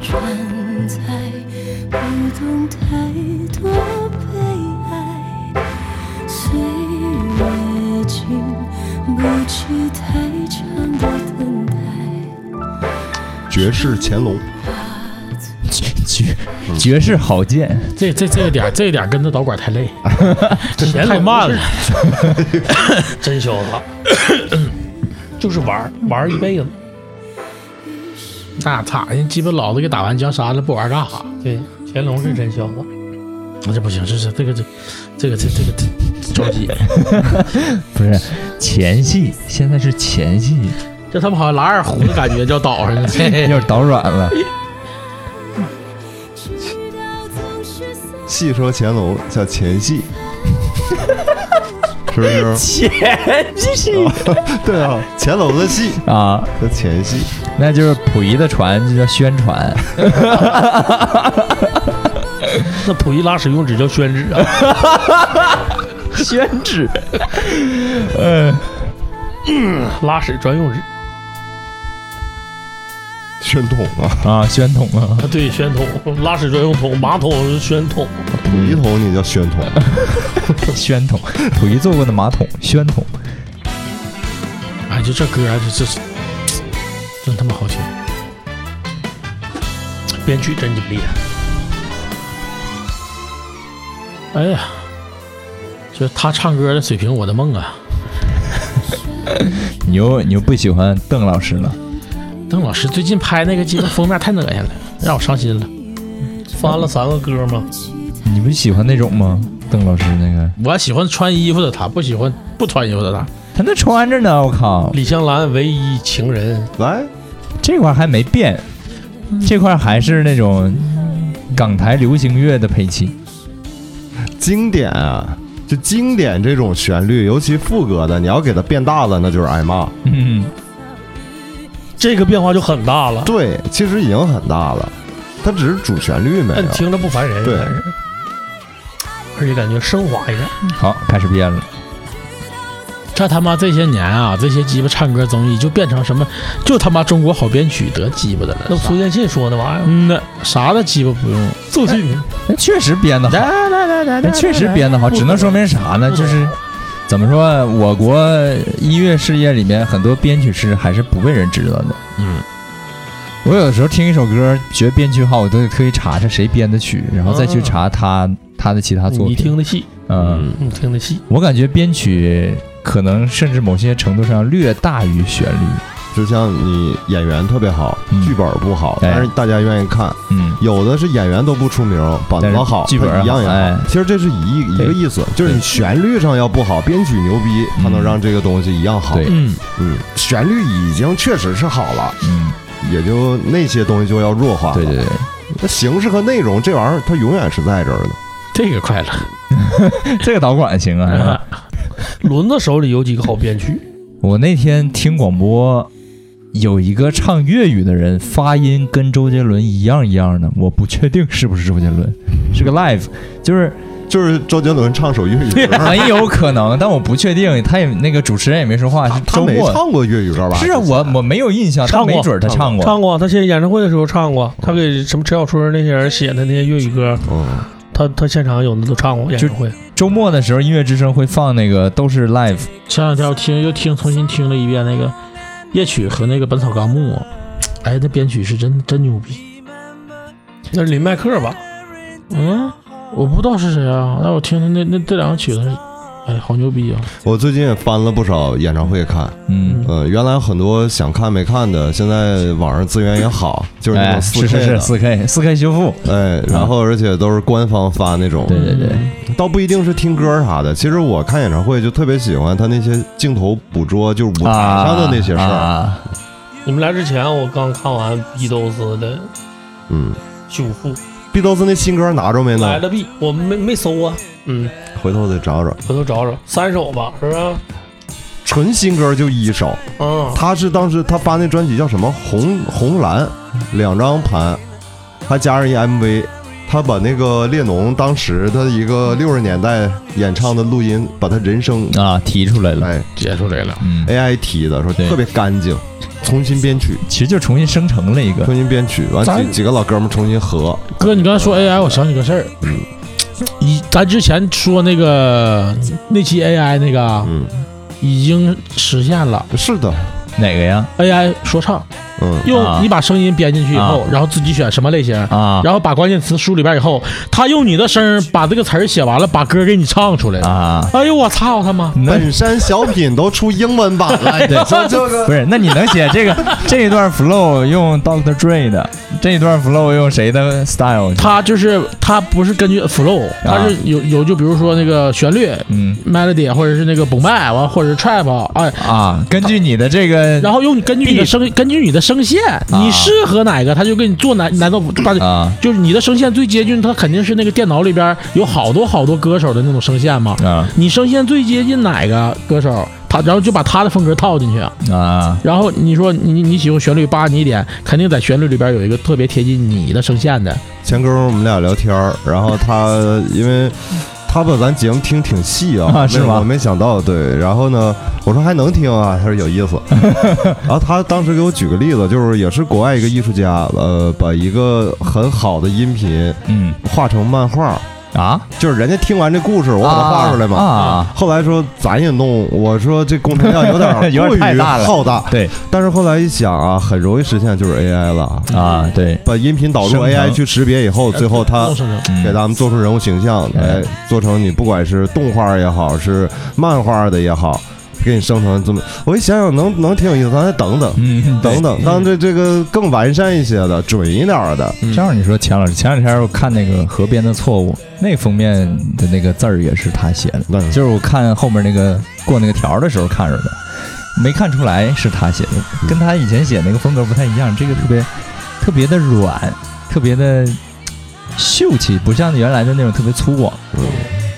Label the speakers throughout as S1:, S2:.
S1: 转才不懂太多悲哀，岁月经不起太长的等待。
S2: 绝世乾隆，
S3: 绝绝绝世好剑，
S4: 这这这一点这一点跟着导管太累，
S5: 太慢了，
S4: 真羞了，就是玩儿玩儿一辈子。那操，人鸡巴老子给打完江山了，不玩儿干啥？对，乾隆是真消了。那这不行，这是这个这这个这这个这着急，
S3: 不是前戏，现在是前戏，
S4: 这他妈好像拉二胡的感觉，叫倒上去。
S3: 要是导软了，
S1: 知道总是散
S2: 戏说乾隆叫前 戏，是不是？
S3: 前戏
S2: 对啊，乾隆的戏
S3: 啊，
S2: 叫前戏，
S3: 那就是溥仪的船，就叫宣传，
S4: 那溥仪拉使用纸叫宣纸啊，
S3: 宣纸，
S4: 嗯拉屎专用纸
S2: 宣统啊，
S3: 啊，宣统啊，
S4: 啊，对，宣桶，拉屎专用桶，马桶是宣桶。
S2: 溥
S3: 嗯
S2: 仪统你叫宣统，
S3: 宣统，溥仪坐过的马桶，宣统，
S4: 哎，就这歌啊，这这是真他妈好听，编曲真厉害。哎呀，就是他唱歌的水平，我的梦啊！
S3: 你又你又不喜欢邓老师了，
S4: 邓老师最近拍那个鸡巴封面太恶心了，让我伤心了。
S5: 发了三个歌嘛，
S3: 你不喜欢那种吗？邓老师那个，
S4: 我喜欢穿衣服的他，不喜欢不穿衣服的他。
S3: 他那穿着呢，我靠，
S5: 李香兰唯一情人，
S2: 来，
S3: 这块儿还没变，这块儿还是那种港台流行乐的配器。
S2: 经典啊，就经典这种旋律，尤其副歌的，你要给它变大了，那就是挨骂。
S3: 嗯，
S5: 这个变化就很大了，
S2: 对，其实已经很大了，它只是主旋律没
S3: 哎
S5: 但
S3: 嗯
S2: 有。
S5: 听着不烦人，
S2: 对
S5: 反正而且感觉升华一下。
S3: 好，开始变了。
S4: 这他妈这些年啊，这些鸡巴唱歌综艺就变成什么，就他妈中国好编曲得鸡巴的
S5: 那
S4: 了。
S5: 苏建信说那玩意儿，
S4: 嗯呐，啥的鸡巴不用。
S5: 自信
S3: 那确实编的好，那确实编的好，只能说明啥呢？就是怎么说，我国音乐事业里面很多编曲师还是不被人知道的。
S4: 嗯，
S3: 我有时候听一首歌学编曲好，我都得特意查查谁编的曲，然后再去查他他嗯的其他作品。
S5: 你听得细，
S3: 嗯，
S5: 你听得细，
S3: 我感觉编曲可能甚至某些程度上略大于旋律。
S2: 就像你演员特别好，
S3: 嗯
S2: 剧本不好，
S3: 哎
S2: 但是大家愿意看。
S3: 嗯，
S2: 有的是演员都不出名，本
S3: 但
S2: 子
S3: 是
S2: 好，
S3: 剧本
S2: 它一样也好。
S3: 哎
S2: 其实这是一一
S3: 对
S2: 个意思，就是你旋律上要不好，编曲牛逼，它能
S3: 嗯
S2: 让这个东西一样好。
S3: 对
S4: 嗯，
S2: 嗯，旋律已经确实是好了，
S3: 嗯，啊
S2: 也就那些东西就要弱化了。
S3: 对对对。
S2: 那形式和内容这玩意儿，它永远是在这儿的。
S4: 这个快乐。 嗯
S3: 这个导管行 啊！
S5: 轮子手里有几个好编曲，
S3: 我那天听广播，有一个唱粤语的人，发音跟周杰伦一样一样的，我不确定是不是周杰伦，是个 live，就是，
S2: 就是周杰伦唱首粤语歌
S3: 很有可能，但我不确定。他也那个主持人也没说话，
S2: 他
S3: 是
S2: 他
S3: 周
S2: 没
S3: 末。
S2: 唱过粤语歌吧？
S3: 是啊，我我没有印象，但
S5: 唱过
S3: 没准儿他唱过。
S5: 唱过，他现在演唱会的时候唱过，他给什么陈小春那些人写的那些粤语歌，
S2: 嗯，
S5: 他他现场有的都唱过演唱会。
S3: 周末的时候，音乐之声会放那个都是 live，
S4: 前两天我听又听重新听了一遍那个《夜曲》和那个《本草纲目》，哎，那编曲是真真牛逼。
S5: 那是林麦克吧？
S4: 嗯，我不知道是谁啊，但我听听那那这两个曲子，哎，好牛逼啊！
S2: 我最近也翻了不少演唱会看，
S3: 嗯，
S2: 呃，原来很多想看没看的，现在网上资源也好，就是那
S3: 哎，
S2: 种四
S3: 是是
S2: K
S3: 是
S2: 的，
S3: 四 K 四 K 修复，
S2: 哎，然后而且都是官方发那种，
S3: 对对对，
S2: 倒不一定是听歌啥的。其实我看演唱会就特别喜欢他那些镜头捕捉，就是舞台
S3: 啊，
S2: 上的那些事儿，
S3: 啊
S5: 你们来之前，我刚看完伊豆斯的
S2: 嗯。
S5: 修复，
S2: 毕豆斯那新歌拿着没
S5: 来
S2: 呢？
S5: 了 B，我没没搜啊，嗯，
S2: 回头得找找。
S5: 回头找找三首吧，是不是？
S2: 纯新歌就一首，
S5: 嗯，
S2: 他是当时他发那专辑叫什么红红蓝，两张盘，还加上一 MV，他把那个列侬当时他一个六十年代演唱的录音，把他人声
S3: 啊，提出来了，
S2: 哎
S6: 截出来了。
S3: 嗯，
S2: AI 提的，说
S3: 对
S2: 特别干净，重新编曲，
S3: 其实就重新生成了一个
S2: 重新编曲，完
S6: 咱
S2: 几几个老哥们儿重新合，
S6: 哥，你刚才说 AI，我想起个事儿。
S2: 嗯
S6: 你咱之前说那个那期 AI 那
S3: 啊
S6: 个啊
S2: 嗯，
S6: 已经实现了
S2: 是的，
S3: 哪个呀？
S6: AI 说唱，
S2: 嗯，
S3: 啊
S6: 用你把声音编进去以后
S3: 啊，
S6: 然后自己选什么类型，
S3: 啊
S6: 然后把关键词输里边以后，他用你的声儿把这个词儿写完了，把歌给你唱出来。
S3: 啊，
S6: 哎呦我操他妈！
S3: 那
S2: 本山小品都出英文版了， 你说这个
S3: 不是？那你能写这 个这一段 flow 用 Dr. Dre 的，这一段 flow 用谁的 style？
S6: 他就是他不是根据 flow，他是有有就比如说那个旋律
S3: 嗯
S6: melody 或者是那个 boom bap 完或者是 trap 哎，
S3: 啊，根据你的这个
S6: 然后用根据你的声根据你的声线，你适合哪个他就给你做哪哪道把
S3: 啊
S6: 就是你的声线最接近，它肯定是那个电脑里边有好多好多歌手的那种声线嘛。
S3: 啊
S6: 你声线最接近哪个歌手，他然后就把他的风格套进去。
S3: 啊
S6: 然后你说你你喜欢旋律八，你一点肯定在旋律里边有一个特别贴近你的声线的。
S2: 前哥们儿我们俩聊天儿，然后他因为他把咱节目听挺细啊，
S3: 啊
S2: 没
S3: 是吗
S2: 我没想到，对。然后呢，我说还能听啊，他说有 意思。然后他当时给我举个例子，就是也是国外一个艺术家，呃，把一个很好的音频
S3: 嗯
S2: 画成漫画，
S3: 啊，
S2: 就是人家听完这故事，我把它画出来嘛。
S3: 啊，
S2: 后来说咱也弄，我说这工程量有点
S3: 有点
S2: 过于
S3: 太大了
S2: 浩大，
S3: 对
S2: 但是后来一想啊，很容易实现，就是 AI 了啊。
S3: 啊对，
S2: 把音频导入
S3: 生成
S2: AI 去识别以后，最后 它
S6: 动声声
S3: 嗯
S2: 给咱们做出人物形象来
S3: 哎，
S2: 做成你不管是动画也好，是漫画的也好，给你生成这么，我一想想能能挺有意思，咱再等等。
S3: 嗯对
S2: 等等，当这这个更完善一些的、准一点儿的，
S3: 正好你说嗯钱老师，前两天我看那个《河边的错误》，那封面的那个字儿也是他写的，
S2: 那
S3: 就是我看后面那个过那个条儿的时候看着的，没看出来是他写的，跟他以前写那个风格不太一样，这个特别特别的软，特别的秀气，不像原来的那种特别粗犷。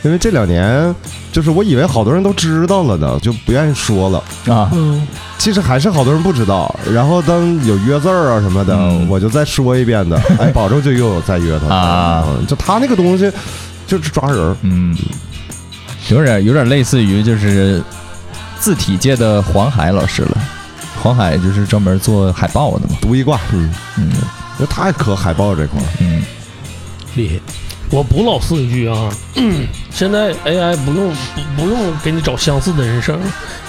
S2: 因为这两年，就是我以为好多人都知道了呢，就不愿意说了。
S3: 啊
S6: 嗯，
S2: 其实还是好多人不知道。然后当有约字儿啊什么的，
S3: 嗯
S2: 我就再说一遍 的，哎，保证就又有再约他了
S3: 啊
S2: 嗯就他那个东西，就是抓人儿。
S3: 嗯，有点有点类似于就是字体界的黄海老师了，黄海就是专门做海报的嘛，
S2: 独一挂，嗯，
S3: 嗯
S2: 那太磕海报这块儿，
S3: 嗯
S6: 厉害。
S4: 我补老四一句啊，现在 AI 不用不不用给你找相似的人声，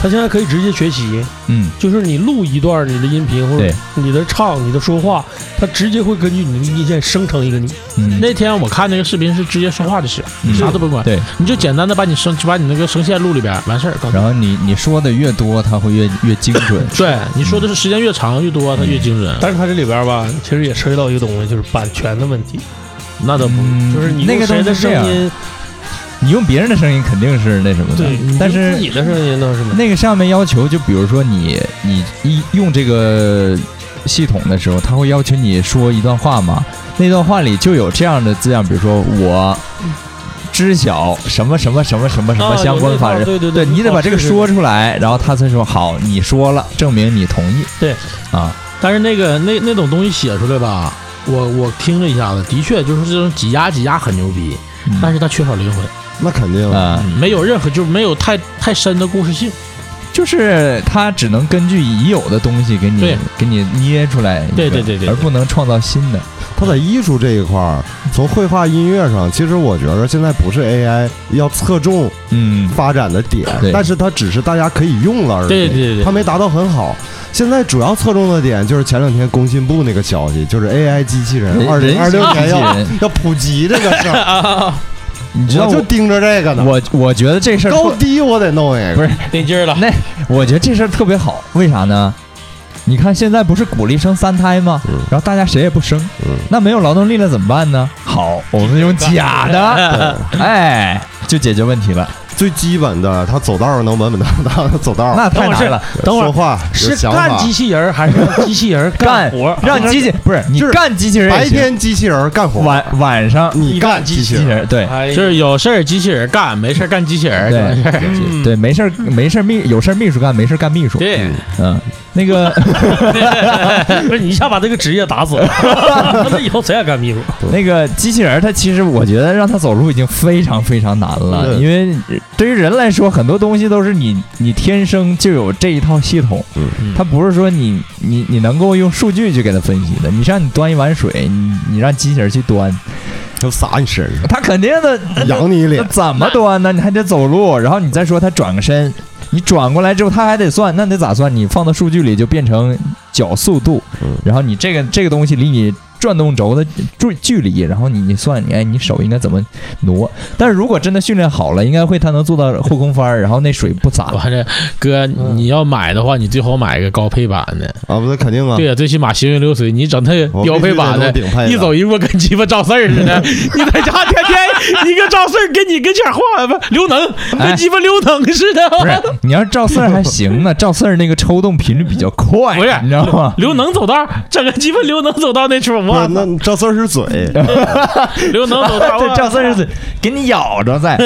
S4: 它现在可以直接学习，
S3: 嗯，
S4: 就是你录一段你的音频或者
S3: 对，
S4: 你的唱、你的说话，它直接会根据你的意见生成一个你。
S3: 嗯
S6: 那天我看那个视频是直接说话就行，
S3: 嗯
S6: 啥都不管，
S3: 对。
S6: 你就简单的把你声把你那个声线录里边完事儿。告诉
S3: 然后你你说的越多，它会越越精准。
S6: 你对，你说的是时间越长越多，它越精准。
S4: 但是它这里边吧，其实也涉及到一个东西，就是版权的问题，
S6: 那倒不
S3: 嗯
S4: 就是你
S3: 那
S4: 用
S3: 个
S4: 谁
S3: 东西
S4: 的
S3: 是这
S4: 声
S3: 样，
S4: 音，
S3: 你用别人的声音肯定是那什么的，
S6: 嗯
S4: 对，你
S3: 但
S4: 用
S3: 是
S4: 自己的声音倒是没。
S3: 那个上面要求，就比如说你你一用这个系统的时候，他会要求你说一段话嘛，那段话里就有这样的字样，比如说我知晓什么什么什么什么什么
S4: 啊
S3: 相关法
S4: 有那
S3: 人。
S4: 套对对
S3: 对你得把这个。
S4: 哦
S3: 说
S4: 是是是
S3: 出来，然后他才说好，你说了，证明你同意。
S6: 对，
S3: 啊，
S6: 但是那个那那种东西写出来吧，我我听了一下子，的确就是这种挤压挤压很牛逼，
S3: 嗯
S6: 但是它缺少灵魂，
S2: 那肯定
S3: 啊，
S4: 嗯
S6: 没有任何就是没有太太深的故事性。
S3: 就是它只能根据已有的东西给你
S6: 对
S3: 给你捏出来一个，
S6: 对对对对对
S3: 而不能创造新的。
S2: 他在艺术这一块儿，从绘画、音乐上，其实我觉得现在不是 AI 要侧重
S3: 嗯
S2: 发展的点
S3: 对，
S2: 但是它只是大家可以用了而已。
S6: 对对对
S2: 它没达到很好。现在主要侧重的点就是前两天工信部那个消息，就是 AI 机器人
S3: 人
S2: 二零二六
S3: 人形
S2: 年
S3: 机器
S2: 要
S3: 人
S2: 要普及这个事儿，
S3: 你知道
S2: 我就盯着这个呢。
S3: 我我觉得这事儿
S2: 高
S3: 特
S2: 低我得弄一
S3: 不
S2: 个
S3: 是，
S4: 得劲儿了，
S3: 那我觉得这事儿特别好，为啥呢？你看现在不是鼓励生三胎吗？
S2: 嗯
S3: 然后大家谁也不生，
S2: 嗯
S3: 那没有劳动力了怎么办呢？好，我们用假的， 哎，就解决问题了。
S2: 最基本的，它走道儿能稳稳当当的走道儿，
S3: 那太
S4: 等会儿
S3: 难了，
S4: 等会儿
S2: 说话有
S4: 是
S2: 想
S4: 干
S2: 法
S4: 机。器人儿还是让机器人儿
S3: 干
S4: 活儿？
S3: 让机器不是你
S2: 就是
S3: 干机器人也
S2: 白
S3: 行，
S2: 天机器人干活，
S3: 晚晚上
S2: 你干机器
S3: 机器
S2: 人。
S3: 人对。
S4: 哎
S6: 就是有事儿机器人干，没事儿干机器人。
S3: 对
S4: 嗯
S3: 对，没事儿没事儿秘有事儿秘书干，没事儿干秘书。
S6: 对，
S3: 嗯，那个
S6: 不是你一下把这个职业打死 了，那以后谁还干秘书？
S3: 那个机器人儿，它其实我觉得让它走路已经非常非常难了，
S2: 嗯
S3: 因为对于人来说，很多东西都是你你天生就有这一套系统，
S6: 嗯
S3: 它不是说你你你能够用数据去给它分析的。你让你端一碗水，你你让机器人去端，
S2: 就撒你身上，
S3: 它肯定的
S2: 扬你一
S3: 那
S2: 脸。
S3: 怎么端呢？你还得走路，然后你再说它转个身，你转过来之后它还得算，那得咋算？你放到数据里就变成角速度
S2: 嗯，
S3: 然后你这个这个东西离你转动轴的距距离，然后你你算你哎你手应该怎么挪？但是如果真的训练好了，应该会它能做到后空翻儿，然后那水 不洒。
S7: 完了，哥，你要买的话，你最好买个高配版的。
S2: 啊，不是肯定啊
S7: 对，呀，最起码行云流水。你整那
S2: 我
S7: 标配版的
S2: 必须得弄顶配，的
S7: 一走一步跟鸡巴赵四儿似 的。你在家天天一个赵四儿跟你跟前儿晃，不刘能
S3: 哎
S7: 跟鸡巴刘能似的。
S3: 不 是，你要是赵四儿还行呢，赵四儿那个抽动频率比较快，
S7: 不是
S3: 你知道 吗？
S7: 刘能走道，整个鸡巴刘能走道那出，
S2: 不
S7: 哇
S2: 是，，那赵四儿是 嘴，
S7: 刘能走道，
S3: 对，赵四儿是给你咬着 在，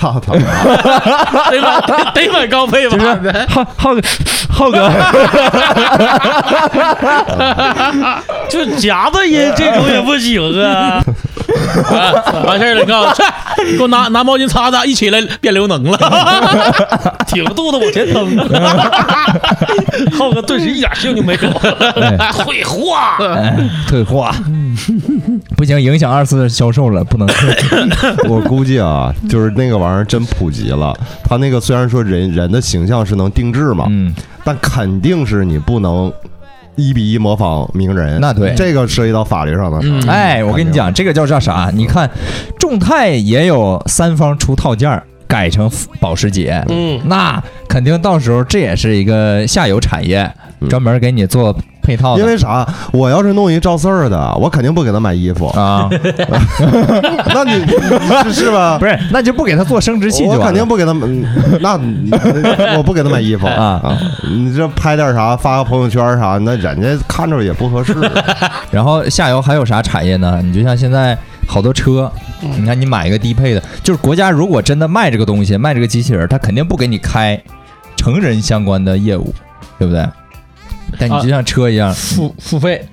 S2: 操他妈！
S7: 得买得买高配
S3: 就是
S7: 版的。
S3: 浩浩哥，浩哥。
S6: 就夹子音这种也不行啊！
S7: 啊 完事儿了，你告诉我， 去给我拿拿毛巾擦擦，一起来变刘能了。
S6: 挺着肚子往前蹬，
S7: 啊
S6: 浩哥顿时一点兴趣没有，会话。
S3: 哎， 退化，不行，影响二次销售了，不能 退。
S2: 我估计啊，就是那个玩意儿真普及了。他那个虽然说人人的形象是能定制嘛，
S3: 嗯，
S2: 但肯定是你不能一比一模仿名人。
S3: 那对
S2: 这个涉及到法律上的事儿。
S3: 哎，我跟你讲，这个叫叫啥？你看，众泰也有三方出套件儿改成保时捷，
S6: 嗯，
S3: 那肯定到时候这也是一个下游产业，
S2: 嗯
S3: 专门给你做配套的。
S2: 因为啥？我要是弄一赵四儿的，我肯定不给他买衣 服。
S3: 啊，
S2: 那你 是是吧？
S3: 不是，那就不给他做生殖器就
S2: 我
S3: 完
S2: 肯定
S3: 了。
S2: 不给他们，那我不给他买衣服
S3: 啊
S2: 啊！你这拍点啥，发个朋友圈啥，那人家看着也不合 适。
S3: 然后下游还有啥产业呢？你就像现在好多车，你看你买一个低配的，就是国家如果真的卖这个东西，卖这个机器人儿，他肯定不给你开成人相关的业务，对不对？但你就像车一样，
S7: 付付费，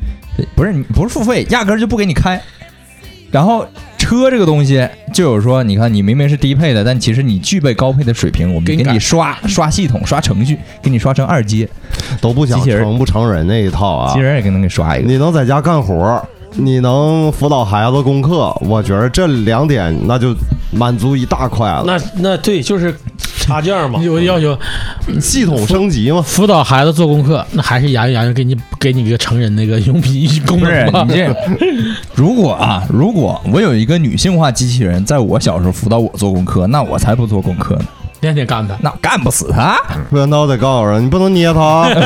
S3: 不是你不是付费，压根儿就不给你开。然后车这个东西就有说，你看你明明是低配的，但其实你具备高配的水平，我们
S7: 给
S3: 给
S7: 你改
S3: 你刷刷系统、刷程序，给你刷成二阶，
S2: 都不想
S3: 机器人
S2: 成不成人那一套啊
S3: 机器！人也给能给刷一个。
S2: 你能在家干活，你能辅导孩子功课，我觉得这两点那就满足一大块了。
S6: 那那对，就是插件嘛。
S7: 有要求
S2: 系统升级嘛，
S7: 辅导孩子做功课，那还是研究研究，给你给你个成人那个用笔功
S3: 不 是
S7: 能吧
S3: 你这，如果啊，如果我有一个女性化机器人，在我小时候辅导我做功课，那我才不做功课呢，
S7: 天天干他。
S3: 那我干不死她。
S2: 不行，那我得告诉人，你不能捏它啊，不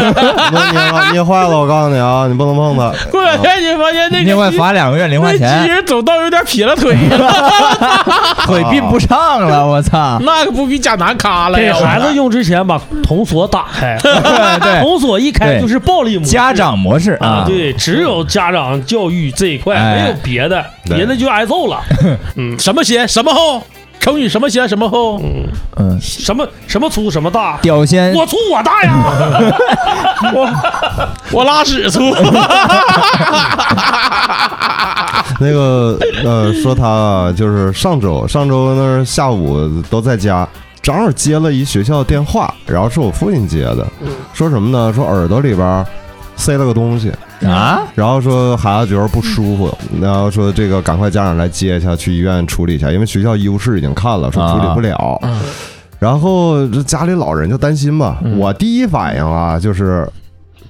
S2: 能捏它，捏坏了我告诉你啊，你不能碰它。
S7: 过两天你发现那
S3: 另外
S7: 个
S3: 罚两个月零
S7: 那
S3: 花
S7: 机器
S3: 钱，
S7: 人走道有点撇了腿，！
S3: 腿并不上了，我操
S7: 那可不比贾南卡了
S6: 给
S7: 呀？
S6: 孩子用之前把铜锁打开，
S3: 对
S6: 铜锁一开就是暴力模式。
S3: 家长模式啊，
S6: 对，只有家长教育这一块，
S3: 哎
S6: 没有别的，
S2: 对
S6: 别的就挨揍了。嗯，
S7: 什么先什么后？成语什么先什么后？
S3: 嗯，
S6: 什么什么粗什么大，
S3: 屌先
S6: 我粗我大呀。
S7: 我拉屎粗，
S2: 那个呃，说他啊就是上周上周那儿下午都在家，正好接了一学校电话，然后是我父亲接的，说什么呢？说耳朵里边儿塞了个东西，
S3: 啊，
S2: 然后说孩子觉得不舒服，然后说这个赶快家长来接一下，去医院处理一下，因为学校医务室已经看了，说
S3: 啊
S2: 处理不了。
S3: 嗯
S2: 然后这家里老人就担心嘛，我第一反应啊就是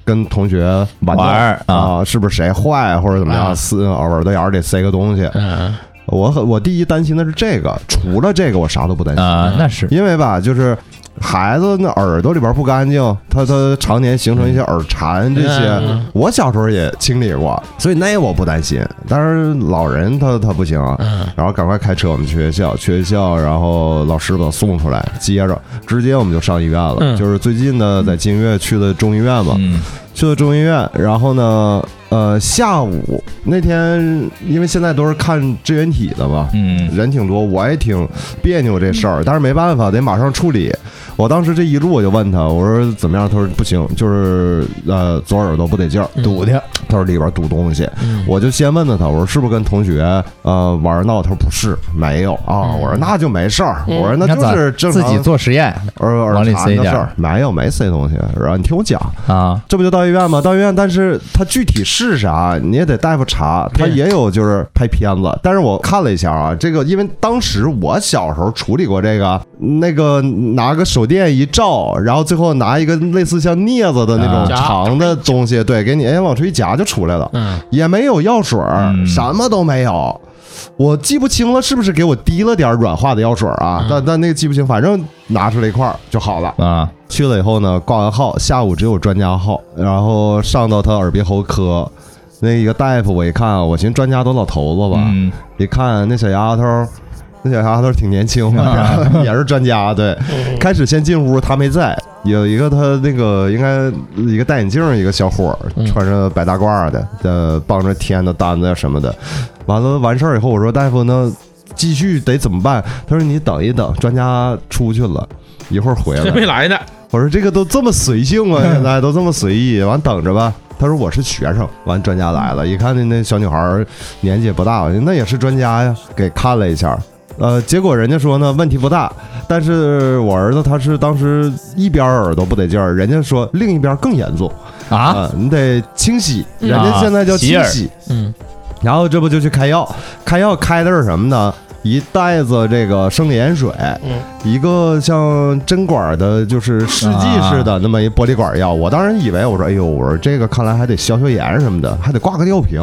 S2: 跟同学玩闹
S3: 玩儿啊
S2: 啊，是不是谁坏或者怎么样，
S7: 啊
S2: 撕耳朵眼儿里塞个东西。
S7: 嗯，
S2: 我很我第一担心的是这个，除了这个我啥都不担心，
S3: 啊，那是
S2: 因为吧，就是孩子那耳朵里边不干净，他他常年形成一些耳蝉这些，
S7: 嗯
S2: 我小时候也清理过，所以那我不担心。但是老人他他不行啊，
S7: 嗯
S2: 然后赶快开车我们去学校，去学校，然后老师把我送出来，接着直接我们就上医院了，
S7: 嗯
S2: 就是最近呢在金月去的中医院嘛，
S3: 嗯
S2: 去了中医院，然后呢，呃，下午那天，因为现在都是看支原体的嘛，
S3: 嗯，
S2: 人挺多，我也挺别扭这事儿，但是没办法，得马上处理。我当时这一路我就问他，我说怎么样？他说不行，就是呃左耳朵不得劲儿，
S3: 堵的，
S2: 他说里边堵东西。
S3: 嗯
S2: 我就先问了他，我说是不是跟同学呃玩闹？他说不是，没有啊。我说那就没事儿，我说那
S3: 嗯你看
S2: 就
S3: 咱
S2: 是正
S3: 自
S2: 常
S3: 己做实验
S2: 耳耳
S3: 往里
S2: 残
S3: 塞
S2: 的
S3: 点
S2: 事
S3: 儿
S2: 儿，没有没塞东西。然后你听我讲，
S3: 啊，
S2: 这不就到医院吗？到医院，但是他具体是啥，你也得大夫查。他也有就是拍片子，但是我看了一下啊，这个因为当时我小时候处理过这个，那个拿个手电一照，然后最后拿一个类似像镊子的那
S3: 啊
S2: 种
S7: 夹
S2: 长的东西，对，给你哎往出一夹就出来了，
S7: 嗯，
S2: 也没有药水儿，
S3: 嗯
S2: 什么都没有。我记不清了，是不是给我滴了点儿软化的药水儿
S3: 嗯
S2: 啊？但但那个记不清，反正拿出来一块儿就好了。
S3: 啊，
S2: 去了以后呢，挂完号，下午只有专家号，然后上到他耳鼻喉科，那一个大夫我一看，我寻思专家都老头子吧，
S3: 嗯，
S2: 一看那小丫头，那小丫头挺年轻的，也是专家，对。开始先进屋，他没在，有一个他那个应该一个戴眼镜儿一个小伙儿，穿着白大褂儿的，呃，帮着填的单子什么的。完了完事儿以后，我说大夫，那继续得怎么办？他说你等一等，专家出去了。一会儿回来，
S6: 没来呢，
S2: 我说这个都这么随性啊，现在都这么随意，完等着吧。他说我是学生，完专家来了，一看那那小女孩儿年纪也不大，那也是专家呀，给看了一下。呃，结果人家说呢问题不大，但是我儿子他是当时一边耳朵不得劲儿，人家说另一边更严重
S3: 啊，
S2: 你得清洗，人家现在叫
S3: 洗
S2: 清
S3: 耳
S2: 洗，
S7: 嗯，
S2: 然后这不就去开药，开药开的是什么呢？一袋子这个生理盐水，一个像针管的，就是试剂似的那么一玻璃管药。我当时以为我说，哎呦，我说这个看来还得消消炎什么的，还得挂个吊瓶。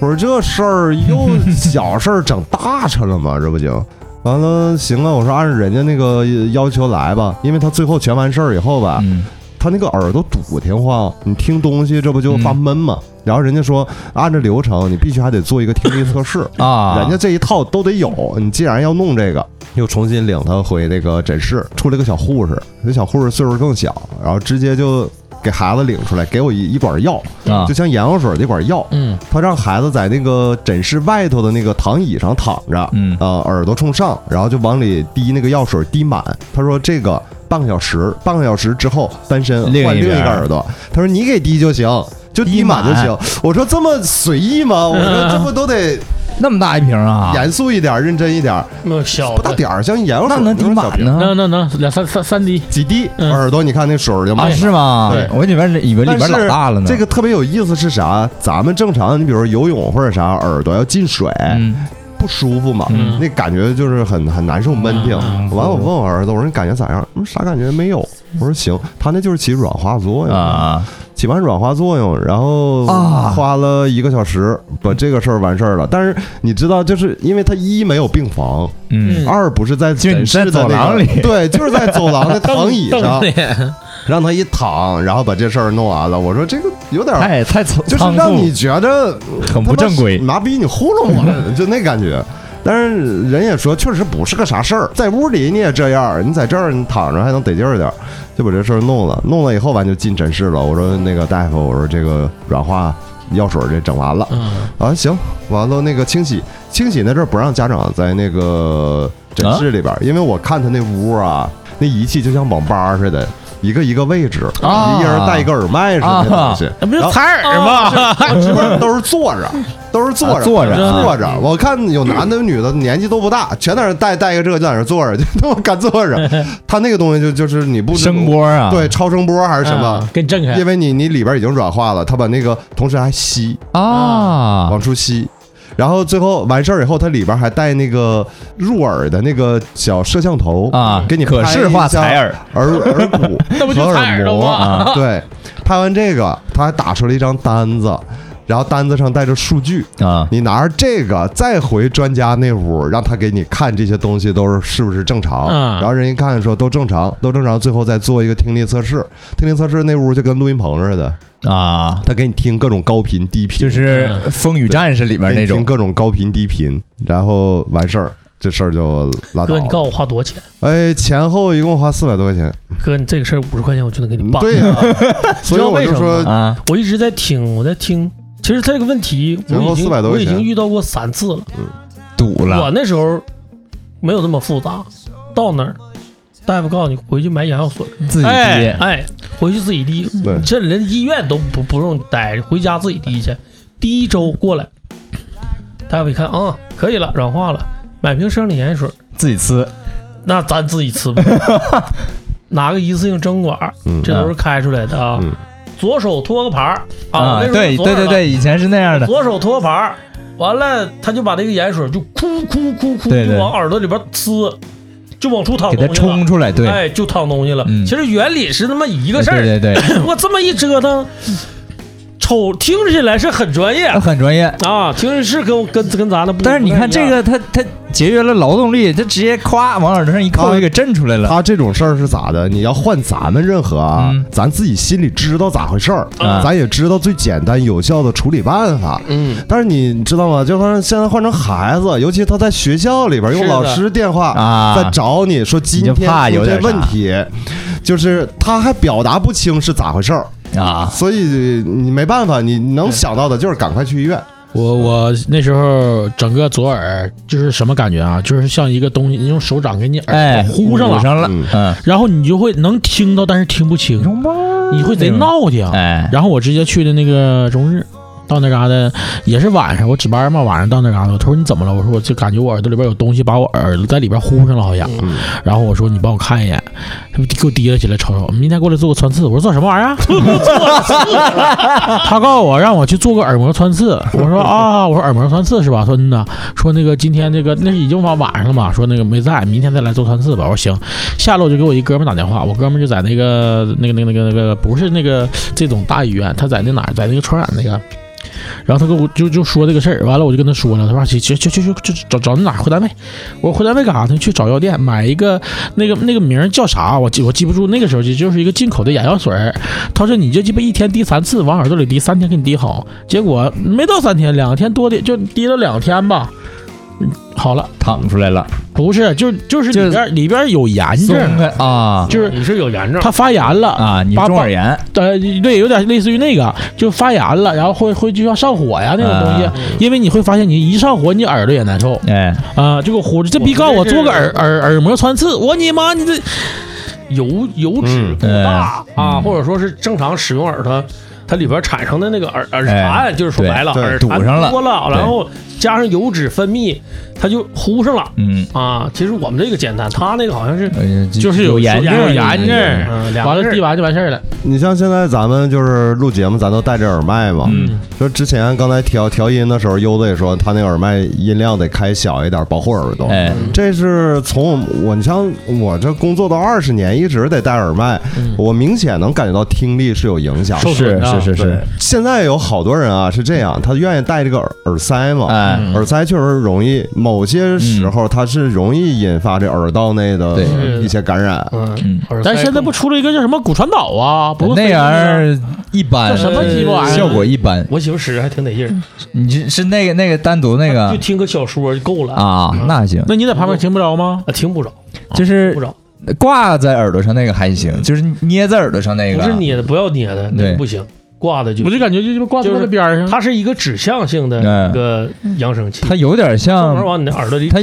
S2: 我说这事儿又小事儿整大事了嘛，这不就？完了，行了，我说按人家那个要求来吧，因为他最后全完事儿以后吧，
S3: 嗯
S2: 他那个耳朵堵挺慌，你听东西这不就发闷吗？然后人家说，按照流程，你必须还得做一个听力测试，
S3: 啊，
S2: 人家这一套都得有。你既然要弄这个，又重新领他回那个诊室，出来个小护士，那小护士岁数更小，然后直接就给孩子领出来，给我一一管药，
S3: 啊
S2: 就像眼药水那管药，
S7: 嗯，
S2: 他让孩子在那个诊室外头的那个躺椅上躺着，
S3: 嗯
S2: 呃，耳朵冲上，然后就往里滴那个药水，滴满。他说这个半个小时，半个小时之后翻身
S3: 另一
S2: 换另一
S3: 边
S2: 个
S3: 儿
S2: 耳朵。他说你给滴就行，就
S3: 滴
S2: 滴满就
S3: 满
S2: 行。我说这么随意吗？我说这不都得
S3: 那么大一瓶啊，
S2: 严肃一点，认真一点，
S4: 哦
S6: 那小
S2: 不大
S6: 的，
S2: 点儿，像眼药水
S3: 那能
S2: 那
S3: 抵
S2: 种小
S3: 满
S2: 瓶，
S6: 那
S3: 呢？嗯啊
S6: 那那两三三三滴，
S2: 几滴
S6: 嗯
S2: 耳朵，你看那水儿就
S3: 啊，
S2: 满了。
S3: 是吗？
S2: 对
S3: 我里边以为里
S2: 但
S3: 边老
S2: 是
S3: 大了呢。
S2: 这个特别有意思是啥？咱们正常，你比如说游泳或者啥，耳朵要进水，
S3: 嗯，
S2: 不舒服嘛，
S3: 嗯
S2: 那感觉就是很很难受，闷挺。
S3: 嗯
S2: 完了，我问我儿子，我说你感觉咋样？嗯，啥感觉没有。我说行，他那就是起软化作用，
S3: 啊，
S2: 起完软化作用，然后
S3: 啊
S2: 花了一个小时把这个事儿完事儿了。但是你知道，就是因为他一没有病房，
S3: 嗯，
S2: 二不是在
S3: 就是你
S2: 诊室的
S3: 在走
S2: 那个
S3: 廊里
S2: 对， 就是在走廊的躺椅上，
S7: 的，
S2: 让他一躺，然后把这事儿弄完了。我说这个有点儿。
S3: 太太仓
S2: 就是
S3: 仓
S2: 让
S3: 促
S2: 你觉得
S3: 很不正规
S2: 他妈麻痹你糊弄我了，就那感觉。但是人也说，确实不是个啥事儿，在屋里你也这样，你在这儿你躺着还能得劲儿点儿，就把这事儿弄了。弄了以后完就进诊室了。我说那个大夫，我说这个软化药水这整完了
S7: 嗯，
S2: 啊，行，完了那个清洗清洗那阵儿不让家长在那个诊室里边儿，因为我看他那屋啊，那仪器就像网吧似的，一个一个位置，
S3: 啊
S2: 一人戴一个耳麦似的那东西，
S6: 那不
S2: 然
S6: 就
S2: 后
S6: 采耳吗？
S2: 直播都是坐着，都是坐着，
S3: 啊坐着啊
S2: 坐着。我看有男的有女的，年纪都不大，全在那带带个这个，就在那坐着， 就他妈敢坐 着。他那个东西就就是你不
S3: 声，波啊，
S2: 对，超声波还是什么？
S6: 啊给你震开
S2: 因，为你你里边已经软化了，他把那个同时还吸
S3: 啊，
S2: 往出吸。然后最后完事儿以后，它里边还带那个入耳的那个小摄像头
S3: 啊
S2: 给你
S3: 可视化采
S2: 耳
S3: 耳
S2: 耳耳骨
S6: 那不
S2: 和
S6: 就采
S2: 耳
S6: 耳了
S2: 膜
S6: 吗
S3: 啊
S2: 对，拍完这个，他还打出了一张单子，然后单子上带着数据，
S3: 啊，
S2: 你拿着这个再回专家那屋，让他给你看这些东西都是是不是正常。
S6: 嗯
S2: 然后人一看说都正常，都正常，最后再做一个听力测试。听力测试那屋就跟录音棚似的，
S3: 啊，
S2: 他给你听各种高频、低频，
S3: 就是
S2: 嗯
S3: 《风雨战士》里面
S2: 给
S3: 那
S2: 你听
S3: 种
S2: 各种高频、低频，然后完事儿，这事儿就拉倒
S6: 哥，你告
S2: 了。
S6: 诉我花多少钱？
S2: 哎，前后一共花四百多块钱。
S6: 哥，你这 个事儿五十块钱我就能给你办。
S2: 对呀、所以我就
S6: 你知道为什么
S2: 说
S6: 吗
S3: 啊
S6: 我一直在听，我在听
S4: 其实这个问题我
S2: 前后
S4: 已经
S2: 400多
S4: 我
S2: 块
S4: 已
S2: 钱
S4: 经遇到过三次了。
S3: 堵
S4: 我
S3: 了，
S4: 那时候没有那么复杂，到那儿大夫告诉你回去买眼药水，
S3: 自己
S4: 哎
S3: 滴，
S4: 哎，回去自己滴，
S2: 对，
S4: 这人医院都不不用待，回家自己滴去。第一周过来，大夫一看啊、可以了，软化了，买瓶生理盐水，
S3: 自己呲，
S4: 那咱自己吃吧， 拿个一次性针管儿，
S2: 嗯
S4: 这都是开出来的啊。
S2: 嗯
S4: 左手托个盘儿
S3: 啊，
S4: 哦那时候
S3: 对
S4: 左
S3: 对
S4: 手
S3: 对
S4: 了
S3: 对，以前是那样的，
S4: 左手托盘儿，完了他就把这个盐水就哭哭哭哭
S3: 对对
S4: 就往耳朵里边呲，就往出淌
S3: 给它
S4: 东西了
S3: 冲，出来，对，
S4: 哎，就淌东西了。
S3: 嗯
S4: 其实原理是那么一个事儿，哎
S3: 对对对，
S4: 我这么一折腾，瞅听起来是很专业
S3: 很专业。
S4: 啊，听着是跟跟跟咱的不，
S3: 但是你看
S4: 不太一
S3: 这个，
S4: 样，
S3: 它它节约了劳动力，它直接夸往耳朵上一扣
S2: 啊
S3: 就给震出来了。
S2: 他这种事儿是咋的？你要换咱们任何啊，
S3: 嗯
S2: 咱自己心里知道咋回事儿，
S3: 啊
S2: 咱也知道最简单有效的处理办法。
S4: 嗯，
S2: 但是你知道吗？就算是现在换成孩子，尤其他在学校里边
S4: 是
S2: 用
S4: 的
S2: 老师电话
S3: 啊
S2: 在找你说今
S3: 你就
S2: 天
S3: 怕有
S2: 出
S3: 点
S2: 这
S3: 啥
S2: 问题，就是他还表达不清是咋回事儿，
S3: 啊，
S2: 所以你没办法，你能想到的就是赶快去医院。
S6: 我我那时候整个左耳就是什么感觉啊？就是像一个东西，你用手掌给你耳
S3: 哎，
S6: 朵糊上了，
S3: 上了，
S2: 嗯
S3: 嗯，
S6: 然后你就会能听到，但是听不清，你会贼闹挺。
S3: 哎，
S6: 然后我直接去的那个中日，到那嘎达也是晚上，我值班嘛，晚上到那嘎达，他说你怎么了？我说我就感觉我耳朵里边有东西把我耳朵在里边呼上了，好像。
S2: 嗯
S6: 然后我说你帮我看一眼，他们给我提了起来瞅瞅，明天过来做个穿刺。我说做什么玩意儿？他告诉我让我去做个耳膜穿刺。我说啊，我说耳膜穿刺是吧？说嗯呐，说那个今天这个那是已经晚晚上了嘛，说那个没在，明天再来做穿刺吧。我说行，下了我就给我一哥们儿打电话，我哥们儿就在那个那个那个那个那个不是那个这种大医院，他在那哪儿，在那个传染那个。然后他跟我就就说这个事儿，完了我就跟他说啊了，他说去去去去去找找那哪儿回单位，我说回单位干啥呢？去找药店买一个那个那个名儿叫啥？我记我记不住，那个时候就就是一个进口的眼药水儿。他说你就鸡巴一天滴三次，往耳朵里滴，三天给你滴好。结果没到三天，两天多的就滴了两天吧。嗯，好了，
S3: 淌出来了，
S6: 不是，就就是
S3: 就
S6: 里边儿里边儿有炎
S3: 松
S6: 症，
S3: 开啊
S6: 就是
S4: 你是有炎症，
S6: 它发炎了。
S3: 啊，你
S6: 八
S3: 中耳炎，
S6: 呃，对，有点类似于那个，就发炎了，然后会会就像上火呀那种东西，
S3: 啊
S6: 因为你会发现你一上火，你耳朵也难受
S3: 哎，
S6: 啊、这个火这逼告我做个耳耳耳膜穿刺，我你妈你这
S4: 油油脂过大、
S3: 嗯
S4: 啊，
S3: 嗯
S4: 或者说是正常使用耳朵，它里边产生的那个耳耳
S3: 哎
S4: 蝉，就是说白了，
S2: 对
S4: 耳
S3: 堵
S4: 蝉
S3: 上了
S4: 多了，
S3: 对
S4: 然后加上油脂分泌，它就糊上了
S3: 嗯，
S4: 啊。其实我们这个简单，他那个好像是
S3: 哎
S6: 呃就是嗯有
S3: 炎症，
S6: 有炎症
S4: 嗯，两
S6: 完
S4: 个
S6: 了
S4: 字
S6: 滴完就完事儿了。
S2: 你像现在咱们就是录节目，咱都戴着耳麦嘛。
S3: 嗯，
S2: 就之前刚才调调音的时候，优子也说他那个耳麦音量得开小一点，保护耳朵。
S3: 哎，
S2: 这是从我，你像我这工作到二十年，一直得戴耳麦，我明显能感觉到听力是有影响。
S6: 受损
S3: 是
S6: 啊
S3: 是是
S2: 对
S3: 是，，
S2: 现在有好多人啊是这样，他愿意戴这个耳耳塞嘛，
S3: 哎，
S6: 嗯
S2: 耳塞确实容易，某些时候它是容易引发这耳道内的
S3: 对
S2: 一些感染。
S4: 嗯
S3: 嗯，
S4: 耳塞
S6: 但是现在不出了一个叫什么骨传导啊，不
S3: 那玩意儿一般
S6: 叫，什么鸡巴玩意儿？
S3: 效果一般。
S4: 呃我媳妇使着还挺得劲儿，
S3: 你这是那个那个单独那
S6: 嗯
S4: 就
S3: 个
S4: 听个小说就够了，
S3: 啊，那行，
S6: 啊那你在旁边听不着吗？
S4: 啊听不着，
S3: 就是
S4: 不着，
S3: 挂在耳朵上那个还行，
S6: 嗯
S3: 就是捏在耳朵上那
S4: 不
S3: 个
S4: 是捏的，不要捏的，那
S3: 对
S4: 个不行，挂的就
S6: 我就感觉就就挂在
S4: 就是
S6: 那边儿上，
S4: 它是一个指向性的
S6: 嗯
S3: 哎
S4: 一个扬声器，
S3: 它有点
S4: 专门
S3: 像，
S4: 往你的耳朵里
S3: 它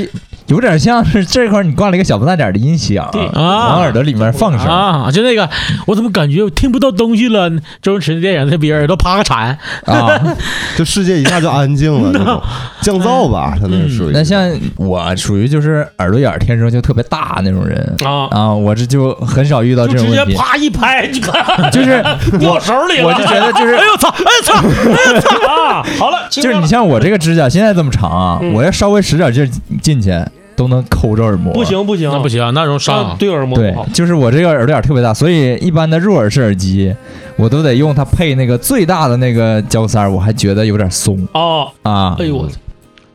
S3: 有点像是这块儿你挂了一个小不大点儿的音响，
S4: 对
S6: 啊
S3: 往耳朵里面放上，
S6: 啊，就那个，我怎么感觉我听不到东西了？周星驰的电影那别人都啪个铲，
S3: 啊，
S2: 就世界一下就安静 了，那种降噪吧，它那属于。
S3: 嗯那像我啊属于就是耳朵眼儿天生就特别大那种人
S4: 啊，
S3: 啊，我这就很少遇到
S4: 就
S3: 这种
S4: 直接
S3: 问题，
S4: 啪一拍，就
S3: 就是
S4: 掉手里了。
S3: 我就觉得就是
S4: 哎呦操！哎呦操！哎呦操！啊，好了，就
S3: 就是你像我这个指甲现在这么长啊，
S4: 嗯
S3: 我要稍微使点劲儿进去都能抠着耳膜，
S4: 不。行不行，
S6: 那不行，那容易
S4: 啊，
S6: 伤。
S4: 对耳膜
S3: 对
S4: 不好，。
S3: 就是我这个耳朵眼儿特别大，所以一般的入耳式耳机，我都得用它配那个最大的那个胶塞儿，我还觉得有点松
S4: 啊，
S3: 啊
S4: 哎。呦我，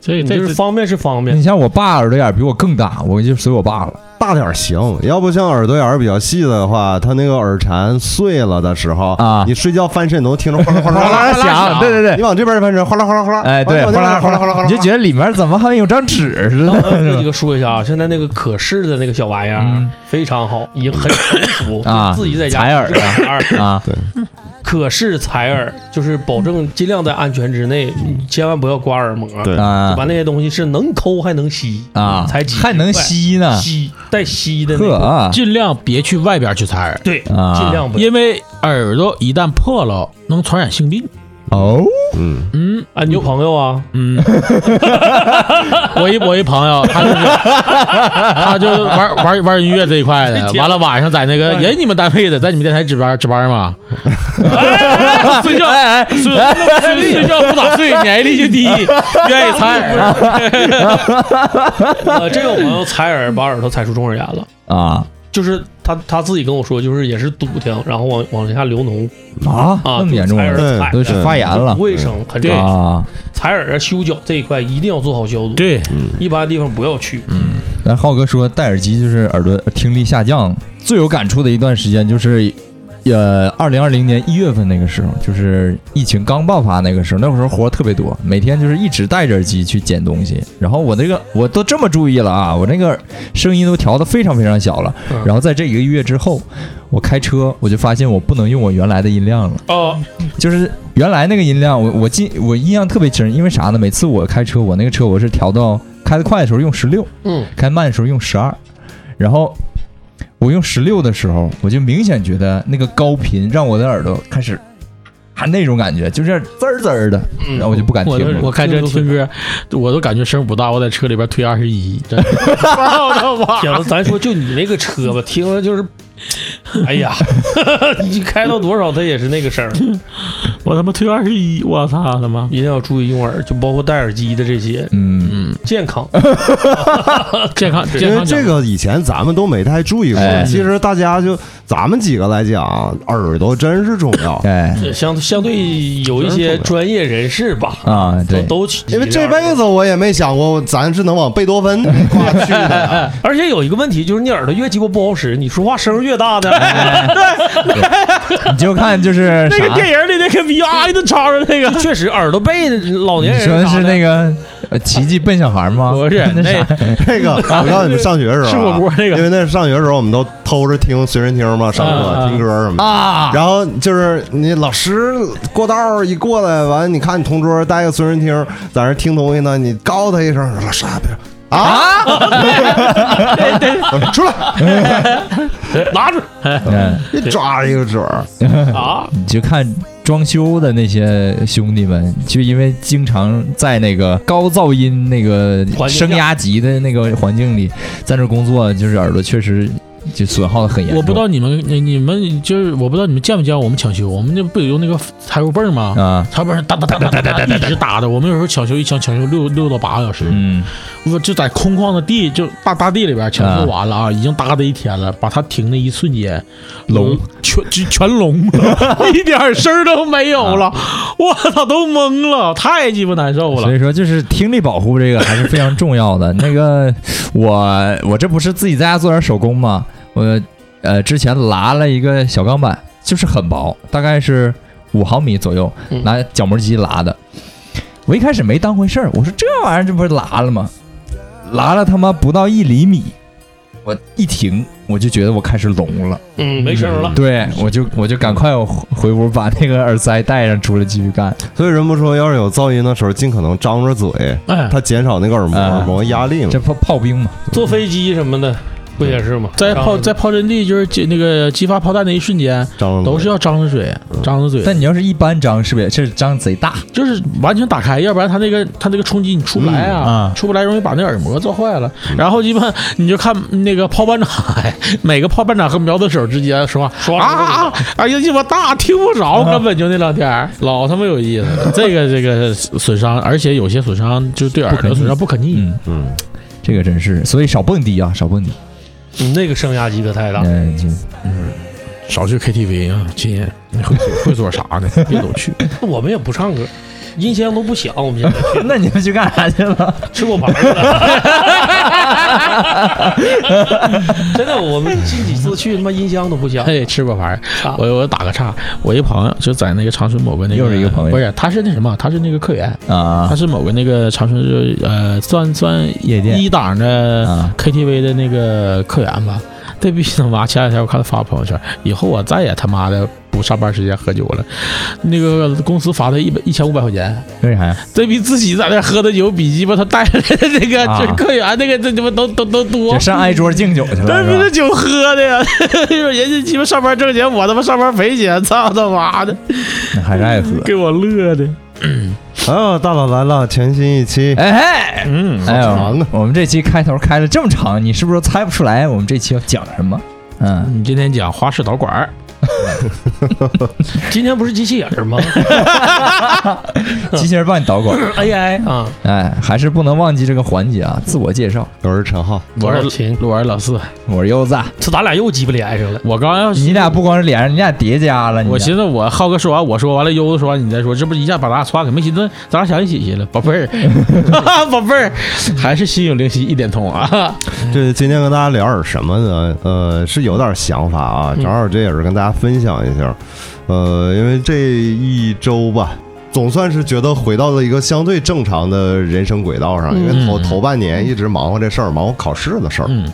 S6: 这
S4: 这
S6: 这
S4: 是
S6: 嗯
S4: 方便是方便
S3: 你，像我爸耳朵眼儿比我更大，我就随我爸了。
S2: 大点儿行，要不像耳朵眼儿比较细的话，它那个耳蝉碎了的时候
S3: 啊
S2: 你睡觉翻身能听着哗啦哗啦哗 啦
S3: 响，对对
S2: 你
S3: 对，
S2: 往这边翻身，哗啦哗啦哗啦，
S3: 哎对，
S2: 往
S3: 哗
S2: 这边
S3: 啦
S2: 哗
S3: 哗
S2: 啦哗啦哗
S3: 啦，
S2: 啦，
S3: 你就觉得里面怎么好像有张纸似的
S4: 这 个说一下啊，现在那个可视的那个小玩意儿
S3: 嗯
S4: 非常好，已经很成熟
S3: 啊
S4: 自己在家
S3: 采耳啊
S4: 啊，
S3: 啊？
S4: 可视采耳，就是保证尽量在安全之内，你千万不要刮耳膜。
S2: 对
S3: 啊
S4: 完那些东西是能抠还能吸
S3: 啊，
S4: 嗯才几
S3: 还能吸呢，
S4: 吸带吸的那
S3: 呵
S4: 种。
S3: 啊
S6: 尽量别去外边去采耳，
S4: 对，
S3: 啊
S4: 尽量不要
S6: 因为耳朵一旦破了，能传染性病。
S3: 哦，
S2: 嗯，
S6: 嗯
S4: 啊，你有朋友啊，
S6: 嗯，我一我一朋友，他就是他就玩玩玩音乐这一块的，完了晚上在那个也你们单位的，在你们电台值班值班嘛，
S4: 睡觉哎哎，睡睡睡觉不咋睡，免疫力就低，愿意采耳。呃，这个我朋友采耳把耳朵采出中耳炎了，
S3: 啊
S4: 就是他他自己跟我说，就是也是堵听，然后往往下流脓
S3: 啊，
S4: 啊，
S3: 那么严重
S4: 采
S3: 啊
S4: 耳
S2: 对
S4: 采
S3: 都
S4: 的
S3: 是发炎了
S4: 不卫生，很重要。
S3: 啊！
S4: 采耳啊、修脚这一块一定要做好消毒，
S6: 对，
S2: 嗯
S4: 一般地方不要去。
S3: 然后浩哥说戴耳机就是耳朵听力下降，最有感触的一段时间就是。呃，二零二零年一月份那个时候，就是疫情刚爆发那个时候，那会儿活特别多，每天就是一直戴着耳机去捡东西。然后我那个我都这么注意了啊，我那个声音都调得非常非常小了。
S4: 嗯
S3: 然后在这一个月之后，我开车我就发现我不能用我原来的音量了。
S4: 哦，
S3: 就是原来那个音量，我我记我印象特别清，因为啥呢？每次我开车，我那个车我是调到开得快的时候用十六，
S4: 嗯，
S3: 开慢的时候用十二，然后我用十六的时候，我就明显觉得那个高频让我的耳朵开始啊那种感觉，就是滋儿滋儿的，
S4: 嗯
S3: 然后我就不敢
S6: 我
S3: 听了。
S6: 我开车听歌，我都感觉声不大，我在车里边推二十一，真的，我的妈！
S4: 铁子，咱说就你那个车吧，听着就是，哎呀， 你开到多少它也是那个声儿，
S6: 我他妈推二十一，我操他妈！
S4: 一定要注意用耳，就包括戴耳机的这些
S3: 嗯，
S6: 嗯，
S4: 健康。
S6: 啊健康健
S2: 因为
S6: 康
S2: 这
S6: 讲
S2: 个以前咱们都没太注意过
S3: 哎，
S2: 其实大家就咱们几个来讲，耳朵真是重要。
S3: 哎
S4: 相相对有一些专业人士吧，
S3: 啊
S4: 都
S3: 对，
S4: 都起
S2: 因为这辈子我也没想过，咱是能往贝多芬 挂去的。
S4: 而且有一个问题就是你耳朵越鸡巴不好使，你说话声儿越大的。
S3: 你就看就是
S4: 那个
S3: 啥，
S4: 电影里那个逼啊一顿吵着那个，确实耳朵背的老
S3: 你
S4: 年人
S3: 说的
S4: 啥
S3: 是
S4: 的
S3: 那个呃奇迹笨小孩吗？
S6: 不是
S3: 那
S6: 那
S3: 啥
S2: 这 个，我告诉你们，上学的时候啊
S6: 吃火锅那个
S2: 因为那上学的时候我们都偷着听随身听嘛，上课听歌什么的。
S3: 啊
S2: 然后就是你老师过道儿一过来，完你看你同桌带个随身听在那听东西呢，你告他一声，老师啊别说啊，出来，
S4: 拿住
S3: 嗯。
S2: 一抓一个准儿，
S4: 啊，
S3: 你就看装修的那些兄弟们，就因为经常在那个高噪音、那个
S4: 环境下
S3: 声压级的那个环境里，在那工作，就是耳朵确实就损耗的很严重。
S6: 我不知道你们你你们就是我不知道你们见没见过我们抢修，我们那不有用那个柴火泵吗？
S3: 啊，
S6: 柴火泵哒哒哒嗯哒哒哒哒一直打的，我们有时候抢修一抢抢修六六到八个小时，
S3: 嗯，
S6: 我就在空旷的地就大大地里边抢修完了啊，已经搭的一天了，把它停的一瞬间，嗯
S3: 聋
S6: 全就全聋了， 一点声儿都没有了，我操，都懵了，太鸡巴难受
S3: 所
S6: 了。
S3: 以说啊就是听力保护这个还是非常重要的。 那个我我这不是自己在家做点手工吗？我呃之前拉了一个小钢板，就是很薄，大概是五毫米左右，
S4: 嗯
S3: 拿角磨机拉的。我一开始没当回事儿，我说这玩意儿这不是拉了吗？拉了他妈不到一厘米，我一停我就觉得我开始聋了。
S4: 嗯，没声儿了。
S3: 对，我就我就赶快回回屋把那个耳塞戴上，出来继续干。
S2: 所以人不说，要是有噪音的时候，尽可能张着嘴，
S6: 哎，
S2: 它减少那个耳膜
S3: 哎
S2: 耳膜压力嘛
S3: 这。不炮兵嘛？
S4: 坐飞机什么的不也是吗？
S6: 嗯在
S4: 上
S6: 炮在炮阵地就是激那个激发炮弹的一瞬间，
S2: 张着
S6: 都是
S2: 嘴
S6: 要张着嘴，张着嘴，
S3: 嗯但你要是一般张，是不是也是张贼大？
S6: 就是完全打开，要不然它那个它那个冲击你出不来
S3: 嗯
S6: 啊
S3: 啊，嗯
S6: 出不来容易把那耳膜做坏了。然后鸡巴你就看那个炮班长，哎每个炮班长和苗子手之间说话
S4: 刷
S6: 啊啊，啊哎呀鸡巴大听不着，根本就那两天儿啊老他妈有意思了。这个这个损伤，而且有些损伤就对耳
S3: 不可
S6: 朵
S3: 逆
S6: 损伤不可逆。
S3: 嗯，
S2: 嗯，
S3: 这个真是，所以少蹦迪啊，少蹦迪。
S4: 你那个声压机可太大。
S3: 嗯，就
S6: 少去 KTV 啊，亲，你会所会所啥的，别总 去。
S4: 我们也不唱歌，音箱都不响。我们现在
S3: 那你们去干啥去了？
S4: 吃过盘儿了， 真的，我们近几次去他妈音箱都不响。
S6: 哎，吃过盘
S4: 啊
S6: 儿，我我打个岔，我一朋友就在那个长春某个那个，
S3: 又是一个朋友
S6: 不是，他是那什么，他是那个客源，
S3: 啊
S6: 他是某个那个长春就是呃，算算
S3: 夜店
S6: 一档的
S3: 啊
S6: KTV 的 那个客源吧。这逼他妈！前两天我看他发朋友圈，以后我再也他妈的
S8: 不上班时间喝酒了，那个公司罚他一百一千五百块钱，
S3: 为啥呀？
S8: 这比自己在那喝的酒比鸡巴他带来的那个
S3: 啊
S8: 就是客源那个这他妈都都都多
S3: 这。啊上挨桌敬酒去了
S8: 但是这
S3: 是吧？
S8: 酒喝的呀， 人家鸡巴上班挣钱，我他妈上班赔钱，操他妈的，
S3: 那还是爱喝。
S6: 嗯
S8: 给我乐的。
S2: 啊，大佬来了，全新一期，
S3: 哎嘿，
S8: 嗯，
S3: 哎
S2: 长
S3: 呦
S2: 啊，
S3: 我们这期开头开了这么长，你是不是都猜不出来我们这期要讲什么？ 嗯，
S8: 你今天讲花式导管儿，
S6: 今天不是机器人儿吗
S3: 机器人帮你导管。
S6: ？AI 啊，
S3: 哎，还是不能忘记这个环节啊，自我介绍。
S2: 我是陈浩，
S8: 我
S6: 老
S8: 是
S6: 秦，
S8: 我是老四，
S3: 我是柚子，啊
S6: 这咱俩又鸡巴连上了。
S8: 我刚要
S2: 嗯
S3: 你俩不光是脸上，你俩叠加了。你
S8: 我
S3: 俩
S8: 寻思我浩哥说完，我说完了，悠子说完，你再说，这不一下把咱俩串开？没寻思咱俩想一起去了，宝贝 儿，宝贝儿，还是心有灵犀一点通啊！
S2: 这今天跟大家聊点什么呢？呃，是有点想法啊，正好这也是跟大家分享一下。呃，因为这一周吧，总算是觉得回到了一个相对正常的人生轨道上，因为头头半年一直忙活这事儿，忙活考试的事儿。
S8: 嗯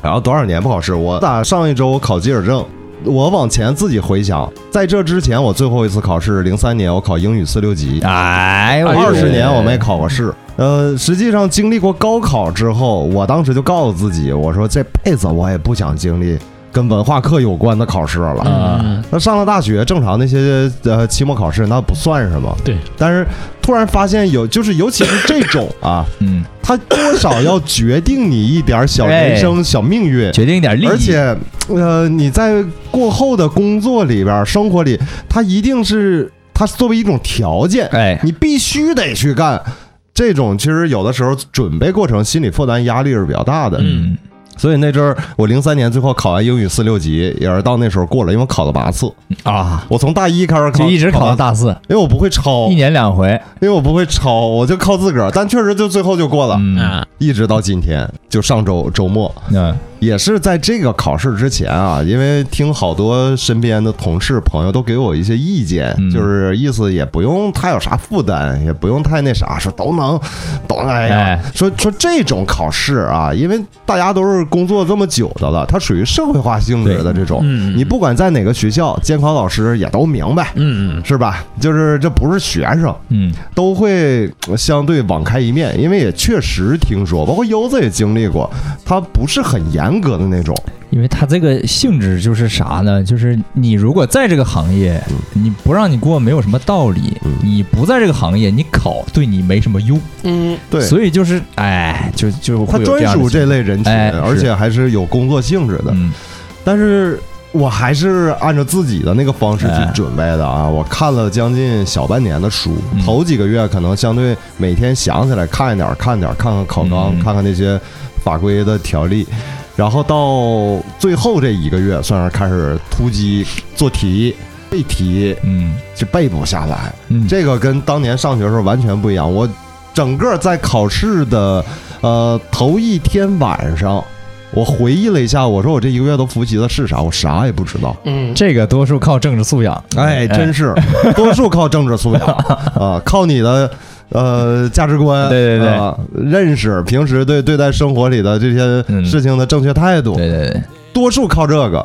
S2: 然后多少年不考试？我打上一周我考吉尔证，我往前自己回想，在这之前我最后一次考试，零三年我考英语四六级，
S3: 哎，我
S2: 二十年我没考过试。呃，实际上经历过高考之后，我当时就告诉自己，我说这辈子我也不想经历跟文化课有关的考试了。
S3: 嗯
S8: 啊，
S2: 那上了大学，正常那些呃期末考试那不算什么。
S8: 对，
S2: 但是突然发现有，就是尤其是这种 啊，
S3: 嗯，
S2: 它多少要决定你一点小人生、小命运。
S3: 哎决定一点利益，
S2: 而且，呃，你在过后的工作里边、生活里，它一定是它作为一种条件，
S3: 哎，
S2: 你必须得去干。这种其实有的时候准备过程心理负担压力是比较大的，
S3: 嗯，
S2: 所以那阵儿我零三年最后考完英语四六级，也是到那时候过了，因为我考了八次，
S3: 啊，
S2: 我从大一开始考，
S3: 就一直考到
S2: 完，
S3: 大四，
S2: 因为我不会抄
S3: 一，年两回，
S2: 因为我不会抄，我就靠自个儿，但确实就最后就过了，
S3: 嗯，
S8: 啊
S2: 一直到今天，就上周周末，
S3: 嗯
S2: 也是在这个考试之前啊，因为听好多身边的同事朋友都给我一些意见，
S3: 嗯
S2: 就是意思也不用太有啥负担，也不用太那啥，说都能，都能哎呀，
S3: 哎
S2: 说说这种考试啊，因为大家都是工作这么久的了，它属于社会化性质的这种，
S8: 嗯
S2: 你不管在哪个学校，监考老师也都明白，
S8: 嗯
S2: 是吧？就是这不是学生，
S3: 嗯，
S2: 都会呃相对网开一面，因为也确实听说，包括优子也经历过，他不是很严格的那种，
S3: 因为它这个性质就是啥呢？就是你如果在这个行业，你不让你过没有什么道理；
S2: 嗯
S3: 你不在这个行业，你考对你没什么用。
S6: 嗯，
S2: 对，
S3: 所以就是，哎，就就
S2: 他
S3: 会有
S2: 专
S3: 样的
S2: 属这类人群，
S3: 哎
S2: 而
S3: 是
S2: 且还是有工作性质
S3: 情
S2: 的。
S3: 况，嗯，
S2: 但是我还是按照自己的那个方式
S3: 哎
S2: 去准备的啊。我看了将近小半年的书，
S3: 嗯
S2: 头几个月可能相对每天想起来看一点儿，看一点儿，看看考纲，
S3: 嗯
S2: 看看那些法规的条例。然后到最后这一个月，算是开始突击做题、背题，
S3: 嗯
S2: 就背不下来。
S3: 嗯，
S2: 这个跟当年上学的时候完全不一样。我整个在考试的呃头一天晚上，我回忆了一下，我说我这一个月都复习的是啥，我啥也不知道。
S6: 嗯，
S3: 这个多数靠政治素养，
S2: 哎，真是，多数靠政治素 养啊，靠你的呃价值观，
S3: 对对对
S2: 啊认识，平时对对待生活里的这些
S3: 嗯
S2: 事情的正确态度，
S3: 对对对，
S2: 多数靠这个。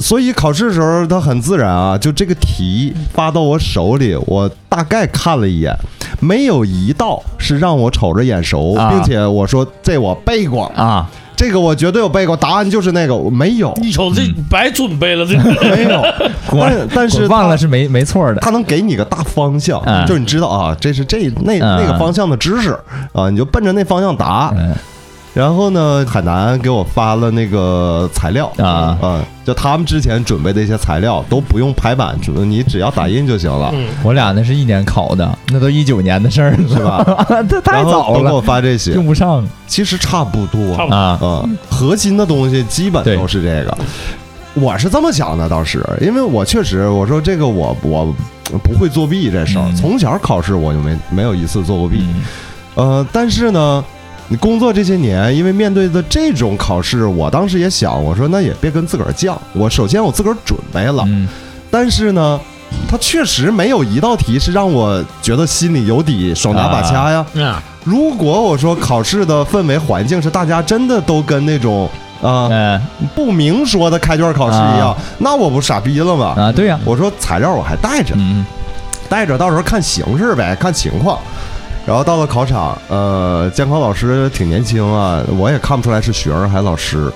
S2: 所以考试的时候，它很自然啊，就这个题发到我手里，我大概看了一眼，没有一道是让我瞅着眼熟，
S3: 啊
S2: 并且我说这我背过，
S3: 啊，
S2: 这个我绝对有背过，答案就是那个，我没有，
S6: 你瞅这白准备了，这
S2: 没 有。
S3: 果然
S2: 但但
S3: 我
S2: 是
S3: 忘
S2: 它
S3: 了是没没错的，
S2: 它能给你个大方向
S3: 嗯，
S2: 就是你知道啊，这是这那那个
S3: 嗯
S2: 方向的知识啊，你就奔着那方向答。
S3: 嗯
S2: 然后呢，海南给我发了那个材料
S3: 啊
S2: 嗯，就他们之前准备的一些材料都不用排版，只你只要打印就行了，
S6: 嗯
S3: 我俩那是一年考的，那都一九年的事儿了，
S2: 是吧？
S3: 这嗯太
S2: 然后
S3: 早
S2: 都给
S3: 了，
S2: 我发这些，
S3: 用不上
S2: 其实差不多
S6: 差不
S3: 啊。
S2: 嗯，核心的东西基本都是这个。我是这么想的，当时，因为我确实，我说这个我我不会作弊这事儿，
S3: 嗯
S2: 从小考试我就没没有一次做过弊，
S3: 嗯
S2: 呃，但是呢，你工作这些年，因为面对的这种考试，我当时也想，我说那也别跟自个儿犟，我首先我自个儿准备了，
S3: 嗯
S2: 但是呢，它确实没有一道题是让我觉得心里有底，手拿把掐呀。
S8: 啊，
S2: 如果我说考试的氛围环境是大家真的都跟那种啊，
S3: 嗯
S2: 不明说的开卷考试一样，那我不傻逼了吗？
S3: 啊，对呀，
S2: 我说材料我还带着，
S3: 嗯
S2: 带着到时候看形势呗，看情况。然后到了考场，呃，监考老师挺年轻啊，我也看不出来是学生还是老师。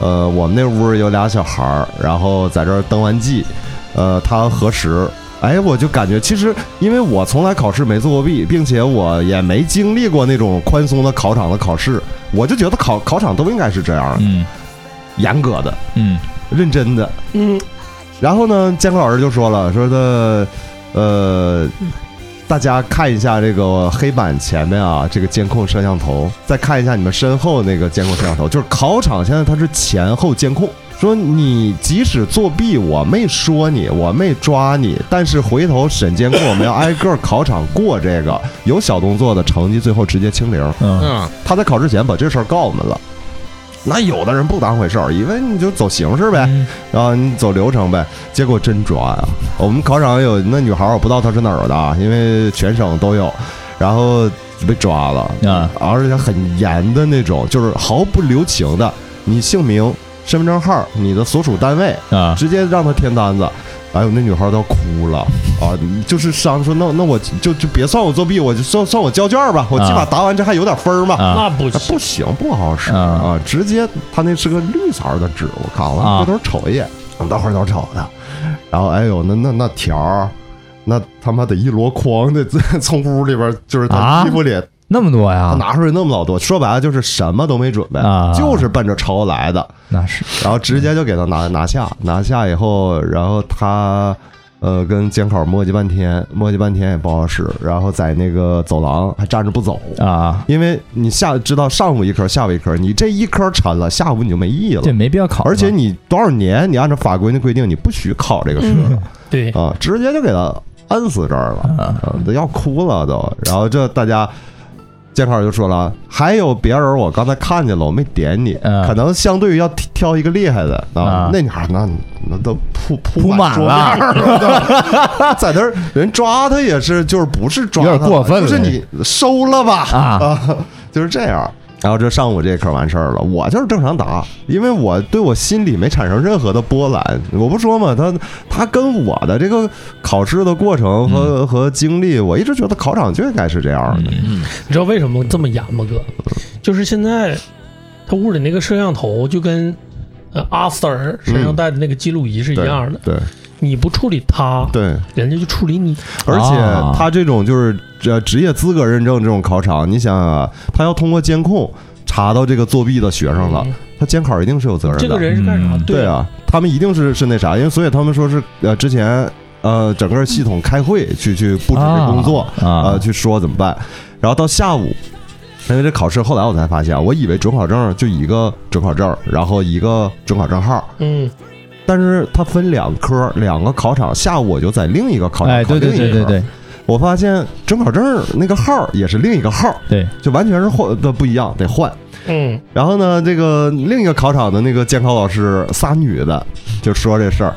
S2: 呃，我们那屋有俩小孩儿，然后在这儿登完记，呃，他核实。哎，我就感觉其实，因为我从来考试没做过弊，并且我也没经历过那种宽松的考场的考试，我就觉得考考场都应该是这样，
S3: 嗯
S2: 严格的、
S3: 嗯
S2: 认真的。
S6: 嗯，
S2: 然后呢，监考老师就说了，说的，呃，大家看一下这个黑板前面啊，这个监控摄像头，再看一下你们身后那个监控摄像头，就是考场现在它是前后监控。说你即使作弊，我没说你，我没抓你，但是回头审监控，我们要挨个儿考场过这个，有小动作的成绩最后直接清零。
S3: 嗯
S8: 嗯，
S2: 他在考之前把这事儿告我们了。那有的人不当回事儿，以为你就走形式呗，
S3: 嗯
S2: 然后你走流程呗，结果真抓呀、我们考场有那女孩儿，我不知道她是哪儿的啊，因为全省都有，然后就被抓了，
S3: 啊
S2: 而且很严的那种，就是毫不留情的，你姓名、身份证号、你的所属单位，
S3: 啊
S2: 直接让他填单子。哎呦，那女孩都哭了啊！就是商说，那那我就就别算我作弊，我就算算我交卷吧，我起码
S3: 啊
S2: 答完这还有点分儿嘛。
S3: 啊
S6: 那不
S2: 啊
S6: 行
S2: 不，行，不好使
S3: 啊
S2: 啊！直接他那是个绿色儿的纸，我看
S3: 啊
S2: 我回头瞅一眼，我待会儿都瞅他。然后哎呦，那那那条儿，那他妈得一箩筐的 从屋里边儿，就是
S3: 啊
S2: 他衣服里，
S3: 那么多
S2: 他
S3: 呀，
S2: 拿出啊来那么老多，说白了就是什么都没准备
S3: 啊，
S2: 就是奔着抄来的。
S3: 那是
S2: 然后直接就给他拿拿下，拿下以后，然后他呃跟监考磨叽半天，磨叽半天也不好使，然后在那个走廊还站着不走。
S3: 啊，
S2: 因为你下知道上午一科，下午一科，你这一科沉了，下午你就没意义了
S3: 这。没必要考嗯嘛，
S2: 而且你多少年，你按照法规的规定，你不许考这个试
S3: 嗯
S2: 了、
S6: 对，
S2: 啊，直接就给他摁死这儿了，
S3: 啊
S2: 啊都要哭了都。然后这大家。监考就说了，还有别人，我刚才看见了，我没点你，
S3: 嗯
S2: 可能相对于要挑挑一个厉害的
S3: 啊
S2: 啊，那女孩那那都铺
S3: 铺
S2: 铺
S3: 满
S2: 桌面儿了， 在那儿人抓他也是，就是不是抓
S3: 有点
S2: 他
S3: 过分了
S2: 就是你收了吧，
S3: 啊
S2: 啊，就是这样。然后这上午这课完事儿了，我就是正常答，因为我对我心里没产生任何的波澜。我不说嘛，他他跟我的这个考试的过程和、和经历，我一直觉得考场就应该是这样的。
S6: 你知道为什么这么严吗，哥？就是现在他屋里那个摄像头就跟呃阿 Sir 身上带的那个记录仪是
S2: 嗯
S6: 一
S2: 对
S6: 样的，
S2: 对
S6: 你不处理他，
S2: 对，
S6: 人家就处理你。
S2: 而且他这种就是呃职业资格认证这种考场，你想想、啊，他要通过监控查到这个作弊的学生了
S6: 嗯，
S2: 他监考一定是有责任的。
S6: 这个人是干啥？
S3: 嗯
S2: 对
S6: 啊，
S2: 啊，他们一定是是那啥，因为所以他们说是呃之前呃整个系统开会去去布置这工作
S3: 啊
S2: 呃去说怎么办，然后到下午。因为这考试，后来我才发现，我以为准考证就一个准考证，然后一个准考证号，
S6: 嗯，
S2: 但是它分两科，两个考场。下午我就在另一个考场，
S3: 哎，对对对对对，
S2: 我发现准考证那个号也是另一个号，
S3: 对，
S2: 就完全是换的不一样，得换。
S6: 嗯，
S2: 然后呢，这个另一个考场的那个监考老师，仨女的，就说这事儿。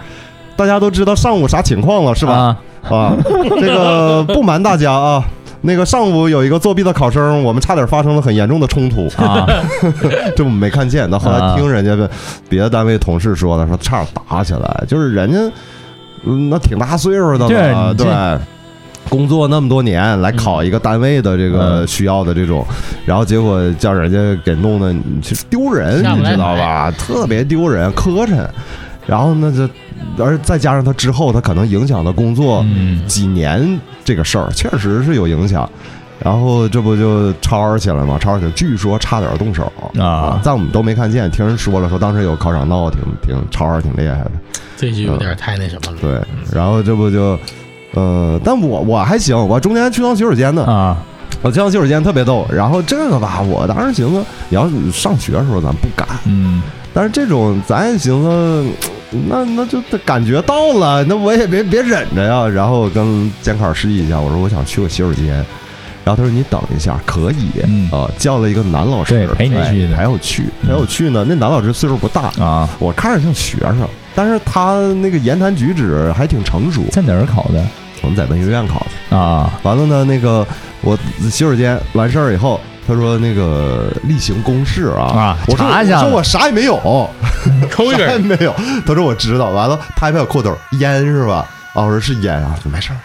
S2: 大家都知道上午啥情况了是吧？
S3: 啊？
S2: 啊，这个不瞒大家啊，那个上午有一个作弊的考生，我们差点发生了很严重的冲突，
S3: 啊，
S2: 这我们没看见。但后
S3: 啊
S2: 来听人家的别的单位同事说的，说差点打起来，就是人家嗯那挺大岁数的
S3: 对
S2: 了，
S3: 你这
S2: 对。工作那么多年，来考一个单位的这个
S3: 嗯
S2: 需要的这种，然后结果叫人家给弄的，你这丢人，
S8: 下不
S2: 你
S8: 来
S2: 知道吧？特别丢人，磕碜。然后呢，这而再加上他之后，他可能影响他工作
S3: 嗯
S2: 几年这个事儿，确实是有影响。然后这不就吵吵起来吗？吵吵起来，据说差点动手
S3: 啊
S2: 但我们都没看见，听人说了，说当时有考场闹得挺挺吵吵挺厉害的。
S8: 这就有点太那什么了。
S2: 对，
S3: 嗯
S2: 然后这不就，呃，但我我还行，我中间还去趟洗手间呢，
S3: 啊，
S2: 我去趟洗手间特别逗。然后这个吧，我当时寻思，你要是上学的时候咱不敢，
S3: 嗯
S2: 但是这种咱也寻思，那那就得感觉到了，那我也别别忍着呀。然后我跟监考示意一下，我说我想去个洗手间，然后他说你等一下，可以。
S3: 嗯
S2: 啊，叫了一个男老师，
S3: 对陪你去的
S2: 哎陪我去，
S3: 嗯
S2: 陪我去呢。那男老师岁数不大，
S3: 啊，
S2: 我看着像学生，但是他那个言谈举止还挺成熟。
S3: 在哪儿考的
S2: 我们在文学院考的，
S3: 啊？
S2: 呃完了呢，那个我洗手间完事儿以后，他说那个例行公事啊
S3: 啊，
S2: 我说
S3: 查一下
S2: 我
S3: 子
S2: 说我啥也没有，
S6: 抽一
S2: 啥也
S6: 根，
S2: 没有。他说我知道，完了拍拍我裤兜，烟是吧？啊，我说是烟啊，没事儿，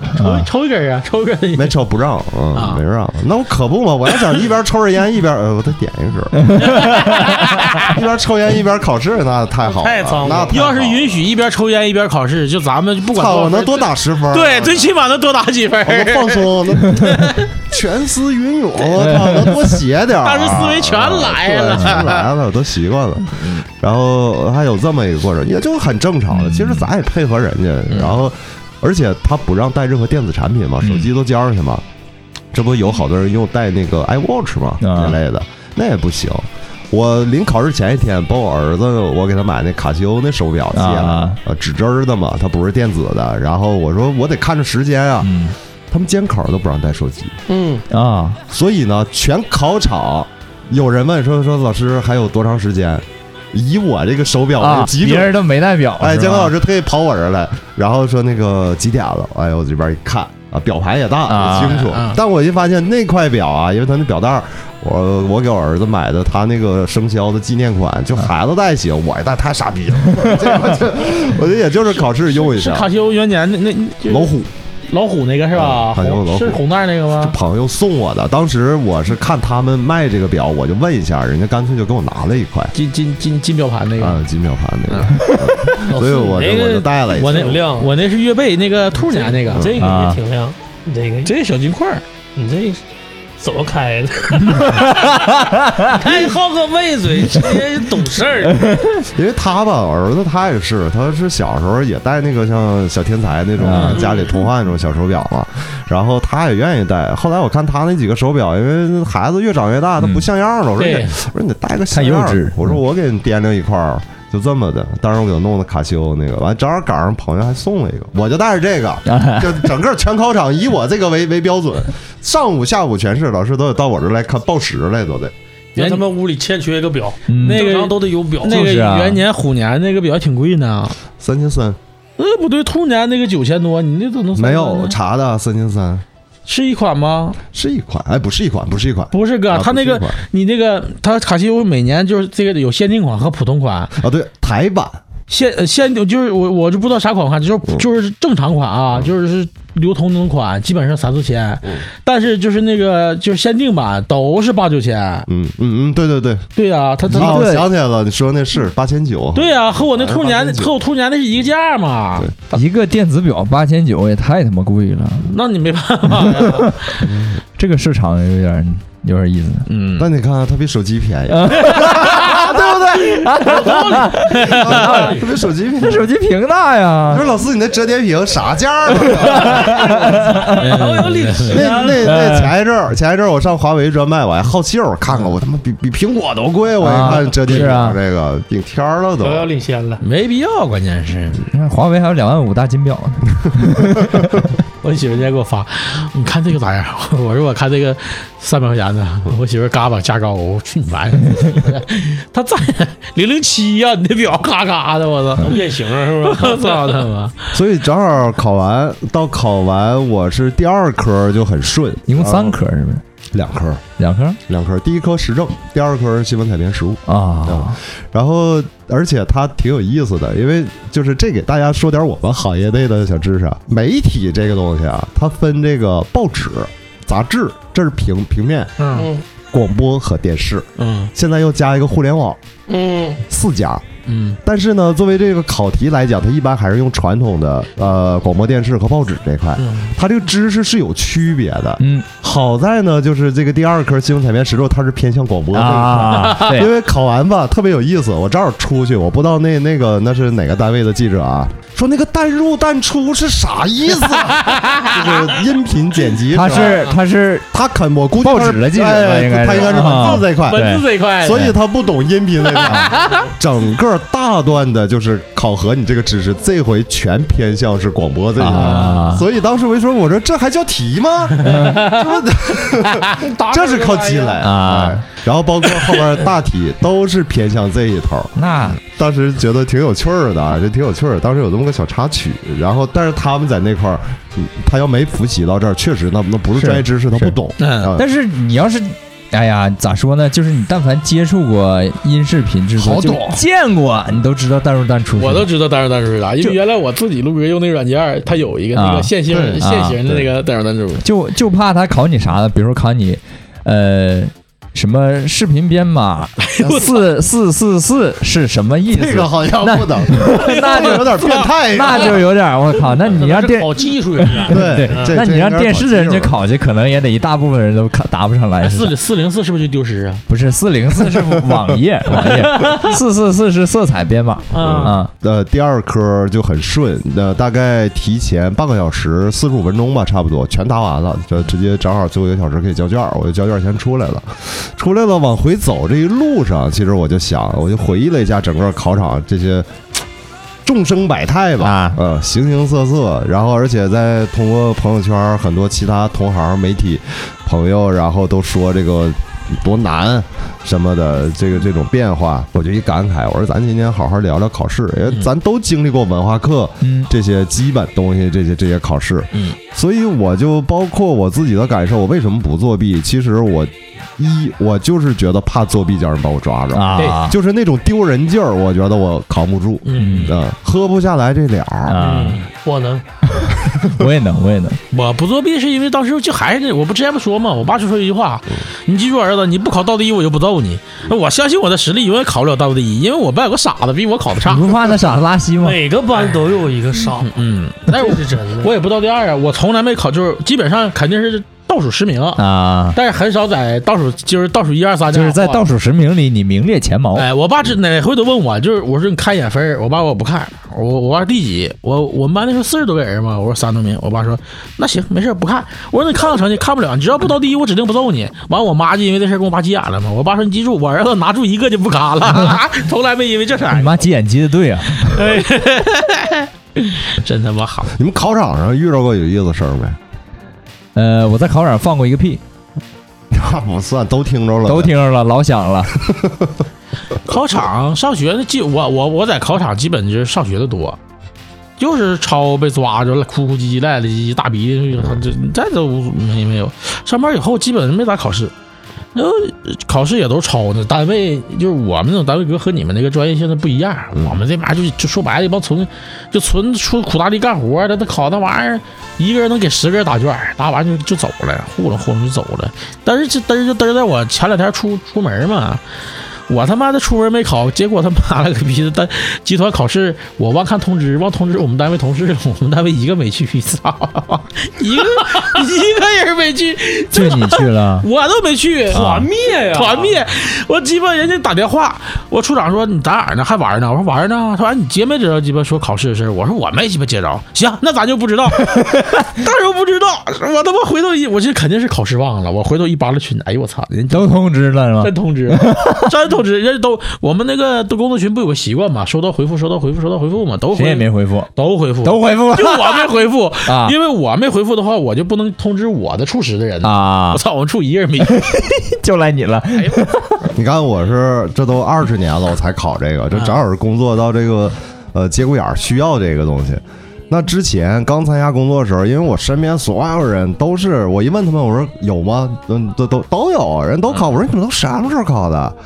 S2: 没事儿
S6: 抽抽一根啊，抽一根
S2: 啊。嗯没抽不让，嗯
S6: 啊，
S2: 没让。那我可不嘛，我要想一边抽着烟一边，呃，我再点一根儿，一边抽烟一边考试，那太好了，啊
S4: 太脏
S2: 那
S4: 了
S2: 太
S6: 要是
S2: 好了
S6: 允许一边抽烟一边考试，就咱们就不管
S2: 操，
S6: 多少
S2: 我能
S6: 分
S2: 多打十分儿，啊
S6: 对，最起码能多打 几分儿。
S2: 我能放松，能 全思云涌，我操，能多写点儿，啊
S6: 大师思维全来了嗯
S2: 对全来了，我都习惯了。然后还有这么一个过程，也就很正常的。其
S6: 嗯
S2: 实咱也配合人家，然后而且他不让带任何电子产品嘛，手
S6: 嗯
S2: 机都交上去嘛。这不有好多人用带那个 iWatch 嘛
S3: 啊
S2: 之类的，那也不行。我临考试前一天，帮我儿子，我给他买那卡西欧那手表借了
S3: 啊，
S2: 呃，指针儿的嘛，它不是电子的。然后我说我得看着时间啊，
S3: 嗯
S2: 他们监考都不让带手机，
S6: 嗯，
S3: 啊，
S2: 所以呢，全考场有人问说说老师还有多长时间？以哎我这个手表
S3: 啊
S2: 的几
S3: 别
S2: 准，
S3: 人都没代表，
S2: 哎，
S3: 是吧
S2: 监考老师特意跑我这儿来，然后说那个几点了？哎，我这边一看啊，表盘也大，
S3: 啊
S2: 也清楚。但我一发现那块表啊，因为它那表带儿，我我给我儿子买的，他那个生肖的纪念款，就孩子戴行，我戴太傻逼了。我这我这我这也就是考试用一
S6: 是
S2: 下，
S6: 卡西欧元年那那就
S2: 老虎。
S6: 老虎那个是吧？
S2: 啊卡西欧
S6: 红
S2: 老虎
S6: 是红袋那个吗？
S2: 朋友送我的，当时我是看他们卖这个表，我就问一下，人家干脆就给我拿了一块
S6: 金金金金表盘那个。
S2: 啊，金表盘那个，所以我
S4: 嗯你那
S2: 就
S4: 个
S2: 我就带了一
S6: 我
S2: 个。
S6: 嗯那
S4: 挺亮
S6: 我那是月贝那个兔年那个，
S2: 嗯
S4: 这个
S3: 啊
S4: 也挺亮，你这个
S6: 嗯这是小金块儿，
S4: 你这怎么开的？开好个喂嘴，直接懂事儿。
S2: 因为他吧，我儿子他也是，他是小时候也戴那个像小天才那种、
S3: 啊
S2: 家里童话那种小手表嘛，然后他也愿意戴。后来我看他那几个手表，因为孩子越长越大，他不像样了。我说你
S4: 对，
S2: 我说你得戴个像
S3: 太幼
S2: 样儿
S3: 稚
S2: 的我说我给你掂量一块儿。就这么的，当时我给他弄的卡西欧那个，完正好赶上朋友还送了一个，我就带着这个，
S3: 啊
S2: 就整个全考场以我这个为为标准，上午下午全是老师都得到我这儿来看报时来都得。
S4: 人他妈屋里欠缺一个表，
S3: 嗯
S6: 那
S4: 正常
S6: 个
S4: 都得有
S2: 哦
S4: 表。
S6: 那
S3: 就
S6: 个
S3: 是啊
S6: 元年虎年那个表挺贵呢，
S2: 三千三
S6: 那不对，兔年那个九千多，你那都能
S2: 嗯没有我
S6: 三千呢
S2: 查的啊三千三
S6: 是一款吗？
S2: 是一款，哎，不是一款，不是一款，
S6: 不是哥，
S2: 啊
S6: 他那个
S2: 不是一款
S6: 你那个他卡西欧每年就是这个有限定款和普通款，
S2: 啊，对，台版
S6: 限呃限定就是我我就不知道啥款款，就是就是正常款啊，就是流通那种款，基本上三四千，但是就是那个就是限定版都是八九千，
S2: 嗯嗯嗯，对对对，
S6: 对呀，他
S2: 啊，
S6: 他
S2: 我
S6: 对
S2: 想起来了，你说那是八千九，
S6: 对呀，和我那兔年
S2: 8900
S6: 和我兔年那是一个价嘛
S2: 对，
S3: 一个电子表八千九也太他妈贵了，
S6: 那你没办法呀，
S3: 这个市场有点有点意思。
S6: 嗯，
S2: 那你看它啊比手机便宜， 啊 对不对？它比手机便
S3: 这
S2: 宜。
S3: 手机屏大
S2: 你
S3: 呀
S2: 说，老四，你那折叠屏啥价儿 啊？
S6: 哎
S4: 好有历史
S2: 那
S4: 啊。
S2: 那那前一阵儿，前一阵儿我上华为专卖，我还好奇我看看，我他妈比比苹果都贵，我一看折叠屏
S3: 是啊
S2: 这个顶天儿了都
S4: 遥。遥领先了，
S6: 没必要，关键是
S3: 你看华为还有两万五大金表呢。
S6: 我媳妇今天给我发，你看这个咋样？ 我说我看这个三百块钱的，我媳妇嘎巴加高，我去你妈呀！ 他在零零七呀，你那表嘎嘎的，我操！
S4: 都变形了是吧？
S6: 我操他妈！
S2: 所以正好考完，到考完我是第二科就很顺，
S3: 一共三科是不是？
S2: 两科，
S3: 两科
S2: 两科，第一科时政，第二科是新闻采编实务。
S3: 啊，
S2: 然后，而且它挺有意思的，因为就是这给大家说点我们行业内的小知识。啊。媒体这个东西啊，它分这个报纸、杂志，这是平平面、
S6: 嗯
S4: 嗯
S2: 广播和电视，
S6: 嗯
S2: 现在又加一个互联网，
S4: 嗯，
S2: 四家。
S6: 嗯
S2: 但是呢，作为这个考题来讲，它一般还是用传统的呃广播电视和报纸这块，
S6: 嗯，
S2: 它这个知识是有区别的。
S3: 嗯
S2: 好在呢，就是这个第二科新闻采编实录，它是偏向广播这一块。
S3: 啊，
S2: 因
S3: 对，
S2: 为考完吧特别有意思，我正好出去，我不知道那那个那是哪个单位的记者啊，说那个“淡入淡出”是啥意思啊？ 就是音频剪辑，
S3: 他
S2: 吧
S3: 是他是
S2: 他肯我估计
S3: 报
S2: 他是
S3: 纸的记者吧
S2: 哎
S3: 应该是啊
S2: 他应该是文字这块。
S3: 对
S4: 文字这一块，
S2: 所以他不懂音频那啊 块，哎整个大段的就是考核你这个知识，这回全偏向是广播这一
S3: 啊
S2: 块。所以当时我一说，我说 这还叫题吗？这是靠积累
S3: 啊
S2: 哎然后包括后边大体都是偏向这一头儿，
S3: 那
S2: 当时觉得挺有趣儿的，啊，这挺有趣儿。当时有这么个小插曲，然后但是他们在那块儿，嗯他要没复习到这儿，确实那那不是
S3: 是
S2: 专业知识，他不懂。
S6: 嗯
S2: 啊
S3: 但是你要是哎呀，咋说呢？就是你但凡接触过音视频制作，
S8: 好
S3: 就
S8: 懂
S3: 见过，你都知道淡入淡出。
S8: 我都知道单人单出是啥，因
S3: 就
S8: 为原来我自己录歌用那个软件儿，它有一个那
S3: 啊嗯
S8: 个线性
S2: 对
S8: 线型的那个单人单出。
S3: 就就怕他考你啥的，比如说考你，呃，什么视频编码四四四四是什么意思？
S2: 这个好像不能，
S3: 那就
S2: 有点变态。啊
S3: 那就有点儿我靠，那你让
S6: 是
S3: 电
S6: 搞技术人 员。
S2: 对嗯
S3: 对，
S2: 这
S3: 那
S2: 这
S3: 你让
S2: 应该
S3: 电
S2: 搞
S3: 视
S2: 技
S3: 的人
S2: 术
S3: 去
S2: 了
S3: 考去，可能也得一大部分人都考答不上
S4: 啊
S3: 来。
S6: 哎四四零四是不是就丢失啊？
S3: 不是四零四是网页网页，四四四是色彩编码
S6: 啊，
S3: 啊。
S2: 呃，第二科就很顺，呃，大概提前半个小时、四十五分钟吧，差不多全答完了，就直接正好最后一个小时可以交卷儿，我就交卷儿前出来了。出来了，往回走这一路上，其实我就想，我就回忆了一下整个考场这些众生百态吧，
S3: 啊
S2: 呃，形形色色。然后，而且在通过朋友圈儿，很多其他同行、媒体朋友，然后都说这个多难什么的，这个这种变化，我就一感慨，我说咱今天好好聊聊考试，因为咱都经历过文化课
S3: 嗯，
S2: 这些基本东西，这些这些考试，
S6: 嗯，
S2: 所以我就包括我自己的感受，我为什么不作弊？其实我一我就是觉得怕作弊叫人把我抓着，
S3: 啊，
S2: 就是那种丢人劲儿，我觉得我扛不住，
S6: 嗯
S2: 啊、喝不下来这两儿。
S3: 啊，
S6: 嗯，我能，
S3: 我也能，我也能，
S6: 我不作弊是因为当时就还是那我不之前不说嘛，我爸就说一句话，你记住儿子，你不考倒第一我就不揍你。我相信我的实力永远考不了倒第一，因为我班有个傻子比我考的差
S3: 你。不怕那傻子拉稀吗？
S4: 每个班都有一个傻，
S6: 嗯，
S4: 那是真的。
S6: 我也不倒第二啊，我从来没考，就是基本上肯定是倒数十名，
S3: 啊，
S6: 但是很少在倒数就是倒数一二三这
S3: 就
S6: 样
S3: 是在
S6: 晃
S3: 倒数十名里你名列前茅。
S6: 哎，我爸这哪回都问我，就是我说你看一眼分儿我爸我不看，我我爸第几？我我们班那时候四十多个人嘛，我说三多名，我爸说那行没事儿不看，我说那你看看成绩，看不了，你只要不到第一，我指定不揍你。完，我妈就因为这事儿跟我爸急眼了嘛，我爸说你记住，我儿子拿住一个就不卡了， 从来没因为这事
S3: 你
S6: 儿，
S3: 妈急眼急的对啊，
S6: 真他妈好，
S2: 你们考场上遇到过有意思的事儿没？
S3: 呃，我在考场放过一个屁，
S2: 那不算，都听着了，
S3: 都听着了，老响了。
S6: 考场上学那基我我我在考场基本就是上学的多，就是抄被抓着了，哭哭唧唧赖赖唧唧大鼻涕，这再都无没没有。上班以后基本没咋考试，然后考试也都抄呢。单位就是我们那种单位哥和你们那个专业性的不一样，我们这边就就说白了，一帮纯就纯出苦大力干活的，他考那玩意儿，一个人能给十个人答卷，答完就就走了，糊弄糊弄就走了。但是这嘚儿就嘚儿在我前两天出出门嘛。我他妈的出门没考，结果他妈了个逼的单集团考试，我忘看通知，忘通知我们单位同事了，我们单位一个没去，操，一个一个人没去，，
S3: 就你去了
S6: 我都没去，
S4: 团灭呀！
S6: 团！灭！我鸡巴人家打电话，我处长说你咋哪儿呢？还玩呢？我说玩呢。他说哎你接没接着鸡巴说考试的事儿？我说我没鸡巴接着。行，那咱就不知道， 当时我不知道，我他妈回头一，我这肯定是考试忘了。我回头一扒拉群，哎呦我操，人家
S3: 都通知了是吗？
S6: 真通 知，真通知，人家都我们那个都工作群不有个习惯嘛，收到回复，收到回复，收到回复嘛，都
S3: 谁也
S6: 回
S3: 没回复，
S6: 都回复，
S3: 都回复了
S6: 就我没回复
S3: 啊
S6: 因为我没回复的话，我就不能通知我的处室的人。
S3: 啊
S6: 我，操！我们处 一个人没，
S3: 就赖你了。
S2: 你看，我是这都二十年了，我才考这个，
S3: 啊
S2: 这正好是工作到这个呃节骨眼儿需要这个东西。那之前刚参加工作的时候，因为我身边所有人都是，我一问他们，我说有吗？嗯，都都都有人都考，我说你们都什么时候考的？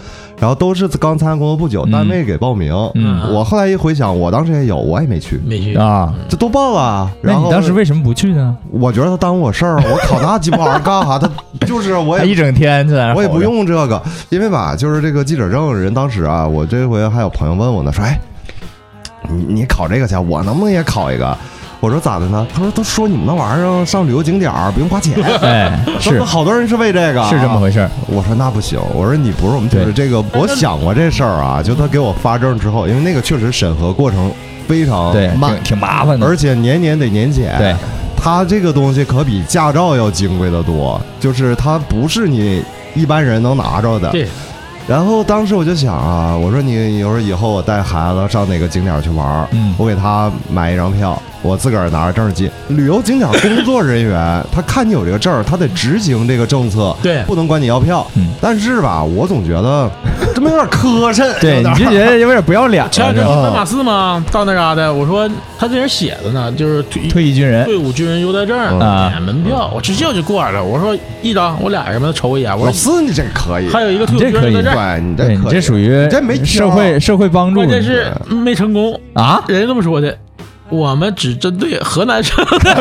S2: 然后都是刚参加工作不久，
S3: 嗯
S2: 单位给报名。
S3: 嗯
S2: 我后来一回想，我当时也有，我也没去，
S6: 没去。
S3: 啊，
S2: 这都报了。
S3: 那
S2: 然
S3: 你
S2: 后
S3: 当时为什么不去呢？
S2: 我觉得他耽误我事儿，我考那鸡巴玩意儿干 啥？他就是啊我
S3: 他
S2: 也
S3: 一整天就在那儿
S2: 我也
S3: 吼
S2: 不
S3: 着
S2: 用这个，因为吧，就是这个记者证，人当时啊，我这回还有朋友问我呢，说，哎，你你考这个去，我能不能也考一个？我说咋的呢？他说都说你们那玩意儿上旅游景点儿不用花 钱，
S3: 哎， 是
S2: 说好啊多人是为这个，
S3: 是这么。回事儿。
S2: 我说那不行，我说你不是我们就是这个，我想过这事儿啊，就他给我发证之后，因为那个确实审核过程非常
S3: 对，
S2: 慢
S3: 挺，挺麻烦的。
S2: 哦而且年年得年检，
S3: 对，
S2: 它这个东西可比驾照要金贵的多，就是它不是你一般人能拿着的。
S6: 对。
S2: 然后当时我就想啊，我说你，我说以后我带孩子上哪个景点去玩儿，
S3: 嗯
S2: 我给他买一张票，我自个儿拿着证儿进。旅游景点工作人员他看你有这个证儿，他得执行这个政策，
S6: 对
S2: 不能管你要票。
S3: 嗯
S2: 但是吧，我总觉得这么有点磕碜，啊有
S3: 对，
S2: 点哦
S3: 你 就觉得有点不要脸了，
S6: 前两天
S3: 是吧
S6: 不斑马寺吗？到那啥的，我说他这人写的呢，就是退
S3: 退役军人
S6: 退伍军人优待证、
S3: 啊
S6: 免门票，我直接我就过来了。我说一张，我俩人把他瞅我一眼，我
S2: 老
S6: 说
S2: 四，你这个可以，
S6: 还有一个退伍
S3: 这
S6: 军
S3: 可
S6: 人
S3: 以
S6: 优待证，
S2: 对你这
S3: 对
S2: 可
S3: 你
S2: 以
S3: 这属于
S2: 这没啊
S3: 社
S2: 挑
S3: 会社会帮助
S6: 关
S3: 你，
S6: 键是没成功，
S3: 啊，
S6: 人家这么说的。我们只针对河南省 的，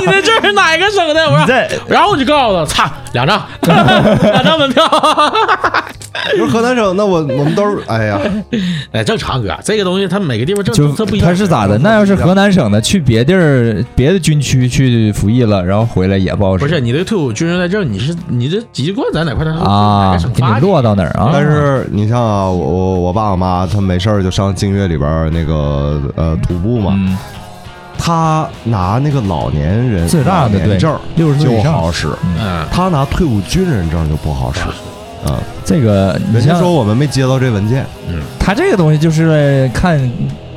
S6: 你的证是哪个省的？我
S3: 你
S6: 说，
S3: 在
S6: 然后我就告诉他，操，两张，两张门票。
S2: 不是河南省，那我我们都是哎呀，
S6: 哎，正常哥，这个东西它每个地方政
S3: 就
S6: 策不一样。
S3: 他是咋的？那要是河南省的去别地儿别的军区去服役了，然后回来也不好使，
S6: 不是你这个退伍军人在证，你是你这籍贯在哪块儿？他是哪
S3: 啊
S6: 个省，
S3: 给你
S6: 发的？
S3: 落到哪儿啊？
S2: 但是你像啊，我我我爸我妈他没事儿就上静月里边儿那个呃徒步嘛，
S3: 嗯，
S2: 他拿那个老年人
S3: 最大
S2: 老
S3: 的
S2: 年
S3: 对
S2: 证儿
S3: 60岁以
S2: 就
S3: 上
S2: 好使，
S6: 嗯，
S2: 他拿退伍军人证就不好使。啊，
S3: 这个嗯你
S2: 人家
S3: 像
S2: 说我们没接到这文件，
S3: 他这个东西就是看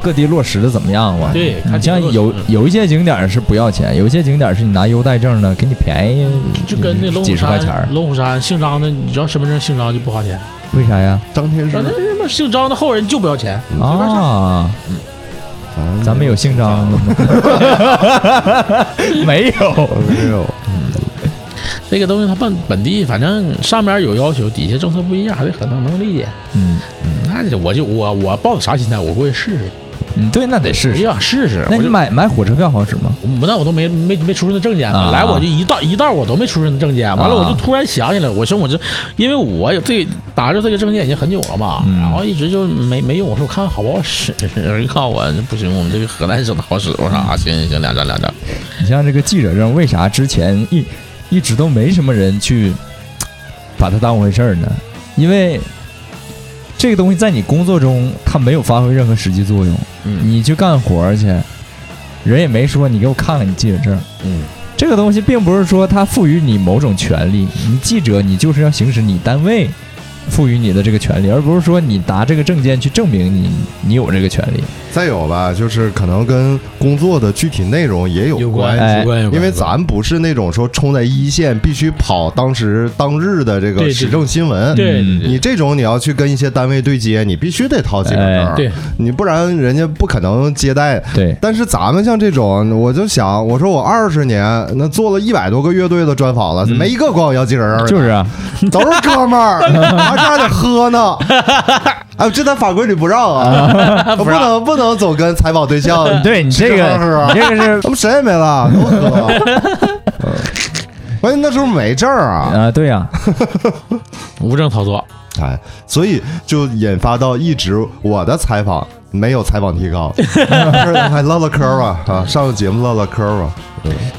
S3: 各地落实的怎么样嘛。
S6: 对看
S3: 你像
S6: 地落
S3: 有
S6: 实嗯
S3: 有一些景点儿是不要钱，有一些景点儿是你拿优待证呢给你便宜，
S6: 就跟那龙虎
S3: 嗯几十块钱儿
S6: 山，龙虎山姓张的，你知道身份证姓张就不花钱，
S3: 为啥呀？
S2: 张天师
S6: 那，他
S4: 嗯
S6: 妈姓张的后人就不要钱。
S3: 啊，
S2: 咱
S3: 咱们有姓张的吗？ 没有，
S2: 没有？
S6: 这个东西它本本地反正上面有要求，底下政策不一样，还得很能能理解。
S3: 嗯
S6: 那就我就我我抱着啥心态，我过去试试，
S3: 嗯，对，那得试
S6: 我就
S3: 试。
S6: 想试试。
S3: 那
S6: 我
S3: 你
S6: 就
S3: 买买火车票好使吗？
S6: 我那我都没没没出示那证件
S3: 啊
S6: 呢，来我就一道一道我都没出示那证件，完了我
S3: 啊
S6: 就突然想起来，我说我这，因为我有这打着这个证件已经很久了嘛，
S3: 嗯
S6: 然后一直就没没用，我说我看看好不好使，一看我不行，我们这个河南省的好使，我说啊行行行，两张两张，
S3: 你像这个记者证，为啥之前一一直都没什么人去嘖把它当回事儿呢？因为这个东西在你工作中它没有发挥任何实际作用，
S6: 嗯
S3: 你去干活儿去，人也没说你给我看看你记者证。
S6: 嗯，
S3: 这个东西并不是说它赋予你某种权利，你记者你就是要行使你单位赋予你的这个权利，而不是说你拿这个证件去证明你你有这个权利。
S2: 再有吧，就是可能跟工作的具体内容也有关系。
S3: 哎
S6: 有关有
S2: 因
S6: 关
S2: 为咱不是那种说冲在一线必须跑当时当日的这
S6: 对
S2: 个
S6: 对
S2: 时政新闻，
S6: 对
S3: 嗯
S6: 对
S2: 你这种你要去跟一些单位对接，你必须得掏记者证儿，
S3: 哎
S6: 对
S2: 你不然人家不可能接待。
S3: 对，
S2: 但是咱们像这种，我就想，我说我二十年那做了一百多个乐队的专访了，没一个管我要记者证儿的，
S3: 就是啊，。
S2: 都是哥们儿，还差点喝呢。哎，这在法规里不让啊，不能不能总跟采访对象
S3: 对你这
S2: 吃喝
S3: 个
S2: 喝
S3: 你这个 是
S2: 他们谁也没 了，都喝。关键那时候没证儿啊，
S3: 啊，对呀，
S6: 无证操作，
S2: 哎，所以就引发到一直我的采访没有采访提 高，哎还唠唠嗑吧啊，上个节目唠唠嗑吧。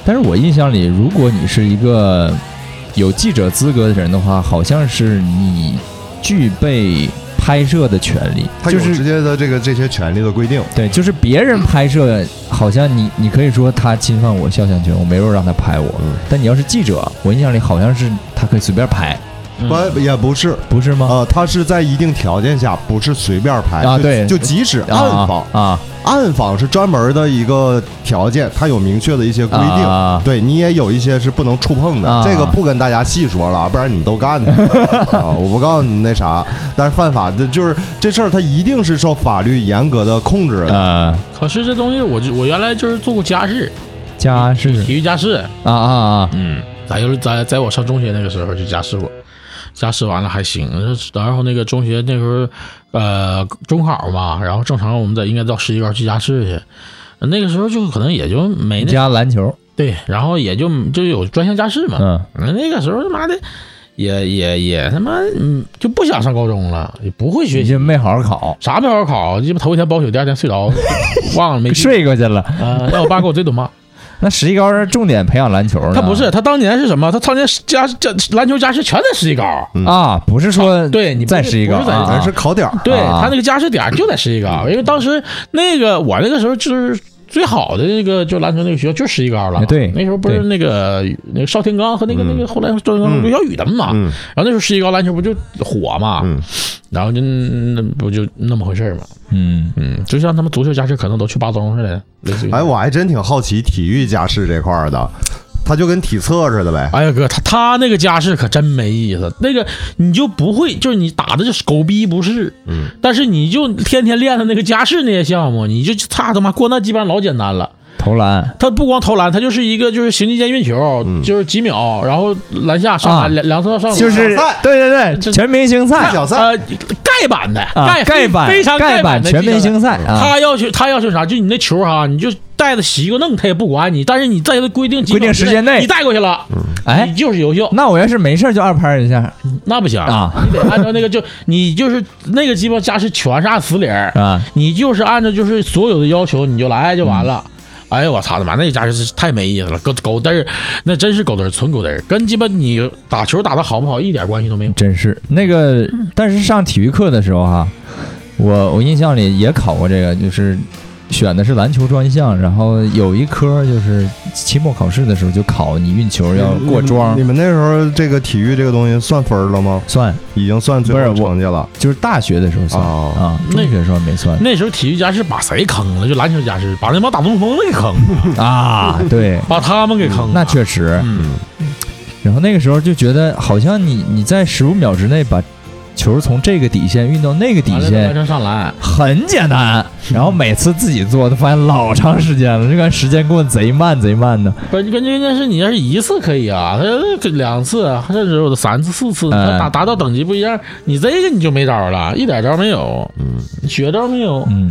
S3: 但是我印象里，如果你是一个有记者资格的人的话，好像是你具备拍摄的权利，
S2: 他有
S3: 就
S2: 直
S3: 是
S2: 接的这个这些权利的规定，
S3: 对，就是别人拍摄，好像你你可以说他侵犯我肖像权，我没有让他拍我。
S2: 嗯
S3: 但你要是记者，我印象里好像是他可以随便拍，
S2: 不也不是
S3: 不是吗？
S2: 呃，他是在一定条件下，不是随便拍
S3: 啊
S2: 就
S3: 对
S2: 就即使
S3: 啊
S2: 暗访，
S3: 啊
S2: 暗访是专门的一个条件，它有明确的一些规定。
S3: 啊
S2: 对你也有一些是不能触碰的，
S3: 啊
S2: 这个不跟大家细说了，不然你们都 干去啊！我不告诉你那啥，但是犯法的就是这事儿，它一定是受法律严格的控制的。
S3: 呃，
S6: 可是这东西我就我原来就是做过家事，
S3: 家是
S6: 体育家事，
S3: 啊啊啊，
S6: 嗯，咱就是在在我上中学那个时候就家事过，家事完了还行。然后那个中学那时候，呃，中考嘛，然后正常我们在应该到十一高去家事去。那个时候就可能也就没那
S3: 加篮球，
S6: 对，然后也就就有专项家事嘛。
S3: 嗯，
S6: 那个时候他妈的也也也他妈嗯就不想上高中了，也不会学
S3: 你
S6: 习，
S3: 就没好好考，
S6: 啥没好好考，鸡巴头一天包宿，第二天睡着 忘了没
S3: 睡过去了。
S6: 啊、让我爸给我追顿骂。
S3: 那十一高是重点培养篮球呢，
S6: 他不是他当年是什么？他当年家家篮球家事全在十一高。
S3: 啊，不是说
S6: 对你不
S3: 再
S6: 是
S3: 十一
S6: 不
S3: 高，
S6: 是在
S3: 啊
S2: 咱是考点儿，
S6: 对
S3: 啊
S6: 他那个加时点儿就在十一高，因为当时那个我那个时候就是最好的那个就篮球那个学校就十一杆了
S3: 哎。对
S6: 那时候不是
S3: 对
S6: 那个那个邵天刚和那个那个后来赵天刚、
S2: 嗯
S6: 刘小雨他们
S3: 啊
S6: 嘛。
S2: 嗯
S6: 然后那时候十一高篮球不就火嘛，
S2: 嗯
S6: 然后就那不就那么回事儿嘛，
S3: 嗯，
S6: 嗯，就像他们足球家事可能都去巴东似的，类似于。
S2: 哎，我还真挺好奇体育家事这块儿的，它就跟体测似的呗。
S6: 哎呀哥，他他那个家世可真没意思，那个你就不会，就是你打的就是狗逼不是，
S2: 嗯，
S6: 但是你就天天练的那个家世那些项目，你就他他妈过那基本上老简单了。
S3: 投篮
S6: 他不光投篮，他就是一个就是行进间运球，
S2: 嗯
S6: 就是几秒，然后篮下上
S3: 啊
S6: 篮、两两侧上篮
S3: 就是
S2: 小赛
S3: 对对
S6: 哦这
S3: 对，全明星赛
S2: 小赛
S6: 呃盖板的、
S3: 啊，盖板
S6: 非常
S3: 盖
S6: 板
S3: 板
S6: 的
S3: 全
S6: 技巧
S3: 明
S6: 的
S3: 星赛啊，
S6: 他要求他要求啥？就你那球哈，你就带的习惯弄，他也不管你。但是你在他规定几秒
S3: 规定
S6: 之
S3: 时间内
S6: 你带过去了，
S3: 哎
S6: 你，就是有效。
S3: 那我要是没事儿就二拍一下
S6: 那不行，
S3: 啊
S6: 你得按照那个就你就是那个鸡巴家是全是按死理儿，
S3: 啊，
S6: 你就是按照就是所有的要求你就来就完
S3: 嗯
S6: 了。哎呦我操他妈，那家是太没意思了，狗狗嘚儿，那真是狗嘚儿，纯狗嘚儿，跟鸡巴你打球打得好不好一点关系都没有。
S3: 真是那个，但是上体育课的时候哈、我我印象里也考过这个，就是选的是篮球专项，然后有一科就是期末考试的时候就考你运球要过
S2: 嗯
S3: 桩
S6: 嗯
S2: 你，们那时候这个体育这个东西算分儿了吗？
S3: 算
S2: 已经算最后
S3: 不是我
S2: 成绩了。
S3: 就是大学的时候算、
S2: 哦
S3: 啊，
S6: 那
S3: 中学的时候没算
S6: 那时候体育家是把谁坑了？就篮球家是把那帮打中锋给坑了，
S3: 啊，对，
S6: 把他们给坑了。
S3: 那确实，
S6: 嗯，
S3: 然后那个时候就觉得好像你你在十五秒之内把球从这个底线运到那个底
S6: 完了
S3: 线哎
S6: 完，成上篮，
S3: 很简 单，然后每次自己做都发现老长时间了，这个时间过得贼慢贼慢的。
S6: 关关键键是你要是一次可以啊，他两次啊甚至有的三次、四次，
S3: 哎
S6: 达达到等级不一样，你这个你就没招了，一点招没有，
S2: 嗯，
S6: 学招没有。
S3: 嗯，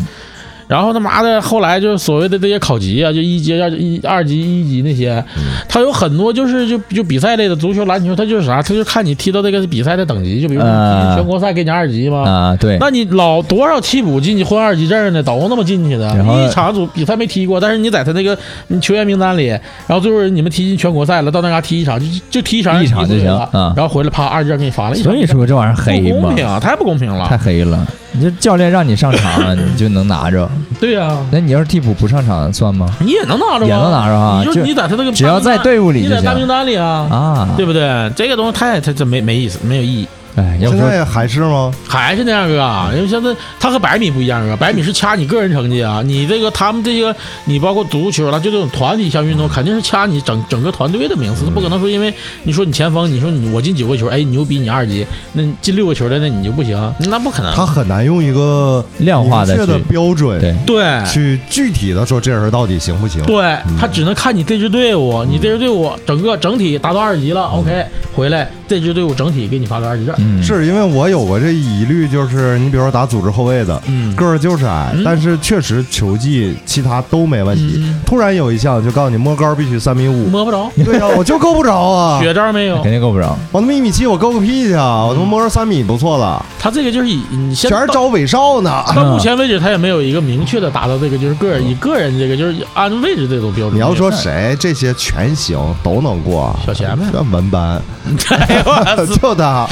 S6: 然后他妈的后来就是所谓的这些考级啊，就一级、二一二级、一级那些，
S3: 嗯
S6: 他有很多就是就就比赛类的足球、篮球，他就是啥，他就看你踢到这个比赛的等级，就比如说你
S3: 嗯
S6: 踢全国赛给你二级嘛。
S3: 啊，对，
S6: 那你老多少替补进去混二级证的，都那么进去的。
S3: 然后
S6: 一场组比赛没踢过，但是你在他那个嗯球员名单里，然后最后你们踢进全国赛了，到那嘎踢一场就就踢一场
S3: 一场就行
S6: 了
S3: 嗯
S6: 然后回来啪二级证给你发了，一场
S3: 所以说这玩意儿
S6: 不
S3: 黑嘛
S6: 公，平，啊太不公平
S3: 太
S6: 了。
S3: 黑了。你这教练让你上场 了，你就能拿着。
S6: 对呀、
S3: 那你要是替补不上场算吗？
S6: 你也能拿着，
S3: 也能拿着啊
S6: 你就
S3: 就是
S6: 你在他那个
S3: 只要在队伍里
S6: 你
S3: 就
S6: 在大名
S3: 行
S6: 单里啊，
S3: 啊。
S6: 对不对？这个东西太太这没没意思，没有意义。
S3: 哎，要不
S2: 现
S3: 说
S2: 在还是吗？
S6: 还是那样哥，因为现在他和百米不一样啊，百米是掐你个人成绩啊， 你这个他们这个你包括足球了，就这种团体项运动，肯定是掐你整整个团队的名次，他不可能说因为你说你前锋，你说你我进九个球，哎牛逼你二级，那你进六个球的那你就不行，那不可能。
S2: 它很难用一个
S3: 量化的
S2: 明确的
S3: 去
S2: 标准
S3: 对
S6: 对
S2: 去具体的说这人到底行不行。
S6: 对，他只能看你这支队伍，你这支队伍整个整体达到二级了，OK，回来这支队伍整体给你发个二级证。
S3: 嗯
S2: 是因为我有过这疑虑，就是你比如说打组织后卫的，
S6: 嗯
S2: 个儿就是矮，
S6: 嗯
S2: 但是确实球技其他都没问题。
S6: 嗯
S2: 突然有一项就告诉你摸高必须三米五，
S6: 摸不着，
S2: 对呀、我就够不着啊！
S6: 绝招没有
S3: 肯。定够不着。
S2: 我他妈一米七，我够个屁去啊！我他妈摸着三米不错了，
S6: 他这个就是以你先
S2: 全是
S6: 到
S2: 招伪少 呢。
S6: 到目前为止，他也没有一个明确的达到这个，就是个人以个人这个就是按位置这种标准。
S2: 你要说谁这些全行都能过，
S6: 小贤呗
S2: 这文班
S6: 哎呦我
S2: 就
S6: 操
S2: 他，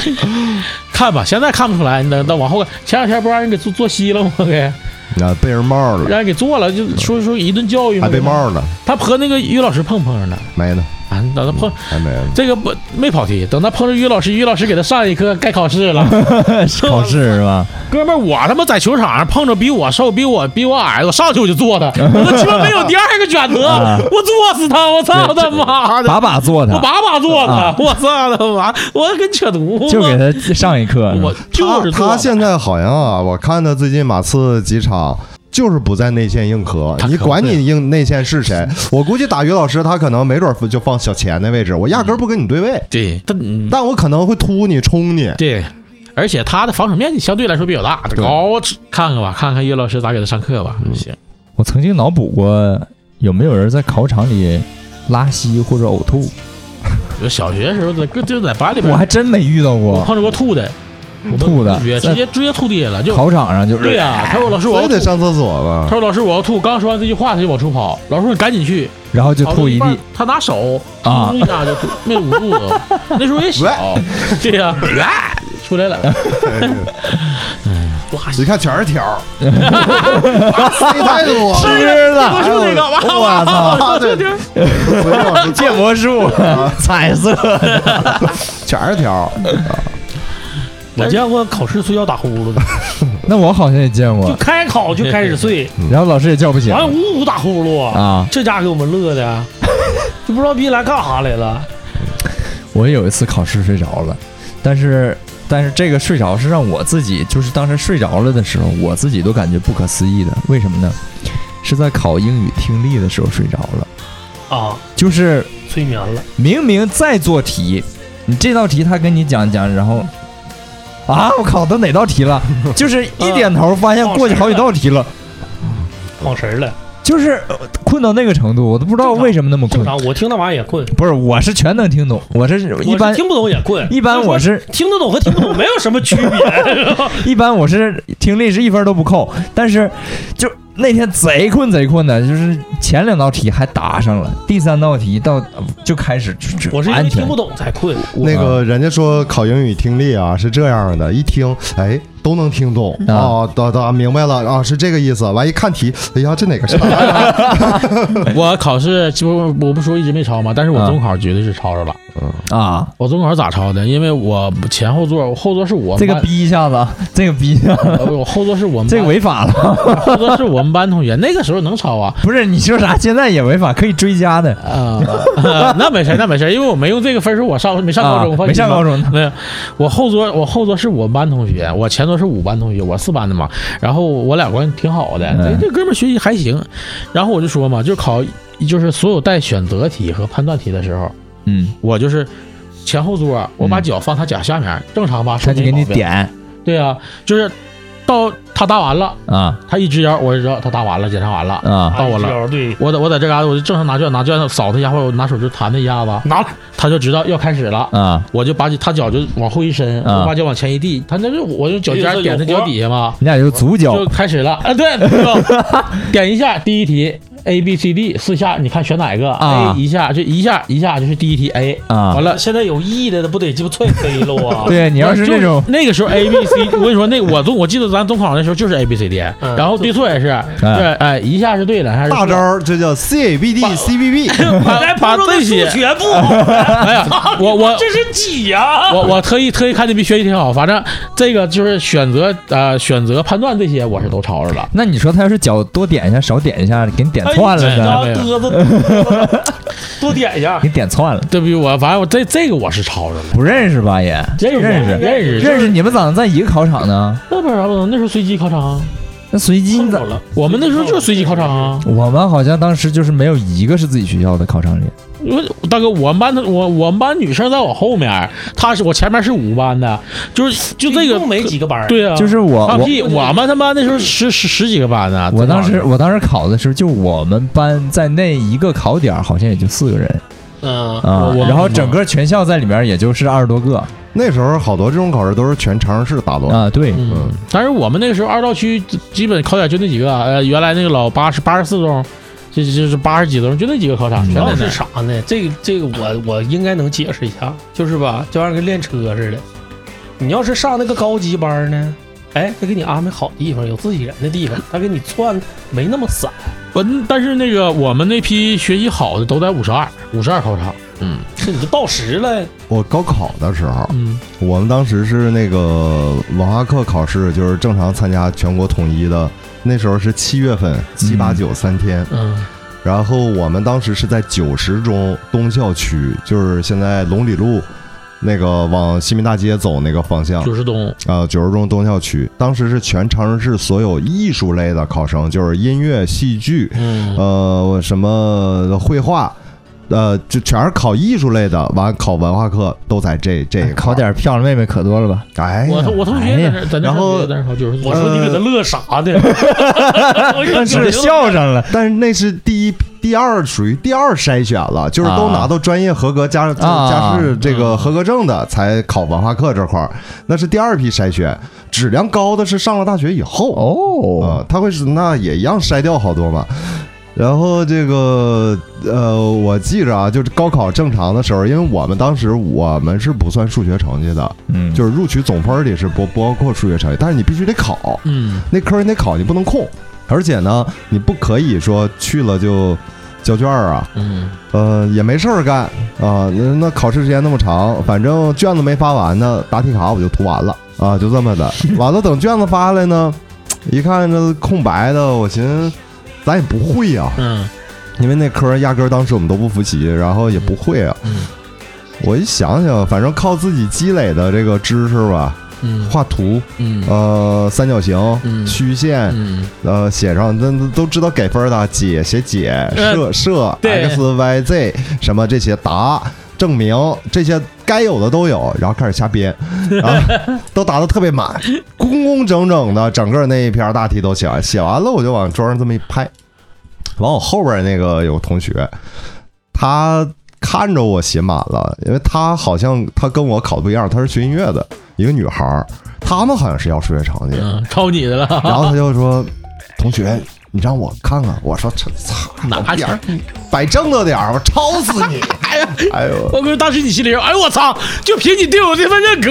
S6: 看吧，现在看不出来，你等等往后看。前两天不让人给做做稀了吗？给
S2: 那被人帽了，
S6: 让人给做了，就说说一顿教育嘛。
S2: 还被帽了，
S6: 他和那个于老师碰碰上了，
S2: 没呢，
S6: 啊，等他碰
S2: 还没呢。
S6: 这个不没跑题，等他碰着于老师，于老师给他上一课该考 试了。
S3: 考试是吧？
S6: 哥们儿，我他妈在球场上碰着比我瘦、比我比我矮的，我上去我就坐他，我他鸡巴没有第二个选择，
S3: 啊
S6: 我坐死他！我操他妈的！
S3: 把把做
S6: 我
S3: 他，
S6: 把把坐他
S3: 啊，
S6: 我操他妈！我跟扯犊子，
S3: 就给他嗯上一课。
S6: 我就是
S2: 他他
S6: 坐
S2: 现在好像啊，我看他最近马刺几场。就是不在内线硬磕，
S6: 他
S2: 你
S6: 可
S2: 管
S6: 不
S2: 你硬内线是谁？我估计打于老师，他可能没准儿就放小前那位置，我压根儿不跟你对位，
S6: 对他嗯
S2: 但我可能会突你、冲你。
S6: 对，而且他的防守面积相对来说比较大，高看看吧，看看叶老师咋给他上课吧，
S3: 嗯
S6: 行。
S3: 我曾经脑补过，有没有人在考场里拉稀或者呕吐？
S6: 我小学时候在就在班里边
S3: 我，还真没遇到
S6: 我
S3: 过
S6: 碰着过吐的，
S3: 吐的，
S6: 也直
S3: 在
S6: 接直接吐地下了，就
S3: 考场上就
S6: 对啊呀，他说老师我
S2: 所
S6: 要
S2: 以
S6: 吐
S2: 得，上厕所
S6: 他
S2: 吧？
S6: 说老师我要吐，刚说完这句话他就往出跑，老师说你赶紧去，
S3: 然后就
S6: 跑到
S3: 吐
S6: 一
S3: 一
S6: 半
S3: 地，
S6: 他拿手
S3: 啊
S6: 嘟一下就吐，没捂住，哎那时候也小，对呀，出来了。拉
S2: 你看全是 条儿，塞太多了。
S3: 吃了，
S6: 我说那个哇
S3: 我操，
S2: 啊，对，
S3: 建模术，彩色的，
S2: 全是条儿。
S4: 我见过考试睡觉打呼噜的，
S3: 那我好像也见
S4: 就
S3: 过，
S4: 开考就开始睡，
S3: 然后老师也叫不醒
S4: 完了呜呜打呼噜
S3: 啊。
S4: 这家给我们乐的，就不知道逼来干啥来了。
S3: 我也有一次考试睡着了，但是但是这个睡着是让我自己，就是当时睡着了的时候，我自己都感觉不可思议的。为什么呢？是在考英语听力的时候睡着了，
S4: 啊，
S3: 就是
S4: 催眠了，
S3: 明明在做题，你这道题他跟你讲讲，然后。啊！我靠，都哪道题 了？就是一点头，发现过去好几道题
S4: 哦
S3: 了，
S4: 晃神儿了。
S3: 就是呃困到那个程度，我都不知道为什么那么困
S4: 正。常，我听那玩意儿也困，
S3: 不是，我是全能听懂，我是一
S4: 我
S3: 般
S4: 是听不懂也困。
S3: 一般我是
S4: 听得懂和听不懂没有什么区别。
S3: 一般我是听力是一分都不扣，但是就那天贼困贼困的，就是前两道题还答上了，第三道题到就开始就就
S4: 我是因
S3: 完
S4: 为
S3: 全
S4: 听不懂才困。
S2: 那
S3: 啊
S2: 个人家说考英语听力啊是这样的，一听哎都能听懂
S3: 啊
S2: 啊，都都明白了啊，是这个意思。完一看题，哎呀，这哪 个是答案啊？
S6: 我考试不，我不说一直没抄吗？但是我
S3: 嗯
S6: 中考绝对是抄着了。
S3: 啊，
S6: 我中考咋抄的？因为我前后座，后座是我们
S3: 这个
S6: 班
S3: 逼一下子，这个逼一下子，
S6: 呃我后座是我们
S3: 这个
S6: 班
S3: 违法了，
S6: 后座是我们班同学，那个时候能抄啊。
S3: 不是你说啥？现在也违法，可以追加的
S6: 啊、那没事儿，那没事儿，因为我没用这个分数，我上没上高
S3: 啊
S6: 中，，
S3: 没上高
S6: 中。
S3: 中呢
S6: 没有，啊我后座我后座是我们班同学，我前座是五班同学，我四班的嘛。然后我俩关系挺好的，
S3: 嗯
S6: 这这哥们儿学习还行。然后我就说嘛，就是考就是所有带选择题和判断题的时候，
S3: 嗯，
S6: 我就是前后桌，我把脚放他脚下面，正常吧？
S3: 他
S6: 说
S3: 就
S6: 没
S3: 给你
S6: 毛病。
S3: 点
S6: 对啊，就是到他答完了，
S3: 啊
S6: 他一直腰，我就知道他答完了，检查完了。
S3: 啊
S6: 到我了
S4: 了，对，
S6: 我在我在这嘎达，我就正常拿卷，拿卷扫他一下，或者我拿手就弹他一下子，
S4: 拿来
S6: 他就知道要开始了。
S3: 啊！
S6: 我就把他脚就往后一伸，
S3: 啊
S6: 我把脚往前一递，他那就我就脚尖儿点他脚底下嘛，
S3: 你俩就是足脚
S6: 就 开始了啊！对，就点一下第一题 A B C D 四下，你看选哪个
S3: 啊
S6: ？A 一下就一下一下就是第一题 A，
S3: 啊
S6: 完，了
S4: 现在有意义的不得鸡巴踹飞了啊！
S3: 对你要是那种
S6: 就那个时候 A B C，我跟 你说，那我中我记得咱中考那时候就是 A B C D，
S4: 嗯
S6: 然后对错也是，
S3: 嗯
S6: 对，哎，一下是对的，还是
S2: 大招儿这叫 C A B D C B B，
S6: 把把
S4: 这
S6: 这些
S4: 数，学不，
S6: 哎呀，我 我
S4: 这是几呀？
S6: 我我特意特意看这比学习挺好，反正这个就是选择呃选择判断这些我是都抄着了。
S3: 那你说他要是脚多点一下，少点一下，给你点窜
S4: 哎
S3: 了
S6: 哎
S3: 呢？
S4: 拿嘚子，多点一下
S3: 给。你点窜了。
S6: 对不起，我反正我这这个我是抄着了，
S3: 不认识吧也？
S6: 这个我
S3: 认识
S6: 认识
S3: 认识你们咋能在一个考场呢？
S6: 那不然啥不能，那时候随机考场啊，
S3: 那随机你咋？
S4: 了，
S6: 我们那时候就是随机考场啊。
S3: 我们好像当时就是没有一个是自己学校的考场里
S6: 我大哥，我们班的我我们班女生在我后面，她是我前面是五班的，就是就这
S4: 一
S6: 个
S4: 共没几个班儿，
S6: 对啊，
S3: 就是我
S6: 放
S3: 我
S6: 屁！啊我们他妈那时候十十十几个班呢，
S3: 我当时我当时考的时候，就我们班在那一个考点好像也就四个人
S4: 嗯，
S3: 啊
S6: 我我，
S3: 然后整个全校在里面也就是二十多个
S2: 那时候好多这种考试都是全常识打乱。
S3: 啊，对，
S6: 嗯，但是我们那个时候二道区基本考点就那几个，呃，原来那个老八十八十四中，这这就是八十几中，就那几个考场，
S4: 主
S6: 全在
S4: 要
S6: 那
S4: 是。啥呢？这个这个我我应该能解释一下，就是吧，就像跟练车似的，你要是上那个高级班儿呢，哎，他给你安排好地方，有自己人的地方，他给你窜没那么散。
S6: 我但是那个我们那批学习好的都在五十二五十二考场，嗯
S4: 这你就到时了，
S2: 我高考的时候，
S6: 嗯，
S2: 我们当时是那个文化课考试，就是正常参加全国统一的，那时候是七月份，七八九三天。
S6: 嗯，
S2: 然后我们当时是在九十中东校区，就是现在龙里路那个往西民大街走那个方向
S6: 九十东，
S2: 啊，九十中东校区。当时是全长春市所有艺术类的考生，就是音乐、戏剧，
S6: 嗯，
S2: 呃，什么绘画。呃，就全是考艺术类的，完考文化课都在这这一块儿
S3: 哎考。点漂亮妹妹可多了吧？
S2: 哎呀，
S6: 我我同学在那在那
S2: 然后
S6: 在那考九十，
S4: 我说你搁那乐啥呢？ 我说
S3: 当
S4: 你
S3: 时笑上了
S2: 但是那是第一、第二，属于第二筛选了，就是都
S3: 啊
S2: 拿到专业合格加加
S3: 啊
S2: 加试这个合格证的，才考文化课这块儿，那是第二批筛选，质量高的是上了大学以后。
S3: 哦
S2: 啊、他会是那也一样筛掉好多嘛。然后这个呃，我记着啊，就是高考正常的时候，因为我们当时我们是不算数学成绩的，
S3: 嗯，
S2: 就是录取总分儿里是不不包括数学成绩，但是你必须得考，
S6: 嗯，
S2: 那科儿你得考，你不能空，而且呢，你不可以说去了就交卷儿啊，
S6: 嗯，
S2: 呃，也没事儿干啊、那那考试时间那么长，反正卷子没发完呢，答题卡我就涂完了啊，就这么 的。完了，等卷子发来呢，一看这空白的，我寻思咱也不会呀、
S6: 嗯，
S2: 因为那科儿压根儿当时我们都不复习，然后也不会啊。
S6: 嗯
S2: 我一想想，反正靠自己积累的这个知识吧，
S6: 嗯，
S2: 画图，
S6: 嗯，
S2: 呃，三角形、
S6: 嗯
S2: 虚线，
S6: 嗯，
S2: 呃，写上，那那都知道给分的，解写解，设设
S6: 对
S2: x y z 什么这些答证明这些该有的都有，然后开始瞎编，啊，都答的特别满，工工整整的，整个那一篇大题都写完，写完了我就往桌上这么一拍，完我后边那个有同学，他看着我写满了，因为他好像他跟我考的不一样，他是学音乐的一个女孩儿，他们好像是要数学成绩，
S6: 嗯，抄你的了，
S2: 然后他就说：“同学，你让我看看。”我说：“这操，
S6: 拿钱儿。
S2: 摆正着点儿，我抄死你！”哎呦，
S6: 我跟你说当时你心里说：“哎，我操！就凭你对我这份认可，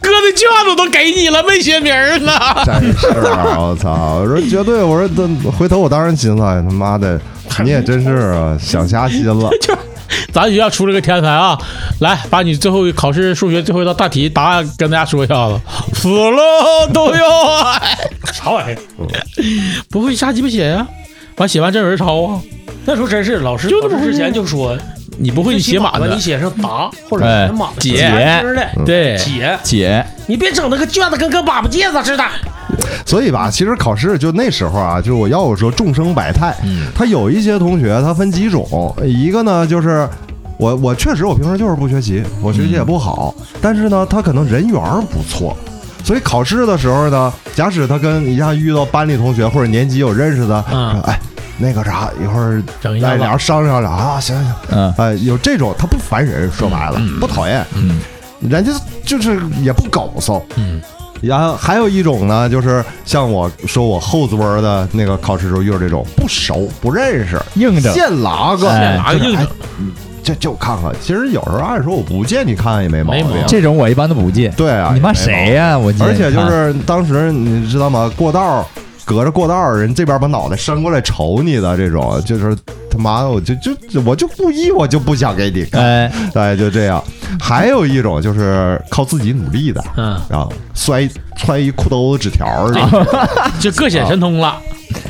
S6: 哥的卷子都给你了，没写名儿呢。
S2: 真是啊！我操！我说绝对，我说这回头我当时心了，哎他妈的，你也真是啊，想瞎心了。
S6: 咱学校出了个天才啊！来，把你最后考试数学最后一道大题答案跟大家说一下子。死了都要爱，
S4: 啥玩意儿？
S6: 不会瞎鸡巴写呀、完写完真有人抄啊！
S4: 那时候真是老师
S6: 就
S4: 考
S6: 这么
S4: 试
S6: 回
S4: 之
S6: 事
S4: 前就说，
S6: 你不会你写满
S4: 了，你
S6: 的，
S4: 写上答或者
S3: 哎
S4: 写满了
S6: 解嗯
S4: 完事儿了
S6: 对，
S4: 解，
S3: 姐，
S4: 你别整那个卷子跟个粑粑芥子似的。
S2: 所以吧，其实考试就那时候啊，就是我要我说众生百态，他有一些同学他分几种，一个呢就是。我我确实我平时就是不学习，我学习也不好，但是呢，他可能人缘儿不错，所以考试的时候呢，假使他跟一下遇到班里同学或者年级有认识的，
S6: 嗯
S2: 说哎，那个啥，一会儿
S6: 整一
S2: 哎
S6: 下
S2: 俩
S6: 吧。
S2: 人商量商量啊，行行行，
S3: 嗯
S2: 哎，有这种他不烦人，说白了、不讨厌，
S3: 嗯，
S2: 人家就是也不狗搜，
S6: 嗯，
S2: 然后还有一种呢，就是像我说我后桌的那个考试时候遇到这种不熟不认识，
S3: 硬整，
S2: 现拉个，
S3: 哎
S6: 哪个硬
S2: 哎这就看看。其实有时候按说我不借你看也没毛
S6: 没
S2: 病
S6: 毛，病
S3: 这种我一般都不借。
S2: 对啊，
S3: 你骂
S2: 也没毛病
S3: 谁呀？我
S2: 而且就
S3: 见你看
S2: 是当时你知道吗？过道儿隔着过道儿，人这边把脑袋伸过来瞅你的这种，就是他妈的，我就就我就故意我就不想给你看，
S3: 哎，
S2: 哎，就这样。还有一种就是靠自己努力的，
S6: 嗯，
S2: 啊，摔揣一裤兜子纸条儿进去，
S6: 就各显神通
S3: 啊
S6: 了。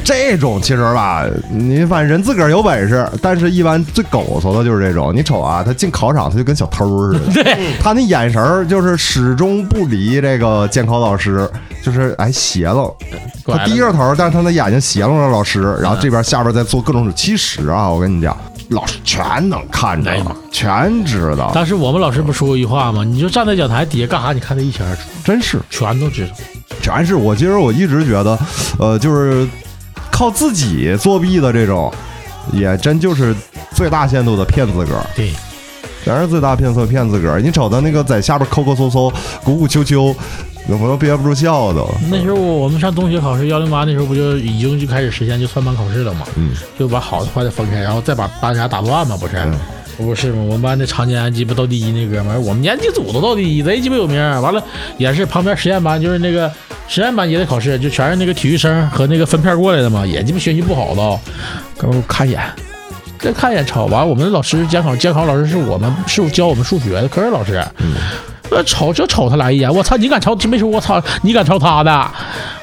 S2: 这种其实吧，你反正人自个儿有本事，但是一般最狗头的就是这种。你瞅啊，他进考场他就跟小偷儿似的，对他那眼神儿就是始终不离这个监考老师，就是哎斜楞，他低着头，但是他的眼睛斜楞着老师，然后这边下边在做各种。其实啊，我跟你讲，老师全能看着
S6: 哎呀妈，
S2: 全知道，
S6: 当时我们老师不说过一句话吗？你就站在讲台底下干啥？你看他一清二楚，
S2: 真是
S6: 全都知道。
S2: 全是我。其实我一直觉得，呃，就是靠自己作弊的这种，也真就是最大限度的骗自个儿。
S6: 对，
S2: 全是最大骗色骗自个儿。你瞅他那个在下边抠抠搜搜、鼓鼓秋秋，我都憋不住笑都。
S6: 那时候我们上中学考试幺零八那时候不就已经就开始实现就算班考试了嘛，
S2: 嗯，
S6: 就把好的坏的分开，然后再把大家打乱嘛，不是？
S2: 嗯
S6: 不是嘛，我们班那常年鸡巴倒第一那哥们儿，我们年级组都倒第一，贼鸡巴有名儿。完了也是旁边实验班，就是那个实验班也得考试，就全是那个体育生和那个分片过来的嘛，也鸡巴学习不好的，给我看一眼，再看一眼抄。完了，我们老师监考，监考老师是我们是教我们数学的科任老师，呃，瞅就瞅他俩一眼，我操，你敢抄？没说，我操，你敢抄他的？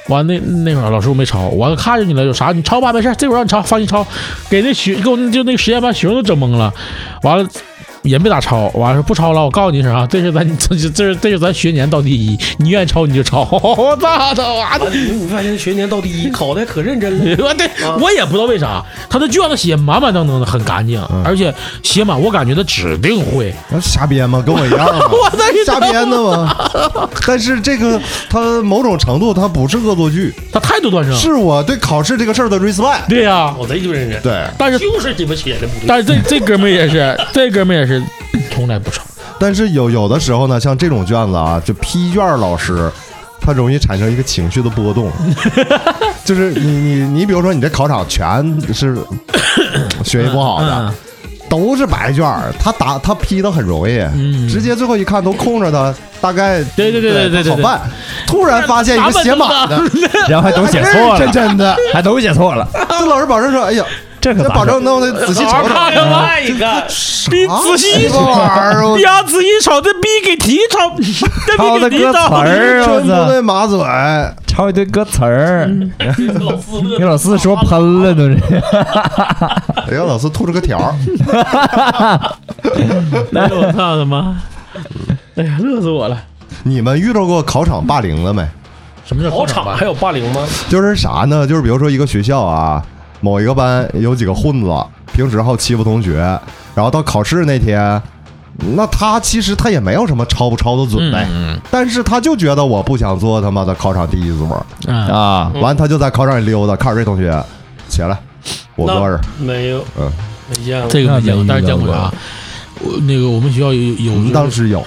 S6: 完那那会儿老师我没抄，我看着你了，有啥你抄吧，没事儿，这会儿让你抄，放心抄。给那学给我那就那个实验班学生都整懵了，完了。也没咋抄，完了说不抄了。我告诉你一声啊，这是咱这是这是这是咱学年倒第一，你愿意抄你就抄。我操他妈的！
S4: 你你发现学年到第一，考的可认真了。
S6: 我对我也不知道为啥，他的卷子写满满当当的，很干净，而且写满，我感觉他指定会。
S2: 那瞎编吗？跟我一样吗？
S6: 我在
S2: 瞎编的吗？但是这个它某种程度它不是恶作剧，
S6: 他态度端正。
S2: 是我对考试这个事儿的 respect。
S6: 对呀、
S4: 我贼鸡巴认真，
S2: 对，
S6: 但是
S4: 就是鸡巴写的不对。
S6: 但是这这哥们儿也是，这哥们儿也是从来不抄。
S2: 但是有有的时候呢，像这 种卷子啊，就批卷老师，他容易产生一个情绪的波动。就是你你你，比如说你这考场全 是学习不好的，
S6: 嗯
S2: 都是白卷儿，他答他批的很容易，直接最后一看都空着的，大概
S6: 嗯对对对对对对
S2: 好办。突然发现一个写满的，
S3: 然后还都写错
S2: 认
S3: 了
S2: 认，真真的，
S3: 还都写错了，
S2: 这老师保证说，哎呀，
S3: 这可
S2: 这
S3: 咋
S2: 保
S3: 整
S2: 证那我得仔细瞅啊哎瞅。
S6: 看看吧，
S4: 哎呀，
S6: 你仔细
S2: 这玩意儿，我
S6: 你要 仔细瞅，这逼给提瞅，
S3: 抄
S6: 这
S3: 的
S6: 逼给提
S3: 歌词
S6: 瞅。
S3: 儿，啊我
S2: 真不
S3: 操，
S2: 对马嘴，哎
S3: 抄一堆歌词儿，
S2: 嗯
S4: 老四乐
S3: 给老师说喷了都是。
S2: 让老师吐出个条儿。
S6: 哎呦我操他妈！哎呀，乐死我了！
S2: 你们遇到过考场霸凌了没？
S6: 什么叫
S4: 考场还有霸凌吗？
S2: 就是啥呢？就是比如说一个学校啊，某一个班有几个混子，平时好欺负同学，然后到考试那天，那他其实他也没有什么抄不抄的准备，
S6: 嗯
S2: 但是他就觉得我不想做他妈的考场第一组，
S6: 啊，
S3: 啊，
S2: 完他就在考场里溜达，看着这同学起来，我
S4: 那
S2: 哥儿，
S4: 没有，
S2: 嗯，
S4: 没见过。
S6: 这个没见过，
S3: 那没
S6: 但是见
S3: 遇
S6: 过
S3: 到过
S6: 啥？我那个我们学校有有
S2: 我们，当时有，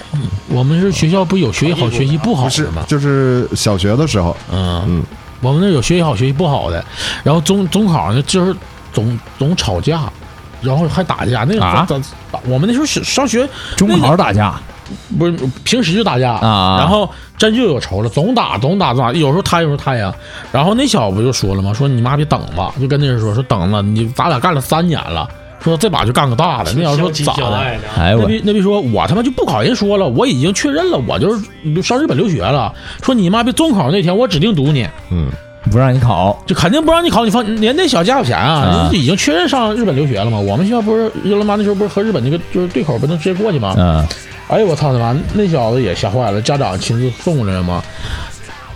S6: 我们是学校不有学习好、学习不好
S2: 不是
S6: 的吗？
S2: 就是小学的时候，
S6: 嗯
S2: 嗯，
S6: 我们那有学习好、学习不好的，然后中中考呢，就是总总吵架，然后还打架。那个
S3: 啊
S6: 咋咋我们那时候小上学
S3: 中考打架
S6: 不是平时就打架
S3: 啊
S6: 然后真就有仇了，总打总打总打，有时候他有时候他呀。然后那小子不就说了吗？说你妈别等吧，就跟那人说说等了，你咱俩干了三年了，说这把就干个大的。那小子说
S4: 相亲
S6: 咋
S4: 相
S6: 的？
S4: 爱的啊
S3: 哎
S6: 那
S3: 我
S6: 逼那逼说，我他妈就不考研说了，我已经确认了，我就是上日本留学了。说你妈逼中考那天，我指定堵你，
S2: 嗯，
S3: 不让你考，
S6: 就肯定不让你考，你放连那小家伙钱啊
S3: 啊，
S6: 你已经确认上日本留学了嘛。我们学校不是日他妈那时候不是和日本那个就是对口不能直接过去吗？
S3: 嗯，
S6: 哎呦我操他妈！那小子也吓坏了，家长亲自送过来了吗？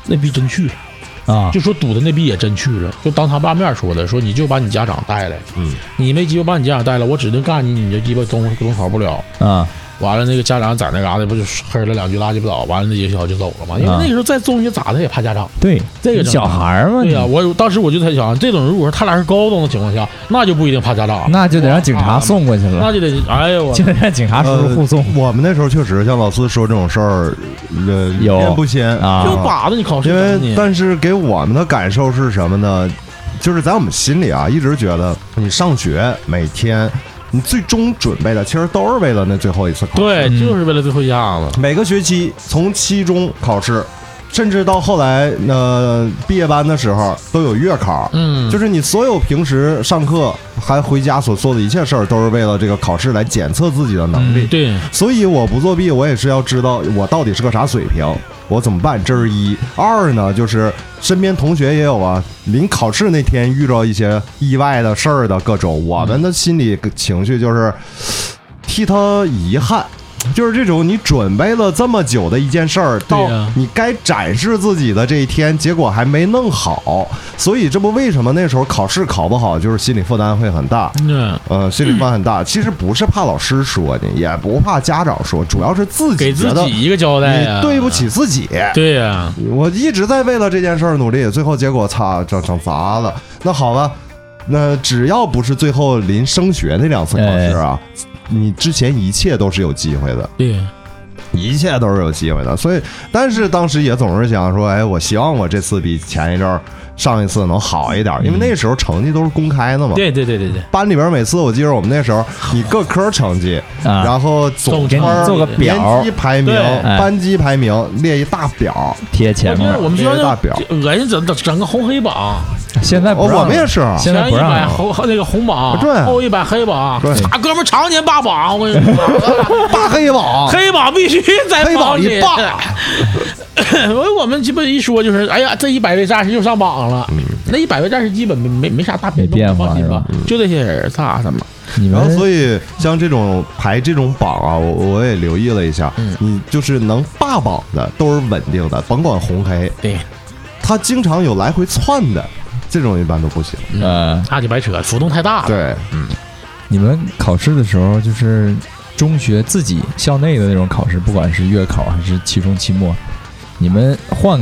S6: 那逼真去，
S3: 啊
S6: 就说堵的那逼也真去了，就当他爸面说的，说你就把你家长带来，
S2: 嗯，
S6: 你没鸡巴把你家长带来，我指定干你，你这鸡巴中中考不了。
S3: 啊
S6: 完了，那个家长在那嘎达不就黑了两句拉鸡巴倒，完了那些小就走了嘛，因为
S3: 啊
S6: 那时候在中学咋的也怕家长。
S3: 对，
S6: 这个
S3: 你小孩儿嘛，
S6: 对呀、啊
S3: 你
S6: 我当时我就在想，这种如果是他俩是高中的情况下，那就不一定怕家
S2: 啊
S6: 长，
S3: 那就得让警察送过去
S6: 那
S3: 了，
S6: 就得哎呦我
S3: 嗯就得让警察叔叔护送
S2: 呃我们那时候确实像老四说这种事儿，呃，屡
S3: 有
S2: 见不鲜
S3: 啊
S6: 就靶子你考试
S2: 因为
S6: 你
S2: 但是给我们的感受是什么呢？就是在我们心里啊，一直觉得你上学每天，你最终准备的其实都是为了那最后一次考试。
S6: 对，
S3: 嗯
S6: 就是为了最后一下子。
S2: 每个学期从期中考试，甚至到后来呃毕业班的时候都有月考，
S6: 嗯，
S2: 就是你所有平时上课还回家所做的一切事儿，都是为了这个考试来检测自己的能力。
S6: 对，
S2: 所以我不作弊，我也是要知道我到底是个啥水平，我怎么办？这是一。二呢，就是身边同学也有啊，临考试那天遇到一些意外的事儿的各种，我们的心理情绪就是替他遗憾。就是这种，你准备了这么久的一件事儿，到
S6: 对呀
S2: 你该展示自己的这一天，结果还没弄好，所以这不为什么那时候考试考不好，就是心理负担会很大。
S6: 嗯，
S2: 呃，心理负担很大。其实不是怕老师说你，也不怕家长说，主要是自
S6: 给
S2: 己
S6: 自
S2: 觉得
S6: 己一个交代呀、
S2: 你对不，起自己。
S6: 对呀、
S2: 嗯我一直在为了这件事儿努力，最后结果擦整整砸了。那好吧，那只要不是最后临升学那两次考试啊，你之前一切都是有机会的。
S6: 对，
S2: 一切都是有机会的。所以，但是当时也总是想说，哎，我希望我这次比前一阵儿、上一次能好一点儿，因为那时候成绩都是公开的嘛。
S6: 对对对对对，
S2: 班里边每次我记得我们那时候，你各科成绩，
S3: 啊，
S2: 然后总
S3: 给
S2: 分
S3: 你
S2: 儿
S3: 做个表
S2: 年级排名、
S6: 对
S3: 哎
S2: 班级排名，列一大表。
S3: 贴前
S6: 我觉
S3: 面
S6: 得。我们学校
S2: 这
S6: 那
S2: 个大表
S6: 恶心整整整个红黑榜，
S3: 现在
S2: 哦，
S3: 不让
S2: 我们也是，
S3: 现在
S6: 前
S3: 不
S6: 一
S3: 让
S6: 百
S3: 了
S6: 红那个红榜，
S2: 对
S6: 后一百黑榜
S2: 对，
S6: 啊，哥们儿常年霸榜，我跟你说，
S2: 大黑榜，
S6: 黑榜必须在
S2: 黑榜
S6: 榜
S2: 一
S6: 里
S2: 霸。
S6: 我我们基本一说就是，哎呀，这一百位战士又上榜了，那一百位战士基本没没没啥大
S3: 没变化
S6: 放心
S3: 是
S6: 吧
S3: 吧，
S6: 就这些人，操他妈，
S3: 你
S2: 然后，
S3: 们
S2: 所以像这种排这种榜啊，我我也留意了一下，你就是能霸榜的都是稳定的，甭管红黑。
S6: 对，
S2: 他经常有来回窜的，这种一般都不行。
S3: 呃，
S6: 那就白扯，浮动太大了，
S2: 对，
S3: 你们考试的时候就是中学自己校内的那种考试，不管是月考还是期中、期末，你们换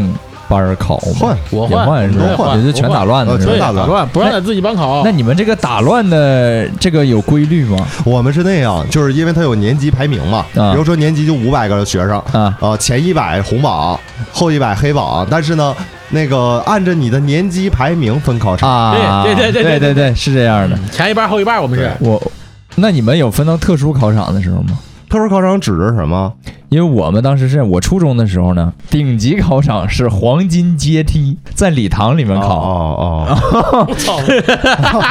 S3: 班儿考吗
S2: 换？
S6: 我
S3: 也
S6: 换
S3: 换是
S6: 我
S3: 吧？
S6: 换
S3: 也就全
S6: 我换
S3: 打乱的
S2: 呃
S3: 是吧
S6: 对，
S2: 全？打乱
S6: 乱，不让在自己班考
S3: 那。你们这个打乱的这个有规律吗？
S2: 我们是那样，就是因为它有年级排名嘛，
S3: 啊
S2: 比如说年级就五百个学生，
S3: 啊，
S2: 呃，前一百红榜，后一百黑榜，但是呢，那个按照你的年级排名分考场，
S3: 啊，
S6: 对对对对
S3: 对
S6: 对
S3: 对对，是这样的。
S6: 前一半后一半，我们是
S3: 我，那你们有分到特殊考场的时候吗？
S2: 特殊考场指的是什么？
S3: 因为我们当时是我初中的时候呢，顶级考场是黄金阶梯，在礼堂里面
S2: 哦
S3: 考，
S2: 哦
S4: 我操！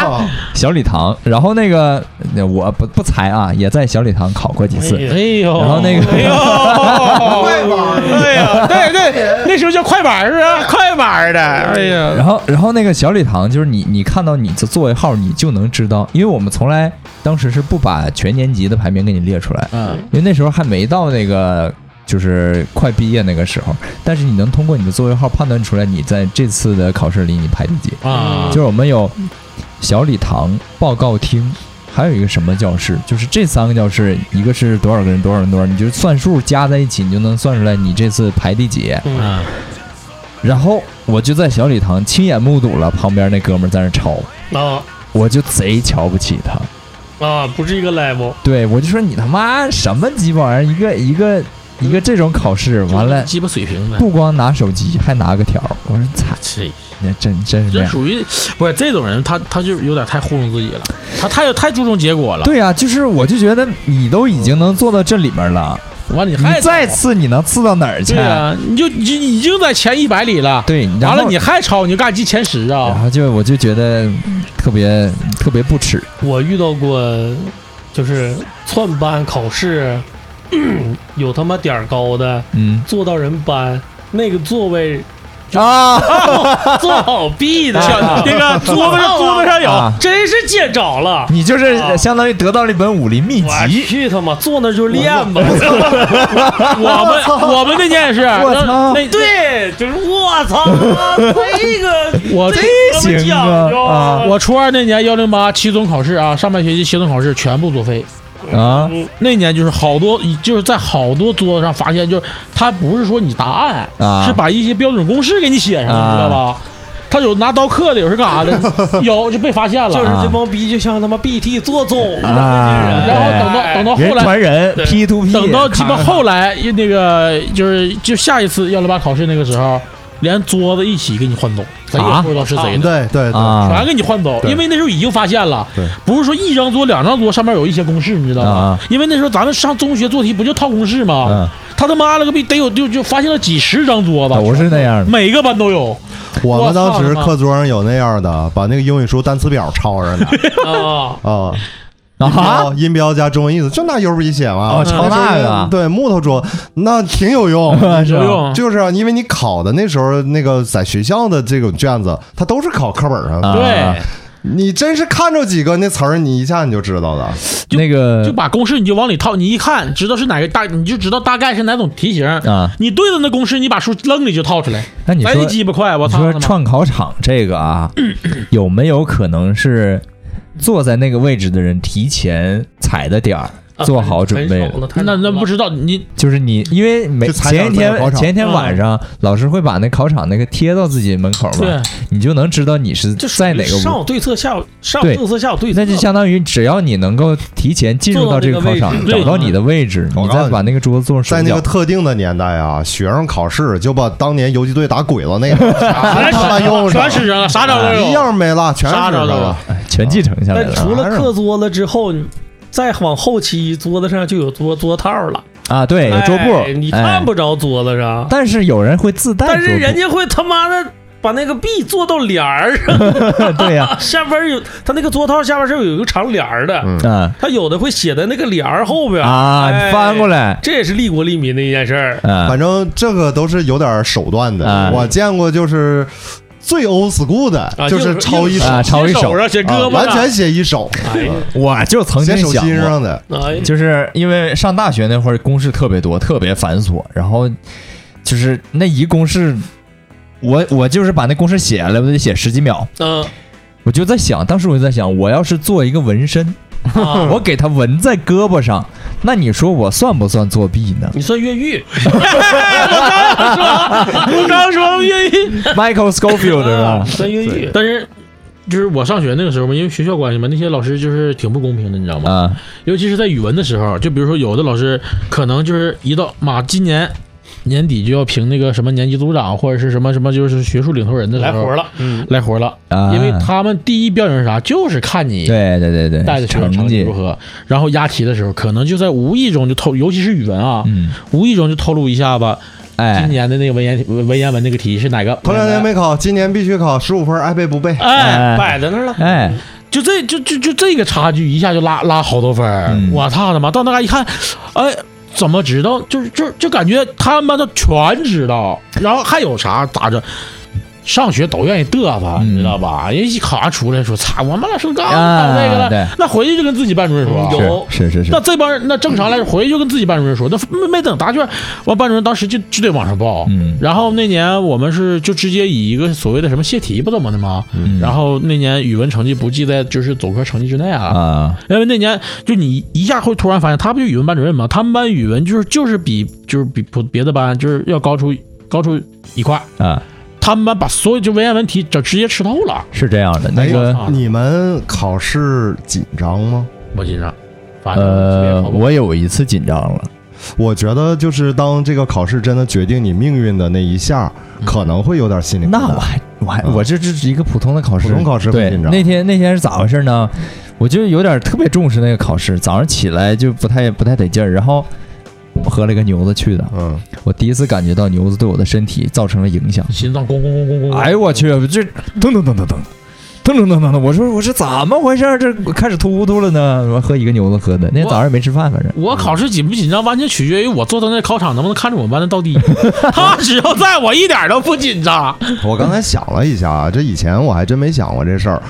S2: 哦，
S3: 小礼堂。然后那个那我不不猜啊，也在小礼堂考过几次。
S4: 哎
S6: 哎呦，
S3: 然后那个
S6: 哎呦，
S2: 快板
S6: 哎呀，对对，那时候叫快板儿是吧？快板儿的，哎呀，
S3: 然后，然后那个小礼堂就是你，你看到你的座位号，你就能知道，因为我们从来当时是不把全年级的排名给你列出来，
S6: 嗯，
S3: 因为那时候还没到那个就是快毕业那个时候，但是你能通过你的座位号判断出来你在这次的考试里你排第几。
S6: 啊
S3: 就是我们有小礼堂、报告厅，还有一个什么教室，就是这三个教室，一个是多少个人，多少人，多少人，你就算数加在一起，你就能算出来你这次排第几。
S6: 啊，
S3: 然后我就在小礼堂亲眼目睹了旁边那哥们儿在那抄，
S4: 啊
S3: 我就贼瞧不起他。
S4: 啊，不是一个 level。
S3: 对我就说你他妈什么鸡巴玩意儿，一个一个一个这种考试，完了
S6: 鸡巴水平的，
S3: 不光拿手机，还拿个条儿。我说操，
S6: 这
S3: 你真真是这
S6: 这
S3: 样。
S6: 属于不是这种人，他他就有点太糊弄自己了，他太太注重结果了。
S3: 对呀、就是我就觉得你都已经能做到这里面了，
S6: 完了你还
S3: 你再次你能次到哪儿去？
S6: 对啊，你就你已经在前一百里了，
S3: 对，然
S6: 完
S3: 后
S6: 了你还超，你就干进前十
S3: 然
S6: 啊！
S3: 后就我就觉得特别特别不耻，
S4: 我遇到过，就是窜班考试， 有他妈点儿高的
S3: 嗯
S4: 坐到人班那个座 位
S3: 啊，
S4: 坐好币的，
S6: 那个桌子上桌子上有，
S3: 啊
S4: 真是见着了。
S3: 你
S6: 啊
S3: 就是相当于得到了一本武林秘
S4: 我
S3: 籍，
S4: 去他妈，坐那就练吧。
S6: 我们我们那年也是，
S3: 我
S6: 那
S3: 操
S6: 那
S4: 对，就是我操，这 个
S6: 我
S4: 这
S3: 行啊啊
S6: 我初二那年幺零八期中考试啊，上半学期期中考试全部作废。
S3: 啊
S6: 那年就是好多，就是在好多桌子上发现，就是他不是说你答案，
S3: 啊
S6: 是把一些标准公式给你写上，
S3: 啊
S6: 你知道吧？他有拿刀刻的，有是干 啥的，有就被发现了。
S4: 就是这帮逼就像他妈 BT 做总
S3: 啊
S6: 然后等到
S4: 哎
S6: 等到
S3: 人
S6: 后来，
S3: 传人
S4: 对
S3: P to P，
S6: 等到鸡
S3: 咔
S6: 巴
S3: 咔
S6: 后来那个就是就下一次幺零八考试那个时候，连桌子一起给你换走，谁也不知道是谁的。
S2: 对对对，
S3: 啊
S6: 全给你换走，
S2: 对
S6: 因为那时候已经发现了
S2: 对，
S6: 不是说一张桌、两张桌上面有一些公式，你知道吗
S3: 啊？
S6: 因为那时候咱们上中学做题不就套公式吗？
S3: 嗯，
S6: 他他妈了个逼，得有就就发现了几十张桌
S3: 我
S6: 子，
S3: 是那样的，
S6: 每个班都有。
S2: 我们当时
S6: 我操
S2: 课桌上有那样的，把那个英语书单词表抄上 来
S4: 啊，
S2: 啊，
S3: 啊
S2: 标音标加中文意思，就那油笔写嘛。
S3: 哦抄那个
S2: 对，木头桌那挺有用，
S3: 是吧
S6: 有用
S2: 就是啊，因为你考的那时候那个在学校的这种卷子，它都是考课本上的。
S3: 啊
S6: 对，
S2: 你真是看着几个那词儿，你一下你就知道了。
S6: 就
S3: 那
S6: 就
S3: 个
S6: 把公式你就往里套，你一看知道是哪个大，你就知道大概是哪种题型。
S3: 啊，
S6: 你对着那公式，你把书扔里就套出来，
S3: 那你
S6: 来
S3: 说
S6: 的鸡巴快，我
S3: 你
S6: 操
S3: 说
S6: 他妈！
S3: 串考场这个啊，有没有可能是坐在那个位置的人提前踩的点儿，
S4: 哎
S6: 啊
S3: 做好准备了？
S6: 那那不知道你
S3: 就是你，因为每
S2: 就踩
S3: 前
S2: 点儿在
S3: 一天
S2: 考场
S3: 前一天晚上，
S4: 嗯
S3: 老师会把那考场那个贴到自己门口
S6: 对
S3: 嘛，你就能知道你是
S4: 就是
S3: 在哪个
S4: 上
S3: 屋。
S4: 有对策，下有上
S3: 对
S4: 有政策，下有对策，
S3: 那就相当于只要你能够提前进入到这个考场，
S4: 坐到
S3: 找
S4: 那个位置
S3: 到你的位置，
S2: 我
S3: 你
S2: 告诉你
S3: 再把那个桌子
S2: 在
S3: 坐上手
S2: 那个
S3: 脚。
S2: 特定的年代啊，学生考试就把当年游击队打鬼子那 个
S3: 啊
S2: 全他妈用上
S6: 全，使上了，啥招都
S2: 一
S6: 有。
S2: 样没了，全使上
S6: 啥招都有
S2: 了。
S3: 哎全继承下来
S4: 但除
S3: 了
S4: 了课桌子之后，你再往后期桌子上就有桌桌套了，
S3: 啊！对，有桌
S4: 哎你
S3: 布，哎
S4: 看，不着桌子上，
S3: 但是有人会自带桌
S4: 但
S3: 布，
S4: 是人家会他妈的把那个币做到帘儿上，
S3: 对 呀，
S4: 下边有他那个桌套下边是有一个长帘儿的，
S2: 嗯
S3: 嗯
S4: 他有的会写在那个帘儿后边
S3: 啊，你翻过
S4: 来，
S3: 来，
S4: 这也是利国利民的一件事儿。
S3: 嗯
S2: 反正这个都是有点手段的
S3: 哎，
S2: 我见过就是最 old school 的，
S4: 啊
S2: 就是抄一手，
S3: 啊，抄一手
S6: 手，上写
S2: 啊
S6: 胳膊
S2: 完
S6: 上
S2: 全写一手，
S4: 哎呀
S3: 我就曾
S2: 写
S3: 经
S2: 手
S3: 想
S2: 心
S3: 过，
S2: 上的。
S4: 哎，
S3: 就是因为上大学那会儿公式特别多，特别繁琐，然后就是那一公式，我我就是把那公式写下来，我得写十几秒，
S4: 嗯
S3: 我
S6: 嗯
S3: 就在想，当时我就在想，我要是做一个纹身，
S4: 啊，
S3: 我给它纹在胳膊上，那你说我算不算作弊 呢
S4: 你算越狱，
S6: 我刚说愿意，
S3: ？Michael Scofield 是吧
S4: 你？啊算越狱。
S6: 但是就是我上学那个时候嘛，因为学校关系嘛，那些老师就是挺不公平的，你知道 吗？
S3: 啊，
S6: 尤其是在语文的时候，就比如说有的老师可能就是一到妈今年年底就要评那个什么年级组长或者是什么什么就是学术领头人的时
S4: 来
S6: 候，
S4: 活了，嗯，
S6: 来活了，
S3: 啊
S6: 因为他们第一标准是啥，就是看你
S3: 对对对对，
S6: 带的学生
S3: 成
S6: 成绩
S3: 绩
S6: 如何，然后押题的时候可能就在无意中就透，尤其是语文啊，
S3: 嗯，
S6: 无意中就透露一下吧，今
S3: 哎，
S6: 年的那个文言文言文那个题是哪个？
S2: 头两年没考，今年必须考，十五分爱背不背。
S6: 哎，
S4: 摆在那儿了。
S3: 哎，
S6: 就这就就就这个差距一下就拉拉好多分儿
S3: 嗯
S6: 我操他妈！到那嘎一看，哎，怎么知道？就是就就感觉他们班的全知道，然后还有啥咋着？上学都愿意嘚瑟，
S3: 嗯
S6: 你知道吧？人一考完出来说：“操，我们老师刚
S3: 啊
S6: 考那个
S3: 对嗯
S6: 了。”那回去就跟自己班主任说。
S4: 有
S3: 是是是
S6: 那这帮人，那正常来说，回去就跟自己班主任说，那没没等答卷，完班主任当时就就得往上报。
S3: 嗯
S6: 然后那年我们是就直接以一个所谓的什么泄题不怎么的吗？
S3: 嗯
S6: 然后那年语文成绩不记在就是总科成绩之内啊，
S3: 啊，
S6: 因为那年就你一下会突然发现，他不就语文班主任吗？他们班语文就是就是比就是比普别的班就是要高出高出一块儿，
S3: 啊，
S6: 他们班把所有就文言文题整直接吃透了，
S3: 是这样的，那
S2: 哎
S3: 个
S6: 啊
S2: 你们考试紧张吗？
S6: 我心想，反正特别
S3: 呃，
S6: 好
S3: 我有一次紧张了，
S2: 我觉得就是当这个考试真的决定你命运的那一下，可能会有点心理负
S3: 嗯那
S2: 担。
S3: 我还我还
S2: 嗯
S3: 我这只是一个普通的考试，
S2: 普通考试不
S3: 对，
S2: 紧张
S3: 那天那天是咋回事呢？我就有点特别重视那个考试，早上起来就不太不太得劲儿，然后我喝了个牛子去的，
S2: 嗯，
S3: 我第一次感觉到牛子对我的身体造成了影响。
S6: 心脏咣咣咣咣咣咣，
S3: 哎呦我去，这噔噔噔噔噔。噔噔噔噔噔！我说我说怎么回事儿？这开始突突了呢？我喝一个牛子喝的，那天
S6: 我
S3: 早上也没吃饭，反正
S6: 我考试紧不紧张，完全取决于我坐到那考场能不能看着我们班的 倒地。他只要在我一点都不紧张，
S2: 我刚才想了一下啊，这以前我还真没想过这事儿。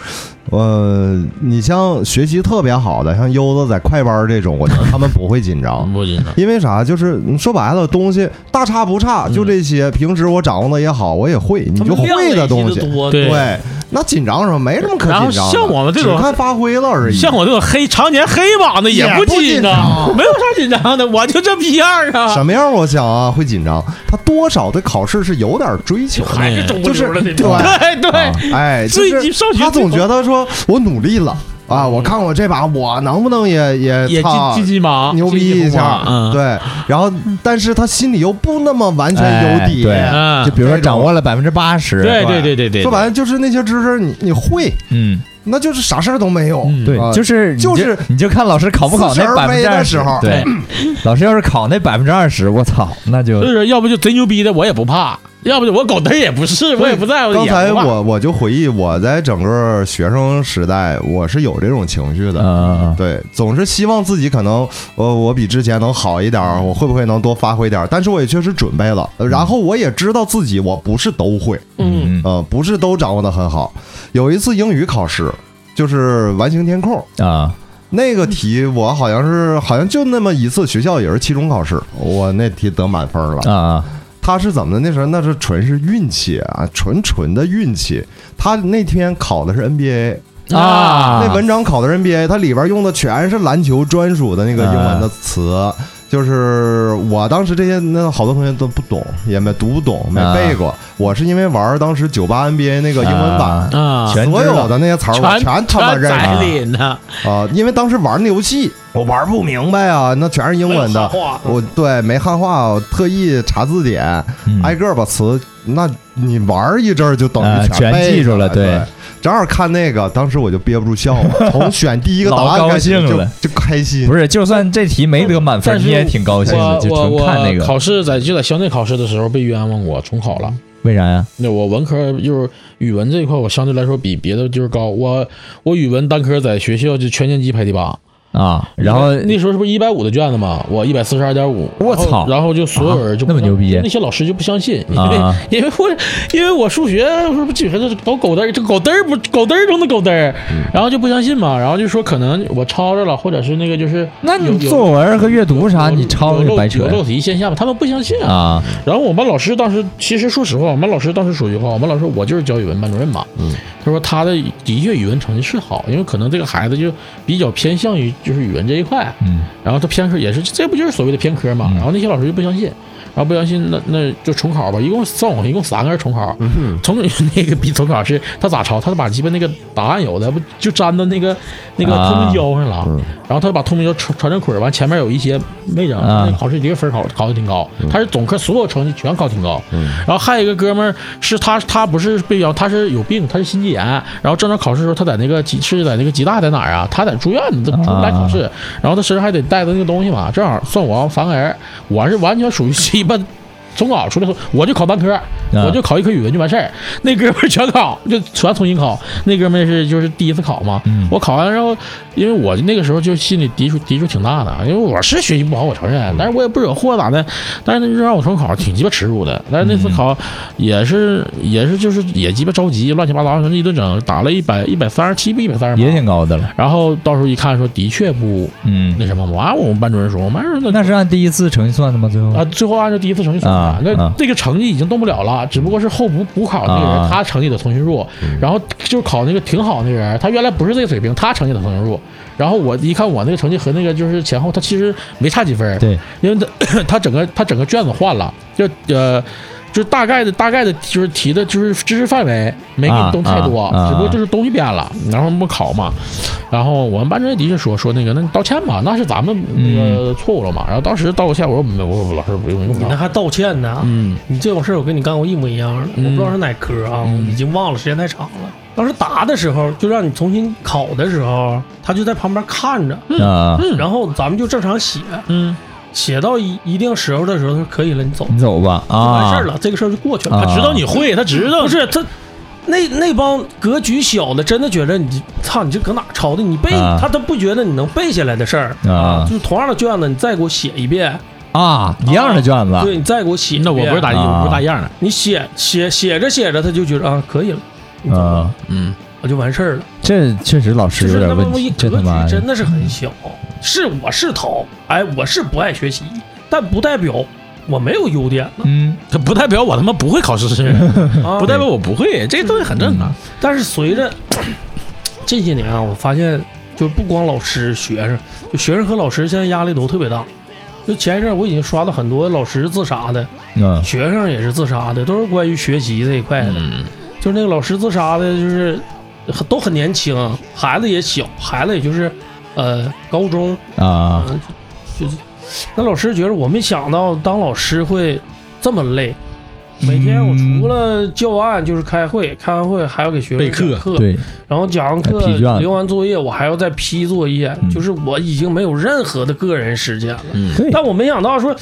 S2: 呃，你像学习特别好的，像悠子在快班这种，我觉得他们不会紧张。
S6: 不紧张。
S2: 因为啥？就是你说白了，东西大差不差，就这些。平时我掌握的也好，我也会，你就会的东 西。
S4: 多，
S6: 对
S2: 对，那紧张什么？没什么可
S6: 然后
S2: 紧张的。
S6: 像我们这种
S2: 只看发挥了而已。
S6: 像我这种黑常年黑榜嗯的也
S2: 也
S6: 不
S2: 不紧
S6: 紧张，没有啥紧张的， 我就这逼样儿啊。
S2: 什么样？我想啊，会紧张。他多少对考试是有点追求的，
S6: 还是
S4: 中
S2: 就是对，
S6: 对对，
S2: 哎，就
S6: 所以你
S2: 是
S6: 上学嗯
S2: 他总觉得说我努力了啊，我看我这把我能不能也也
S6: 也
S2: 操
S6: 啊进进鸡毛，
S2: 牛逼一下，
S6: 嗯，
S2: 对。然后，但是他心里又不那么完全有底，
S3: 哎
S6: 嗯
S3: 就，比如说掌握了百分之八十，
S6: 对对对对对，
S2: 说白了就是那些知识你你会，
S3: 嗯，
S2: 那就是啥事儿都没有。
S6: 嗯
S3: 对，
S2: 啊
S3: 就是你
S2: 就是
S3: 你就看老师考不考
S2: 四十
S3: 那
S2: 而
S3: 百
S2: 飞
S3: 分之
S2: 的
S3: 二
S2: 时
S3: 十
S2: 候，
S3: 对，
S6: 嗯
S3: 老师要是考那百分之二十，我操，那就
S6: 就是要不就贼牛逼的我也不怕，要不就我狗嘚儿也不是，我也不在乎。
S2: 刚才
S6: 也不怕
S2: 我我就回忆我在整个学生时代，我是有这种情绪的。
S3: 嗯，
S2: 对，总是希望自己可能，呃，我比之前能好一点儿，我会不会能多发挥点儿？但是我也确实准备了，呃然后我也知道自己我不是都会，
S4: 嗯，
S3: 嗯
S2: 呃，不是都掌握的很好。有一次英语考试，就是完形填空
S3: 啊，
S2: 那个题，我好像是好像就那么一次，学校也是期中考试，我那题得满分了。
S3: 啊啊
S2: 他是怎么的？那时候那是纯是运气啊，纯纯的运气。他那天考的是 NBA，
S3: 啊！
S2: 那文章考的是 NBA，它里边用的全是篮球专属的那个英文的词，就是我当时这些那好多同学都不懂，也没读不懂，没背过。我是因为玩当时九八 NBA 那个英文版，
S6: 啊，
S3: 全
S2: 所
S3: 知道
S2: 有的那些词儿我
S6: 全
S2: 全他妈认
S6: 在
S2: 识
S6: 里呢，
S2: 啊，因为当时玩那游戏我玩不明白啊，那全是英文的。
S4: 话
S2: 我对没汉化，我特意查字典，
S3: 嗯
S2: 挨个儿把词，那你玩儿一阵儿就等
S3: 啊
S2: 于
S3: 全
S2: 背
S3: 记
S2: 下
S3: 住了
S2: 来
S3: 对
S2: 对。正好看那个，当时我就憋不住笑 了，从选第一个答
S3: 老
S2: 案
S3: 高
S2: 开始
S3: 兴
S2: 就
S3: 了
S2: 就开心
S3: 不。是，就算这题没得满分，
S6: 但是
S3: 你也挺高兴的，
S6: 我
S3: 就
S6: 我
S3: 纯看那
S6: 我
S3: 个。
S6: 考试在就在校内考试的时候被冤枉过，重考了。
S3: 为啥呀？
S6: 那我文科就是语文这一块，我相对来说比别的就是高。我我语文单科在学校就全年级排第八，
S3: 啊，然后
S6: 那时候是不是一百五的卷子嘛？我一百四十二点五，
S3: 我操
S6: 然后然后就所有人就不
S3: 啊那么
S6: 相
S3: 牛逼
S6: 那些老师就不相信，因为、
S3: 啊
S6: 因为我因为我数学我说不基本上都是搞狗嘚儿，这狗嘚儿不狗嘚儿中的狗嘚儿，
S3: 嗯
S6: 然后就不相信嘛，然后就说可能我抄着了，或者是那个就是
S3: 那
S6: 有
S3: 你
S6: 有
S3: 作文和阅读啥，
S6: 有
S3: 你抄
S6: 有
S3: 就
S6: 漏
S3: 白扯
S6: 有漏题现象嘛，他们不相信啊。
S3: 啊
S6: 然后我们老师当时，其实说实话，我们老师当时说句话，我们老师我就是教语文班
S3: 嗯
S6: 主任嘛，他说他的的确语文成绩是好，因为可能这个孩子就比较偏向于就是语文这一块，
S3: 嗯
S6: 然后他偏科也是，这不就是所谓的偏科嘛？
S3: 嗯
S6: 然后那些老师就不相信，然后不相信，那那就重考吧。一共算我一共三个人重考，
S3: 嗯
S6: 重那个比重考是他咋抄？他把鸡巴那个答案有的不就粘到那个那个
S3: 啊
S6: 透明胶上了，
S2: 嗯
S6: 然后他把透明胶传传成捆儿，完前面有一些没整，
S3: 啊嗯
S6: 那考试一个分儿考考的挺高，他是总科所有成绩全考挺高。
S2: 嗯，
S6: 然后还有一个哥们儿是他，他不是被咬，他是有病，他是心肌炎。然后正常考试的时候，他在那个吉是在那个吉大在哪儿啊？他在住院呢，他出不来考试。然后他身上还得带着那个东西嘛，正好算我三个人，我是完全属于鸡巴重考出来后，我就考单科，
S3: 啊
S6: 我就考一科语文就完事儿。那哥们儿全考，就全重新考。那哥们儿是就是第一次考嘛，
S3: 嗯
S6: 我考完之后，因为我那个时候就心里抵触抵触挺大的，因为我是学习不好，我承认，但是我也不惹祸咋的。但是那就让我重考，挺鸡巴耻辱的。但是那次考也是、也是就是也鸡巴着急，乱七八糟，那一顿整，打了一百一百三十七不一百三十
S3: 也
S6: 八。
S3: 挺高的了，
S6: 然后到时候一看说的确不
S3: 嗯
S6: 那，什么嘛，啊完我们班主任说，我们班主任那
S3: 那是按第一次成绩算的吗？最后
S6: 啊，最后按照第一次成绩算
S3: 嗯啊
S6: 的，那、
S3: 啊
S6: 这个成绩已经动不了了，只不过是后补补考那个人，
S3: 啊嗯
S6: 他成绩得重新入，然后就是考那个挺好那个人，他原来不是这个水平，他成绩得重新入，然后我一看我那个成绩和那个就是前后，他其实没差几分，
S3: 对，
S6: 因为他 他整个他整个卷子换了，就呃。就是大概的，大概的，就是提的，就是知识范围没给你动太多，
S3: 啊啊啊
S6: 只不过就是东西变了，然后我们考嘛，然后我们班主任的确说说那个，那你道歉吧，那是咱们那
S3: 嗯
S6: 个错误了嘛。然后当时道个歉，我说没，我我老师不用用不
S4: 你
S6: 着
S4: 那。还道歉呢？
S6: 嗯
S4: 你这种事儿我跟你干过一模一样
S3: 嗯
S4: 的，我不知道是哪科啊，
S6: 嗯
S4: 我已经忘了，时间太长了。当时答的时候，就让你重新考的时候，他就在旁边看着，
S3: 啊，
S4: 然后咱们就正常写，
S6: 嗯，
S4: 写到一一定时候的时候，他说可以了，你走，
S3: 你走吧
S4: 就完
S3: 啊，
S4: 事儿了，这个事儿就过去了。
S3: 啊，
S6: 知道你会，他知道
S4: 不是他。那那帮格局小的，真的觉得你这操，你这搁哪抄的？你背、
S3: 啊
S4: 他都不觉得你能背下来的事儿
S3: 啊
S4: 就是同样的卷子，你再给我写一遍，
S3: 啊，一样的卷子，
S4: 对你再给我写一遍。
S6: 那我不是打，
S3: 啊
S6: 我不是打样的。
S4: 你写写写着写着，他就觉得啊，可以了，你走吧
S3: 啊，
S6: 嗯，
S4: 我就完事儿了。
S3: 这确实老
S4: 就
S3: 师有
S4: 是那
S3: 点问
S4: 么一
S3: 题，
S4: 格
S3: 真他妈嗯
S4: 局真的是很小，是我是淘，哎，我是不爱学习，但不代表我没 有优点呢
S3: 嗯，
S6: 他不代表我他妈不会考试，
S4: 啊
S6: 不。代表我不会，这东西很正常。
S4: 但是随着这些年啊，我发现就是不光老师、学生，就学生和老师现在压力都特别大。就前一阵儿我已经刷到很多老师自杀的，
S3: 嗯
S4: 学生也是自杀的，都是关于学习这一块的。
S6: 嗯
S4: 就是那个老师自杀的，就是很都很年轻，孩子也小，孩子也就是呃高中，
S3: 啊，
S4: 嗯，就是那老师觉得我没想到当老师会这么累。每天我
S3: 嗯
S4: 除了教案就是开会，开完会还要给学生
S6: 备课
S4: 讲课，
S3: 对，
S4: 然后讲完课
S3: 还批卷子
S4: 留完作业，我还要再批作业
S3: 嗯，
S4: 就是我已经没有任何的个人时间了。
S6: 嗯
S3: 对
S4: 但我没想到说，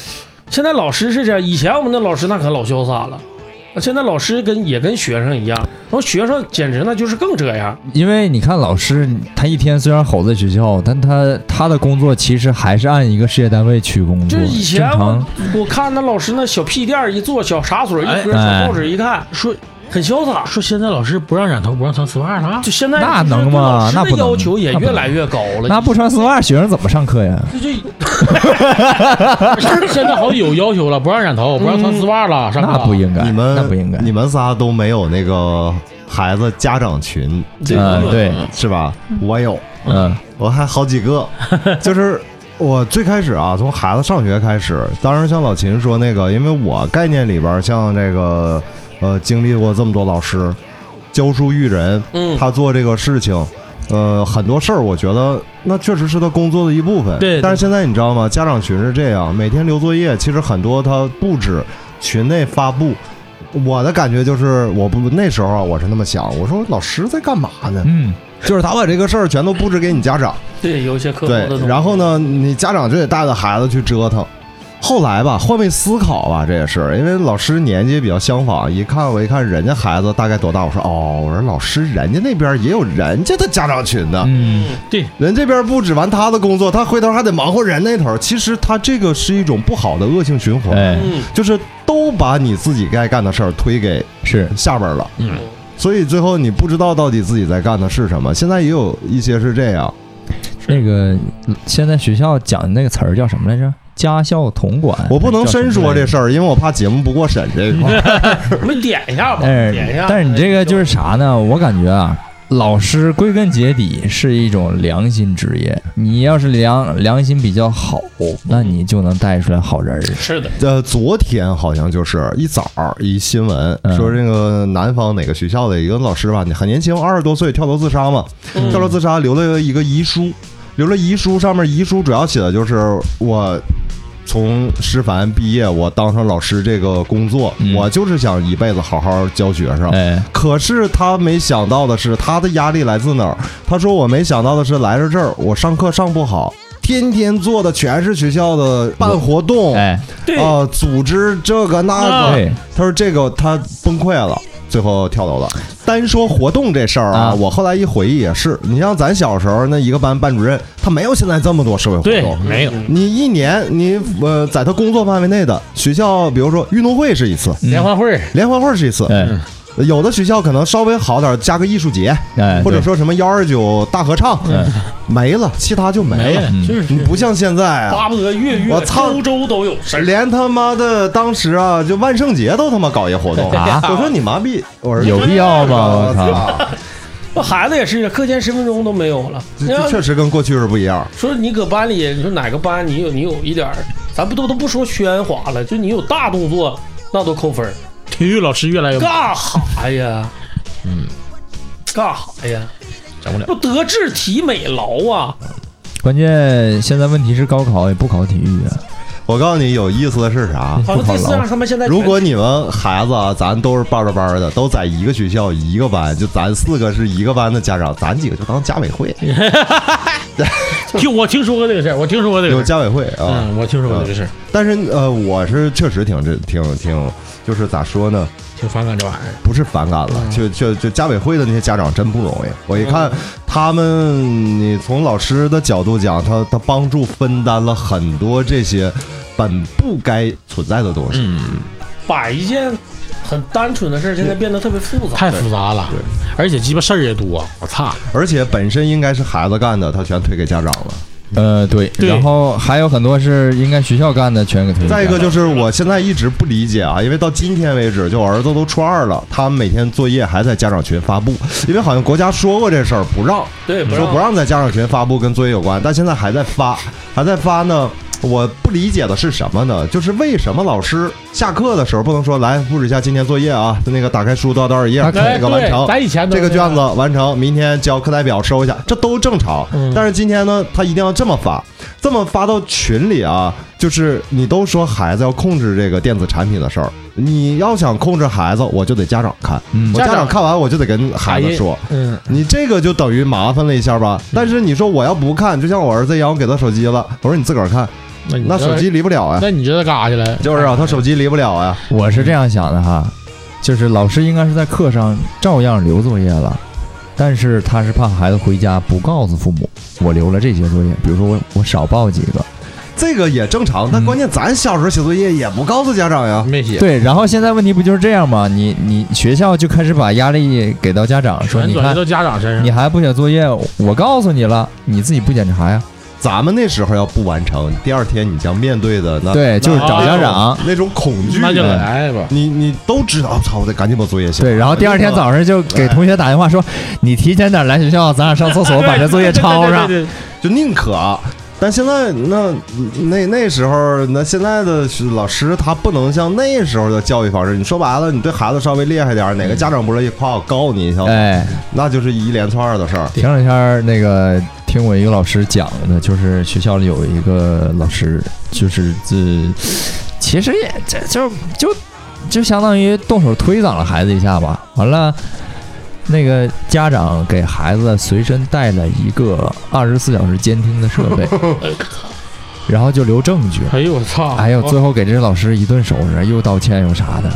S4: 现在老师是这样，以前我们的老师那可老潇洒了。现在老师跟也跟学生一样，然后学生简直那就是更这样。
S3: 因为你看，老师他一天虽然吼在学校，但他他的工作其实还是按一个事业单位去工作，
S4: 就是以前
S3: 正
S4: 我
S3: 常，
S4: 我看那老师那小屁垫儿一坐，小茶水一喝，
S3: 哎
S4: 小报纸一看，
S6: 说
S4: 很潇洒。
S6: 说现在老师不让染头，不让穿丝袜了啊。
S4: 就现在
S3: 那能
S4: 就是对
S3: 吗
S4: 老师
S3: 那不
S4: 的
S3: 能
S4: 要求也
S3: 那不
S4: 越
S3: 能
S4: 来越高了。
S3: 那不穿丝袜，学生怎么上课呀？
S4: 这就
S6: 现在好像有要求了，不让染头，不让穿丝袜了，上课
S4: 啊
S3: 那不应该，
S2: 你们
S3: 那不应该，
S2: 你们仨都没有那个孩子家长群，这
S3: 嗯
S2: 个
S3: 对，
S2: 是吧？我有，
S3: 嗯
S2: 我还好几 个，就是我最开始啊，从孩子上学开始，当时像老秦说那个，因为我概念里边儿像这个呃，经历过这么多老师，教书育人，
S4: 嗯
S2: 他做这个事情。呃，很多事儿，我觉得那确实是他工作的一部分。
S6: 对对
S2: 但是现在你知道吗？家长群是这样，每天留作业，其实很多他布置群内发布。我的感觉就是，我不那时候啊我是那么想，我说老师在干嘛呢？
S3: 嗯，
S2: 就是他把这个事儿全都布置给你家长，
S4: 对有一些课后
S2: 对
S4: 的东，西。
S2: 然后呢，你家长就得带着孩子去折腾。后来吧，换位思考吧，这也是因为老师年纪比较相仿，一看我一看人家孩子大概多大，我说哦，我说老师人家那边也有人家的家长群
S4: 啊
S2: 呢，
S3: 嗯
S2: 人这边布置完他的工作，他回头还得忙活人那头，其实他这个是一种不好的恶性循环，
S3: 哎
S4: 嗯，
S2: 就是都把你自己该干的事儿推给
S3: 是
S2: 下边了，
S6: 嗯，
S2: 所以最后你不知道到底自己在干的是什么。现在也有一些是这样，
S3: 那个现在学校讲的那个词儿叫什么来着？家校统管，
S2: 我不能深说这
S3: 事。
S2: 事儿，因为我怕节目不过审这一块儿。
S4: 我们点一下吧，
S3: 哎但
S4: 点一
S3: 是
S4: 下。哎
S3: 但是你这个就是啥呢？我感觉啊，老师归根结底是一种良心职业，你要是良良心比较好，那你就能带出来好人儿。
S4: 是的，
S2: 呃，昨天好像就是一早儿一新闻
S3: 嗯
S2: 说，这个南方哪个学校的一个老师吧，很年轻，二十多岁跳楼自杀嘛，
S3: 嗯
S2: 跳楼自杀留了一个遗书，留了遗书上面遗书主要写的就是我。从师范毕业，我当上老师这个工作，
S3: 嗯
S2: 我就是想一辈子好好教学生。
S3: 哎，
S2: 可是他没想到的是，他的压力来自哪儿？他说：“我没想到的是，来到这儿，我上课上不好，天天做的全是学校的办活动，
S3: 哎，
S4: 对
S2: 啊、组织这个那个。
S3: 对，
S2: 他说这个他崩溃了。最后跳楼了。单说活动这事儿啊，
S3: 啊
S2: 我后来一回忆也是，你像咱小时候那一个班班主任，他没有现在这么多社会活
S6: 对
S2: 动，。
S6: 没有，
S3: 嗯
S2: 你一年你呃，在他工作范围内的学校，比如说运动会是一次，
S6: 联欢会
S2: 联欢会是一次，
S3: 哎
S2: 有的学校可能稍微好点儿，加个艺术节，
S3: 哎，
S2: 或者说什么幺二九大合唱，
S3: 嗯
S2: 没了，其他就没了。
S3: 嗯
S6: 就是
S2: 你不像现在啊，
S4: 巴不得月月
S2: 我操
S4: 周周都有事儿。
S2: 连他妈的当时啊，就万圣节都他妈搞一活动
S3: 啊
S2: 我说你麻痹，我啊说
S3: 有必要
S2: 嗯
S3: 吗？我操！
S2: 操，
S4: 那孩子也是，课间十分钟都没有了。
S2: 这
S4: 你
S2: 这
S4: 要
S2: 确实跟过去是不一样。
S4: 说你搁班里，你说哪个班你有你有一点儿，咱不都都不说喧哗了，就你有大动作，那都扣分儿。
S6: 体育老师越来越
S4: 干哈呀？嗯，干哈呀？
S6: 整不了。
S4: 不德智体美劳啊！
S3: 关键现在问题是高考也不考体育啊，
S2: 我告诉你，有意思的是啥？
S4: 好像
S3: 不考
S4: 这四
S3: 劳
S4: 样他们现在
S2: 如果你们孩子啊，咱都是报着班的，都在一个学校一个班，就咱四个是一个班的家长，咱几个就当家委会，
S6: 听我听说过这个事儿，我听说过这
S2: 有
S6: 个事儿，
S2: 家委会啊。
S6: 嗯，我听说过这个事儿，
S2: 但是呃，我是确实挺这挺挺，就是咋说呢？
S6: 挺反感这玩意儿。
S2: 不是反感了，就就就家委会的那些家长真不容易。我一看他们，你从老师的角度讲，他他帮助分担了很多这些本不该存在的东西。
S6: 嗯，
S4: 把一件很单纯的事儿，现在变得特别复杂。
S6: 太复杂了，而且鸡巴事儿也多，我操！
S2: 而且本身应该是孩子干的，他全推给家长了。
S3: 呃，对，
S6: 对
S3: 然后还有很多是应该学校干的，全给推荐
S2: 再一个就是我现在一直不理解啊，因为到今天为止，就我儿子都初二了，他每天作业还在家长群发布，因为好像国家说过这事儿不让，
S4: 对，不
S2: 说不让在家长群发布跟作业有关，但现在还在发，还在发呢。我不理解的是什么呢？就是为什么老师下课的时候不能说来布置一下今天作业啊？那个打开书到多少页，
S3: 他可
S2: 这个完成
S6: 哎咱以前都
S2: 这个
S6: 是样
S2: 卷子完成，明天交课代表收一下，这都正常。但是今天呢，他一定要这么发，这么发到群里啊，就是你都说孩子要控制这个电子产品的事儿，你要想控制孩子，我就得家长看，
S3: 嗯
S2: 我
S6: 家
S2: 家
S6: 长
S2: 长看完我就得跟孩子说，
S6: 嗯，
S2: 你这个就等于麻烦了一下吧。但是你说我要不看，就像我儿子一样，我给他手机了，我说你自个儿看，
S6: 那你
S2: 那
S6: 这
S2: 手，机离不了呀，
S6: 那你这干啥去了？
S2: 就是啊，他手机离不了呀。
S3: 我是这样想的哈，就是老师应该是在课上照样留作业了，但是他是怕孩子回家不告诉父母我留了这些作业，比如说我我少报几个，
S2: 这个也正常，但
S3: 嗯
S2: 关键咱小时候写作业也不告诉家长呀。
S6: 没写，
S3: 对，然后现在问题不就是这样吗？你你学校就开始把压力给到家长，说
S6: 全
S3: 你
S6: 转移
S3: 看
S6: 到家长身
S3: 你
S6: 上。
S3: 还不写作业，我告诉你了，你自己不检查呀？
S2: 咱们那时候要不完成，第二天你将面对的那
S3: 对，就是找家长。
S2: 那种恐惧
S6: 那就
S2: 感。
S6: 来吧，
S2: 你你都知道，我操，我得赶紧把作业写完。
S3: 对，然后第二天早上就给同学打电话说，你提前点来学校，咱俩上厕 所把这作业抄上。
S6: 对对对
S2: 就宁可啊。但现在那那那时候，那现在的老师他不能像那时候的教育方式。你说白了，你对孩子稍微厉害点儿，哪个家长不乐意夸我告你一下，
S3: 哎，
S2: 那就是一连串的事儿。
S3: 前两天儿那个听我一个老师讲的，就是学校里有一个老师，就是这其实也这就就就相当于动手推搡了孩子一下吧。完了，那个家长给孩子随身带了一个二十四小时监听的设
S2: 哎
S3: 备，然后就留证据。
S6: 哎呦我操！
S2: 哦
S3: 哎呦，最后给这老师一顿收拾，又道歉又啥的，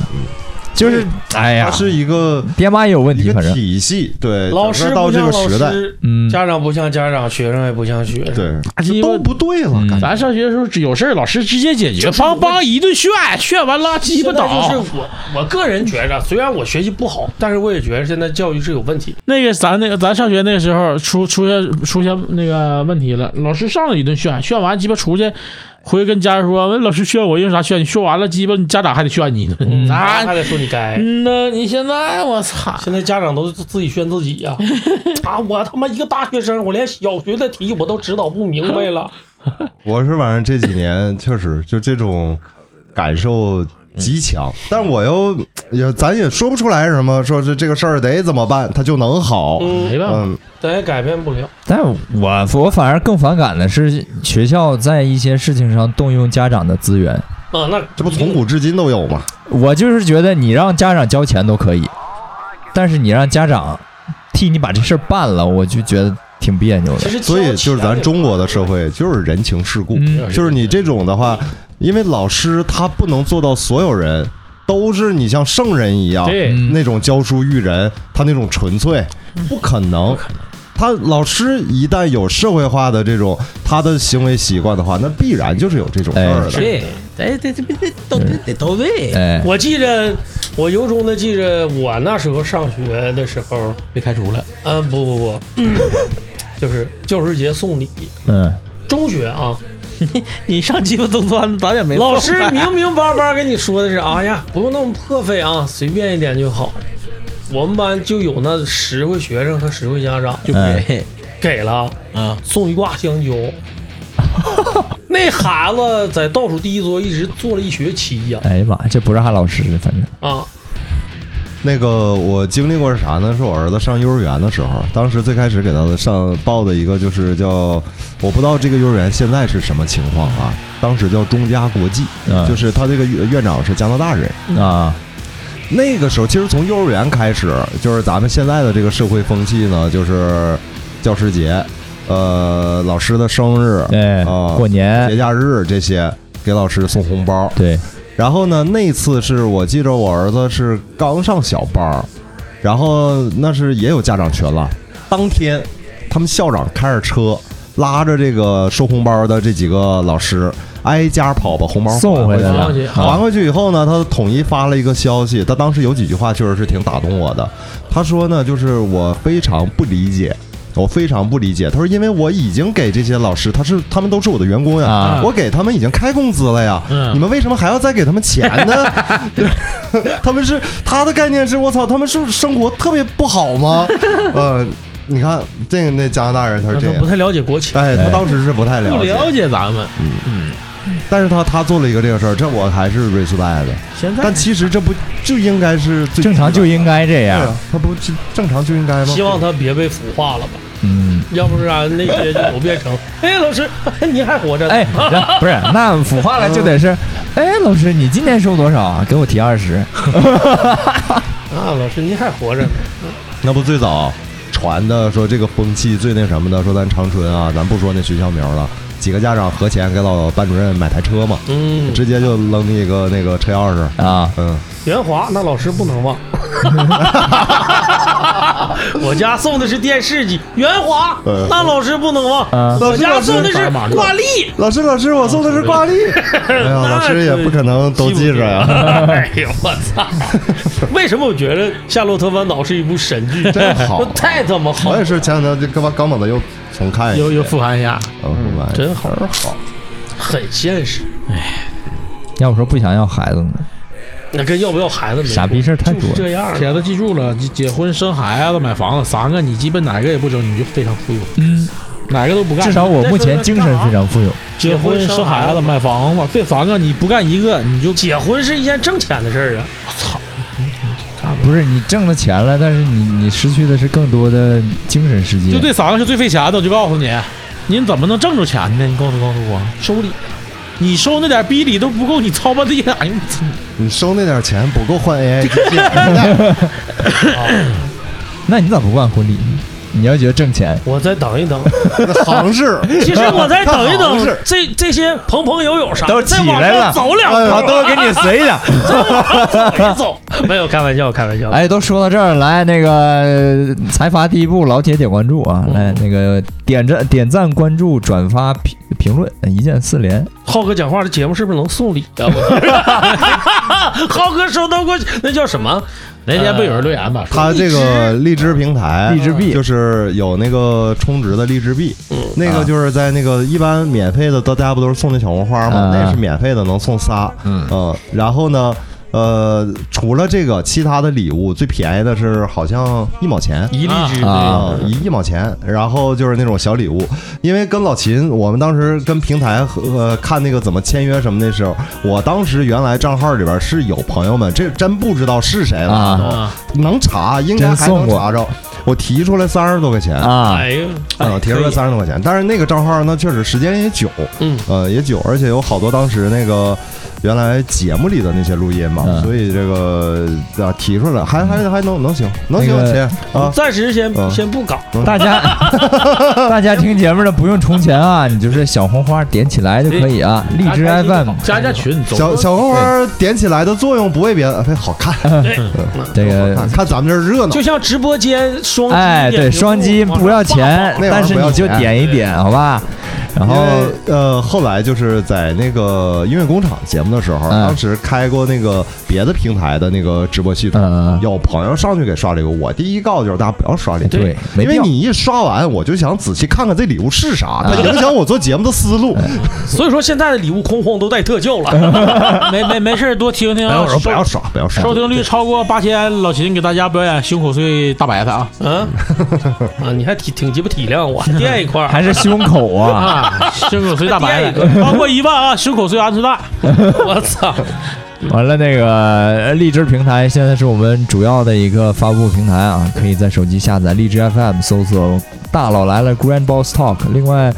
S3: 就是哎
S2: 它
S3: 呀，
S2: 嗯是一个
S3: 爹妈也有问
S2: 一
S3: 题，
S2: 个
S3: 反正
S2: 体系，对，
S4: 老师
S2: 整个到
S4: 不
S2: 这
S4: 像
S2: 个
S4: 老
S2: 时代，
S4: 师，
S3: 嗯，
S4: 家长不像家长，学生也不像学生。
S2: 对，
S6: 鸡
S2: 这
S6: 巴
S2: 都不对了。
S3: 嗯
S2: 感觉
S6: 咱上学的时候只有事儿，老师直接解决，
S4: 就是
S6: 梆梆一顿炫，炫完拉鸡巴
S4: 现在就
S6: 倒。
S4: 是我，我个人觉着，虽然我学习不好，但是我也觉得现在教育是有问题。
S6: 那个咱那个咱上学那个时候出出现出现那个问题了，老师上了一顿炫，炫完鸡巴出去，回去跟家人说，老师炫我，因为啥炫你？炫完了，鸡巴你家长还得炫你呢。
S4: 那
S6: 那
S4: 还得说你该。
S6: 嗯那你现在我操，
S4: 现在家长都是自己炫自己呀、啊！我他妈一个大学生，我连小学的题我都指导不明白了。
S2: 我是反正这几年确实就这种感受极强，但我又也咱也说不出来什么，说这这个事儿得怎么办，它就能好。
S4: 嗯，
S6: 没办法，
S2: 嗯，
S4: 咱也改变不了。
S3: 但我我反而更反感的是学校在一些事情上动用家长的资源。
S4: 啊，那
S2: 这不从古至今都有吗？
S3: 我就是觉得你让家长交钱都可以，但是你让家长替你把这事儿办了，我就觉得挺别扭
S4: 其
S3: 的。
S4: 实
S2: 所以
S4: 交
S2: 就是
S4: 钱
S2: 咱
S4: 也
S2: 中国的社会就是人情世故，
S3: 嗯
S2: 就是你这种的话，因为老师他不能做到所有人都是你像圣人一样，
S6: 对
S3: 嗯
S2: 那种教书育人，他那种纯粹，不可能。他老师一旦有社会化的这种他的行为习惯的话，那必然就是有这种事儿的。
S4: 对，
S8: 对对对对，都对得都对，
S3: 哎，
S4: 我记着，我由衷的记着，我那时候上学的时候，
S8: 被开除了。
S4: 嗯，不不不，就是教师节送礼，
S3: 嗯，
S4: 中学啊，
S8: 你上鸡巴东端，咱也没
S4: 老师 明明白白跟你说的是，哎呀，不用那么破费啊，随便一点就好。我们班就有那实惠学生和实惠家长，
S8: 就
S3: 哎
S8: 给
S4: 给了
S8: 啊，
S4: 送一挂香蕉。那孩子在倒数第一桌一直坐了一学期呀、
S3: 哎呀妈，这不是哈老师，反正
S4: 啊！
S2: 那个我经历过是啥呢？是我儿子上幼儿园的时候，当时最开始给他上报的一个就是叫，我不知道这个幼儿园现在是什么情况啊。当时叫中加国际，
S3: 嗯
S2: 就是他这个院院长是加拿大人。
S3: 啊，
S2: 那个时候，其实从幼儿园开始，就是咱们现在的这个社会风气呢，就是教师节，呃，老师的生日、
S3: 哎，
S2: 啊
S3: 过
S2: 节
S3: 年，
S2: 假日这些，给老师送红包。
S3: 对，
S2: 然后呢，那次是我记着我儿子是刚上小班儿，然后那是也有家长群了。当天，他们校长开着车拉着这个收红包的这几个老师挨家跑把红包还
S3: 送回来
S2: 去
S3: 了
S4: 回去，
S2: 还回去以后呢，他统一发了一个消息，他当时有几句话确实是挺打动我的。他说呢，就是我非常不理解。我非常不理解，他说，因为我已经给这些老师，他是他们都是我的员工呀，
S3: 啊
S2: 我给他们已经开工资了呀，你们为什么还要再给他们钱呢？他们是他的概念是我操，他们是不是生活特别不好吗？呃，你看这个那加拿大人他是这
S4: 他不
S2: 样，
S4: 太了解国情，
S2: 哎，他当时是不太了
S6: 不
S2: 解，
S6: 了解咱们。
S2: 但是他他做了一个这个事儿，这我还是 respect 的。
S6: 现在
S2: 但其实这不就应该是最
S3: 正常就
S2: 应
S3: 应该这
S2: 该
S3: 样
S2: 啊。，他不就正常就应该吗？
S4: 希望他别被腐化了吧，
S3: 嗯，
S4: 要不然那些就变成，哎，老师， 你还活着？
S3: 哎，然不是，那腐化了就得是，哎，老师，你今年收多少啊？给我提二十。
S4: 啊，老师，您还活着呢？
S2: 那不最早传的说这个风气最那什么的，说咱长春啊，咱不说那学校名了，几个家长合钱给老班主任买台车嘛，
S4: 嗯，
S2: 直接就扔一个那个车钥匙，
S3: 啊，
S2: 嗯，
S4: 袁华那老师不能忘。我家送的是电视机，袁华
S2: 嗯
S4: 那老师不能忘。
S3: 嗯
S4: 我家送的是挂历，
S2: 老师老师，我送的是挂历，哎呀，老师也不可能都记着呀、
S4: 哎呦我操！为什么我觉得《夏洛特烦恼》是一部神剧？
S2: 真好
S4: 太他妈好
S2: 我
S4: 了
S2: 也！是前两天就刚刚猛的又重看一
S6: 又
S2: 遍，
S6: 又复盘一下，
S2: 嗯，
S4: 真好，
S2: 真好。
S4: 很现实。
S3: 要不说不想要孩子呢，
S4: 那跟要不要孩子没
S3: 傻逼事儿太多
S4: 就是
S3: 了。
S4: 这样的。
S6: 铁子记住了，结结婚生孩子买房子三个，你鸡巴哪个也不整，你就非常富有，
S3: 嗯，
S6: 哪个都不干。
S3: 至少我目前精神非常富有。
S6: 结婚生孩子买房子，这三个你不干一个，你就
S4: 结婚是一件挣钱的事儿啊，
S3: 不是你挣了钱了，但是你你失去的是更多的精神世界。
S6: 就这三个是最费钱的。我就告诉你，您怎么能挣着钱呢？你告诉告诉我，收礼，你收那点逼礼都不够你操吧地。哎呦，我操
S2: 你收那点钱不够换 AI 机器人的，
S3: 那你咋不办婚礼呢？你要觉得挣钱，
S4: 我再等一等。
S2: 行 市
S4: 其实我再等一
S2: 看好
S4: 等
S2: 事，
S4: 这这些朋朋友友啥
S3: 都
S4: 的
S3: 起
S4: 再往
S3: 来
S4: 上
S3: 了
S4: 走两
S2: 哎
S4: 步，
S2: 呦
S3: 都啊给你随着。
S4: 别 走，没有开玩笑，开玩 笑。
S3: 哎，都说到这儿，来那个呃财阀第一步，老铁点关注啊！来那个点赞、点赞、关注、转发、评评论，一键四连。
S4: 浩哥讲话 的节目是不是能送礼啊？我浩哥收到过那叫什么？
S6: 那天不有人留言吗？
S2: 它这个荔枝平台，
S3: 荔枝币
S2: 就是有那个充值的荔枝币，
S4: 嗯
S2: 那个就是在那个一般免费的，都大家不都是送那小红花
S4: 啊
S2: 吗？
S3: 嗯
S2: 那是免费的，能送仨。
S3: 嗯
S2: 嗯，然后呢，呃，除了这个，其他的礼物最便宜的是好像一毛钱。
S6: 一
S4: 荔枝
S2: 啊
S3: 啊，
S2: 一一毛钱，然后就是那种小礼物，因为跟老秦，我们当时跟平台和、呃、看那个怎么签约什么的时候，我当时原来账号里边是有朋友们，这真不知道是谁了，
S3: 啊
S6: 啊，
S2: 能查，应该
S3: 真
S2: 还
S3: 送
S2: 能
S3: 过
S2: 查着。我提出来三十多块钱啊、
S3: 啊，
S4: 哎呀，
S2: 提出来三十多块钱，但是那个账号呢，确实时间也久，
S4: 嗯，
S2: 呃，也久，而且有好多当时那个原来节目里的那些录音嘛，
S3: 嗯
S2: 所以这个啊提出来还还还能能行，能行，
S3: 那个
S2: 亲啊，
S4: 暂时先
S2: 嗯
S4: 先不搞，
S3: 大 家大家听节目的不用充钱啊，你就是小红花点起来就可以啊，荔枝 FM
S6: 加加群，走
S2: 小小红花点起来的作用不为别的，哎，好看，
S4: 对，
S3: 这
S2: 看
S3: 个。
S2: 看咱们这儿热闹
S4: 就，像直播间双击
S3: 哎，对，
S4: 点屏幕
S3: 双击不要钱，
S2: 那玩意儿
S3: 但是
S2: 不要
S3: 你就
S2: 钱
S3: 点一点，好吧？然后
S2: 因为呃，后来就是在那个音乐工厂节目的时候，
S3: 嗯
S2: 当时开过那个别的平台的那个直播系统，
S3: 嗯嗯嗯
S2: 有朋友上去给刷礼物，我第一告就是大家不要刷礼物，
S3: 对没
S2: 因
S3: 必
S2: 为
S3: 要
S2: 你一刷完，我就想仔细看看这礼物是啥，它影响我做节目的思
S3: 嗯
S2: 路。
S4: 所以说现在的礼物哐哐都带特效了，
S6: 啊
S8: 没没没事儿，多听听
S2: 不
S8: 啊
S2: 要。
S8: 收
S2: 刷，哎不要刷，不要刷，
S8: 收听率超过八千，老秦给大家表演胸口碎大白菜 啊！
S4: 啊啊！你还体挺鸡巴体 谅我，垫一块儿，
S3: 还是胸口啊，
S8: 啊，胸口碎大白
S4: 第
S8: 菜，超过一万啊！胸口碎鹌鹑蛋，
S4: 我操！
S3: 完了那个呃荔枝平台现在是我们主要的一个发布平台啊，可以在手机下载荔枝 FM，搜索“大佬来了 Grand Boss Talk”。另外，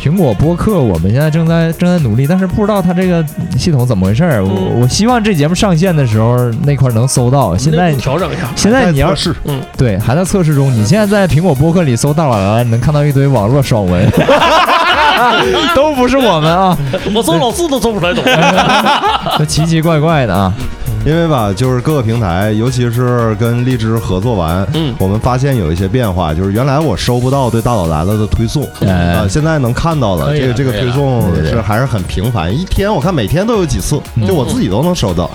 S3: 苹果播客我们现在正在正在努力，但是不知道它这个系统怎么回事儿。我我希望这节目上线的时候那块儿能搜到。现在
S4: 内部调整一下，
S3: 现在你要
S2: 是
S3: 对，还在测试中。你现在在苹果播客里搜“大佬来了”，你能看到一堆网络爽 文，都不是我们啊，
S4: 我搜老四都搜不出来懂。
S3: 都奇奇怪怪的啊。
S2: 因为吧，就是各个平台，尤其是跟荔枝合作完，
S4: 嗯
S2: 我们发现有一些变化，就是原来我收不到对大佬来了的推送，
S3: 哎
S2: 啊，现在能看到了，
S6: 可
S2: 这个
S6: 以了
S2: 这个
S6: 可以
S2: 推
S6: 了
S2: 送
S3: 对对
S2: 是还是很频繁，一天我看每天都有几次，就我自己都能收到。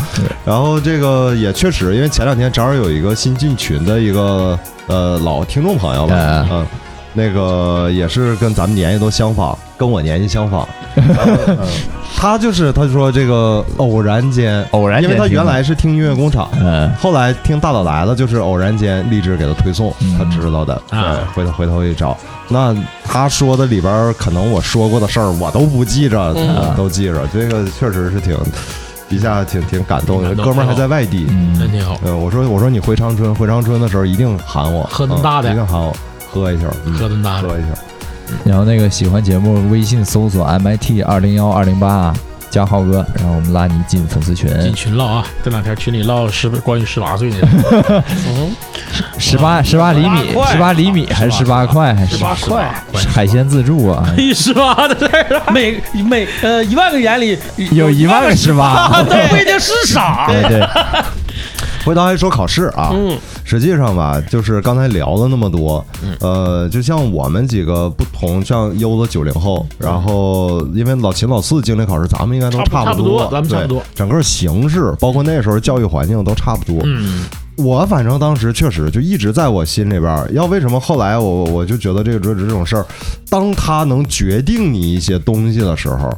S2: 然后这个也确实，因为前两天正好有一个新进群的一个呃老听众朋友吧，
S3: 哎
S2: 嗯，那个也是跟咱们年纪都相仿，跟我年纪相仿。然后嗯他就是他说这个偶然间，
S3: 偶然
S2: 因
S3: 间
S2: 为
S3: 哎听
S2: 他
S3: 到，
S2: 原来是听音乐工厂，
S3: 嗯。
S2: 后来听大佬来了，就是偶然间荔枝给他推送，
S3: 嗯
S2: 他知道的。对，
S6: 啊
S2: 回头回头一找，那他说的里边儿可能我说过的事儿我都不记着，
S4: 嗯
S2: 都记着。这个确实是挺一下挺挺感动的。
S6: 感动
S2: 哥们儿还在外地，
S6: 真
S3: 嗯，
S6: 挺好，
S2: 嗯，我说我说你回长春，回长春的时候一定喊我，
S6: 喝那么大的
S2: 嗯一定喊我，喝一下，嗯
S6: 喝顿大的。
S2: 喝一下。
S3: 然后那个喜欢节目，微信搜索 MIT 二零幺二零八，啊加浩哥，然后我们拉你进粉丝群。
S6: 进群唠啊！这两天群里唠十关于十八岁的，啊
S3: 十八十八厘米，十八厘米还是十八块，还是
S6: 18块
S3: 是海鲜自助啊？
S4: 一十八的事儿，每每呃一万个眼里
S3: 有一万个十 八，哎
S4: 都不一定是傻。
S3: 对对，
S2: 回头还说考试啊，
S4: 嗯，
S2: 实际上吧，就是刚才聊了那么多，
S6: 嗯
S2: 呃，就像我们几个不同，像优子九零后，
S6: 嗯
S2: 然后因为老秦老四经历考试，咱们应该都
S6: 差不
S2: 不多，
S6: 差不多咱们
S2: 对
S6: 差不多，
S2: 整个形式包括那时候教育环境都差不多。
S6: 嗯，
S2: 我反正当时确实就一直在我心里边儿，要为什么后来我我就觉得这个这种事儿，当它能决定你一些东西的时候。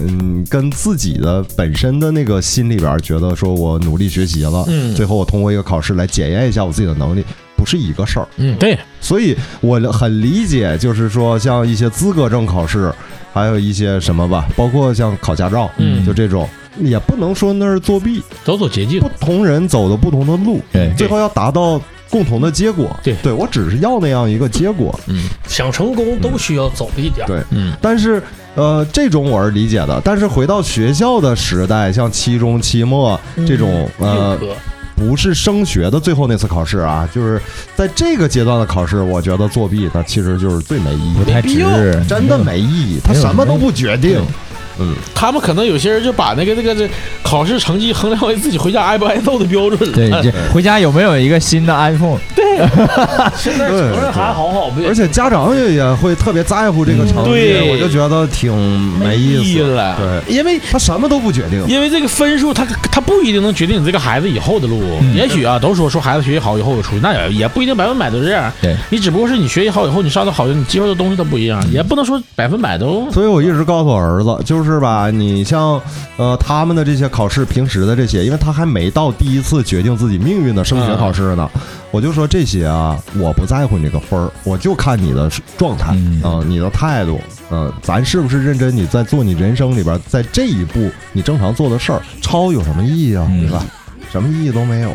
S2: 嗯，跟自己的本身的那个心里边儿觉得说，我努力学习了，
S6: 嗯
S2: 最后我通过一个考试来检验一下我自己的能力，不是一个事儿。
S6: 嗯，对，
S2: 所以我很理解，就是说像一些资格证考试，还有一些什么吧，包括像考驾照，
S6: 嗯
S2: 就这种，也不能说那是作弊，
S6: 走走捷径
S2: 不，同人走的不同的路，
S3: 对
S2: 最后要达到共同的结果。
S6: 对
S2: 我只是要那样一个结果。
S4: 想成功都需要走一点
S2: 对。
S6: 嗯，
S2: 但是，呃，这种我是理解的。但是回到学校的时代，像期中、期末这种，
S6: 嗯
S2: 呃
S4: 硬，核，
S2: 不是升学的最后那次考试啊，就是在这个阶段的考试，我觉得作弊那其实就是最没意义
S3: 不
S2: 的，
S3: 太值，
S2: 真的没意义，他什么都不决定。嗯，
S6: 他们可能有些人就把那个那个这考试成绩衡量为自己回家挨不挨揍的标准了。
S3: 对， 这回家有没有一个新的 iPhone？
S4: 现在成人还好好不也
S2: 而且家长也也会特别在乎这个成绩，
S6: 嗯对
S2: 我就觉得挺没意思。
S6: 了，
S2: 对，
S6: 因为
S2: 他什么都不决定，
S6: 因为这个分数，他他不一定能决定你这个孩子以后的路。也许啊，都说说孩子学习好以后有出息，那也也不一定百分百都这样。
S3: 对
S6: 你只不过是你学习好以后，你上的好学，你接受的东西都不一样，也不能说百分 百都。
S2: 所以我一直告诉我儿子，就是吧，你像呃他们的这些考试，平时的这些，因为他还没到第一次决定自己命运的升学考试呢，
S3: 嗯
S2: 我就说这些啊，我不在乎你这个分儿，我就看你的状态啊、
S3: 嗯
S2: 你的态度，嗯、咱是不是认真？你在做你人生里边，在这一步你正常做的事儿，超有什么意义啊？
S3: 嗯
S2: 对吧？什么意义都没有。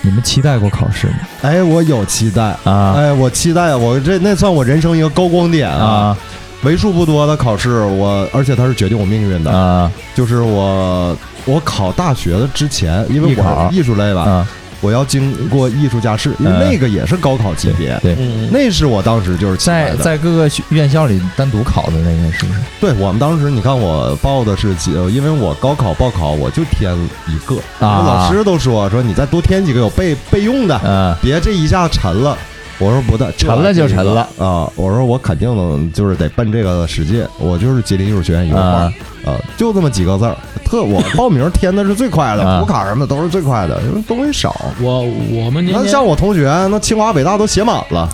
S3: 你们期待过考试吗？
S2: 哎，我有期待，
S3: 啊
S2: 哎，我期待，我这那算我人生一个高光点啊
S3: 啊
S2: 为数不多的考试，我而且它是决定我命运的。
S3: 啊
S2: 就是我我考大学的之前，因为
S3: 艺考
S2: 我是艺术类吧，
S3: 啊！
S2: 我要经过艺术加试，因为
S3: 嗯
S2: 那个也是高考级别。
S3: 对，
S4: 嗯，
S2: 那是我当时就是期待
S3: 在
S2: 的，
S3: 在各个学院校里单独考的那个是不是？
S2: 对我们当时，你看我报的是几，呃因为我高考报考我就添一个，
S3: 啊
S2: 老师都说说你再多添几个有备备用的，
S3: 嗯
S2: 别这一下沉了。我说不的，
S3: 沉了就沉了
S2: 啊！我说我肯定能，就是得奔这个使劲。我就是吉林艺术学院油画
S3: 啊
S2: 啊，就这么几个字儿。特我报名填的是最快
S3: 啊
S2: 的，补卡什么的都是最快的，因为东西少。
S7: 我我们年
S2: 那
S7: 年
S2: 像我同学，那清华北大都写满了，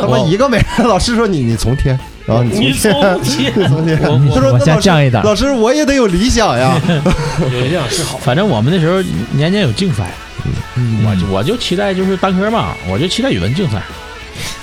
S2: 他妈一个没人。老师说你你从天，然后你
S4: 你
S2: 从天，
S4: 从天
S2: 你从天。
S7: 我
S2: 他说
S3: 往
S2: 那
S3: 下
S2: 老师
S3: 降一档
S2: 老师，我也得有理想呀。
S4: 有一辆是好，
S6: 反正我们那时候年年有竞赛，嗯，我就我就期待就是单科嘛，我就期待语文竞赛。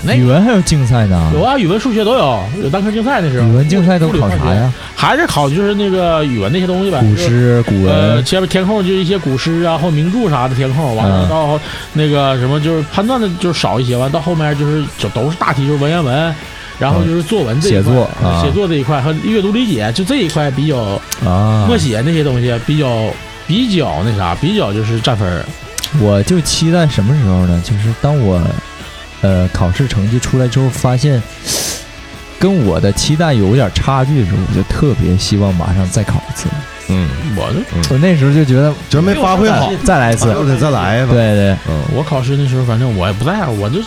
S6: 那
S3: 语文还有竞赛呢，
S6: 有啊，语文、数学都有，有单科竞赛那时候。
S3: 语文竞赛都
S6: 物理
S3: 考啥？
S6: 化学
S3: 呀？
S6: 还是考就是那个语文那些东西呗，
S3: 古
S6: 就是
S3: 诗、古
S6: 呃，
S3: 文
S6: 前面填空就是一些古诗啊，或名著啥的填空，完了
S3: 嗯
S6: 到那个什么就是判断的就是少一些，完到后面就是就都是大题，就是文言文，然后就是作文这一
S3: 写
S6: 块，
S3: 作啊
S6: 写作这一块和阅读理解，就这一块比较
S3: 啊
S6: 默写那些东西比较比较那啥，比较就是占分儿。
S3: 我就期待什么时候呢？就是当我呃考试成绩出来之后，发现跟我的期待有点差距的时候，我就特别希望马上再考一次。
S2: 嗯，
S6: 我就
S3: 我那时候就觉得哦
S2: 觉得没发挥好，
S3: 再来一次，
S2: 又得再来吧。
S3: 对对，
S2: 嗯，
S6: 我考试那时候，反正我也不在乎，我就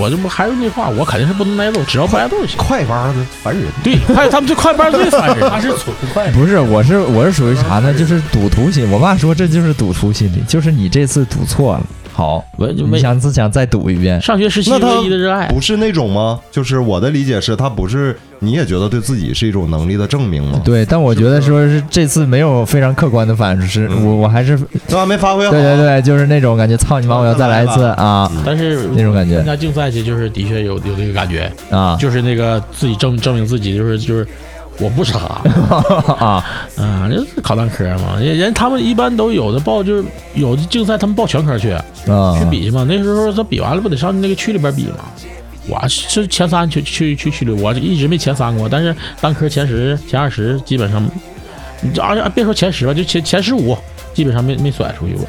S6: 我就不还是那话，我肯定是不能挨揍，只要不挨揍就行。
S2: 快班的烦人。
S6: 对，还有他们这快班最烦人，
S4: 他是存快，
S3: 不是，我是我是属于啥呢？就是赌徒心。我爸说这就是赌徒心理，就是你这次赌错了，好，
S6: 我就
S3: 你
S6: 没
S3: 想只想再赌一遍。
S6: 上学时期
S2: 那他
S6: 唯一的热
S3: 哎
S6: 爱。
S2: 不是那种吗？就是我的理解是，他不是你也觉得对自己是一种能力的证明吗？
S3: 对，但我觉得说是这次没有非常客观的反思，
S2: 嗯
S3: 我我还是对
S2: 对吧？没发挥好，啊
S3: 对对，就是那种感觉，操你妈，我要再来一次
S2: 嗯
S3: 啊
S6: 但是
S3: 那种感觉
S6: 参加竞赛去，就是的确有有这个感觉，
S3: 啊
S6: 就是那个自己证证明自己，就是就是我不 傻，
S3: 啊！
S6: 嗯，人考单科嘛，人人他们一般都有的报，就是有的竞赛他们报全科去去
S3: 嗯
S6: 比去嘛，那时候他比完了不得上那个区里边比嘛，我是前三去去去区里，我一直没前三过，但是单科前十前二十基本上，你这而且别说前十吧，就前前十五基本上没没甩出去过，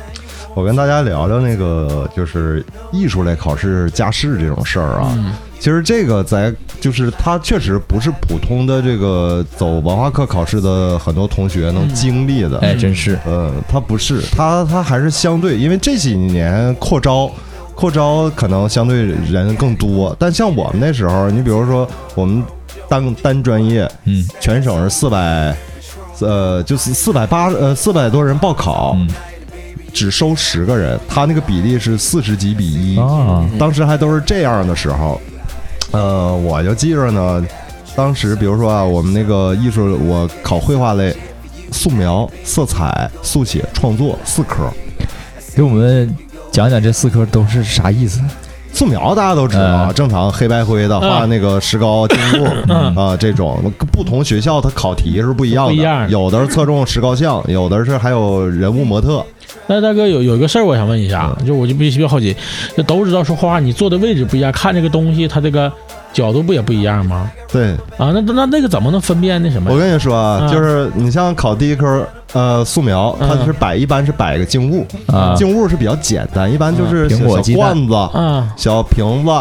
S2: 我跟大家聊聊那个就是艺术类考试加试这种事儿啊。
S3: 嗯
S2: 其实这个在就是它确实不是普通的这个走文化课考试的很多同学能经历的。
S3: 哎，真是
S2: 嗯，它不是，它它还是相对，因为这几年扩招。扩招可能相对人更多，但像我们那时候，你比如说我们单单专业，
S3: 嗯
S2: 全省是四百，呃，就是四百八呃四百多人报考，
S3: 嗯
S2: 只收十个人，他那个比例是四十几比一、
S3: 啊
S6: 嗯
S2: 当时还都是这样的时候，呃，我就记着呢，当时比如说啊，我们那个艺术，我考绘画类，素描、色彩、速写、创作四科。
S3: 给我们讲讲这四科都是啥意思？
S2: 素描大家都知道啊，
S3: 嗯
S2: 正常黑白灰的，
S6: 嗯
S2: 画那个石膏、静物啊，这种不同学校它考题是不一样的，
S6: 不一样
S2: 有的是侧重石膏像，有的是还有人物模特，
S6: 那大哥有有一个事儿，我想问一下，啊就我就必须好奇，这都知道说画画你坐的位置不一样，看这个东西它这个角度不也不一样吗？
S2: 对，
S6: 啊，那那那个怎么能分辨那什么
S2: 我
S6: 呀？
S2: 跟你说啊，
S6: 嗯
S2: 就是你像考第一科，呃，素描，它
S6: 嗯
S2: 是摆一般是摆个静物
S3: 啊，
S2: 静物是比较简单，一般就是
S3: 嗯苹果
S2: 小
S3: 鸡
S2: 小
S3: 蛋
S2: 罐子、
S6: 啊
S2: 小瓶子、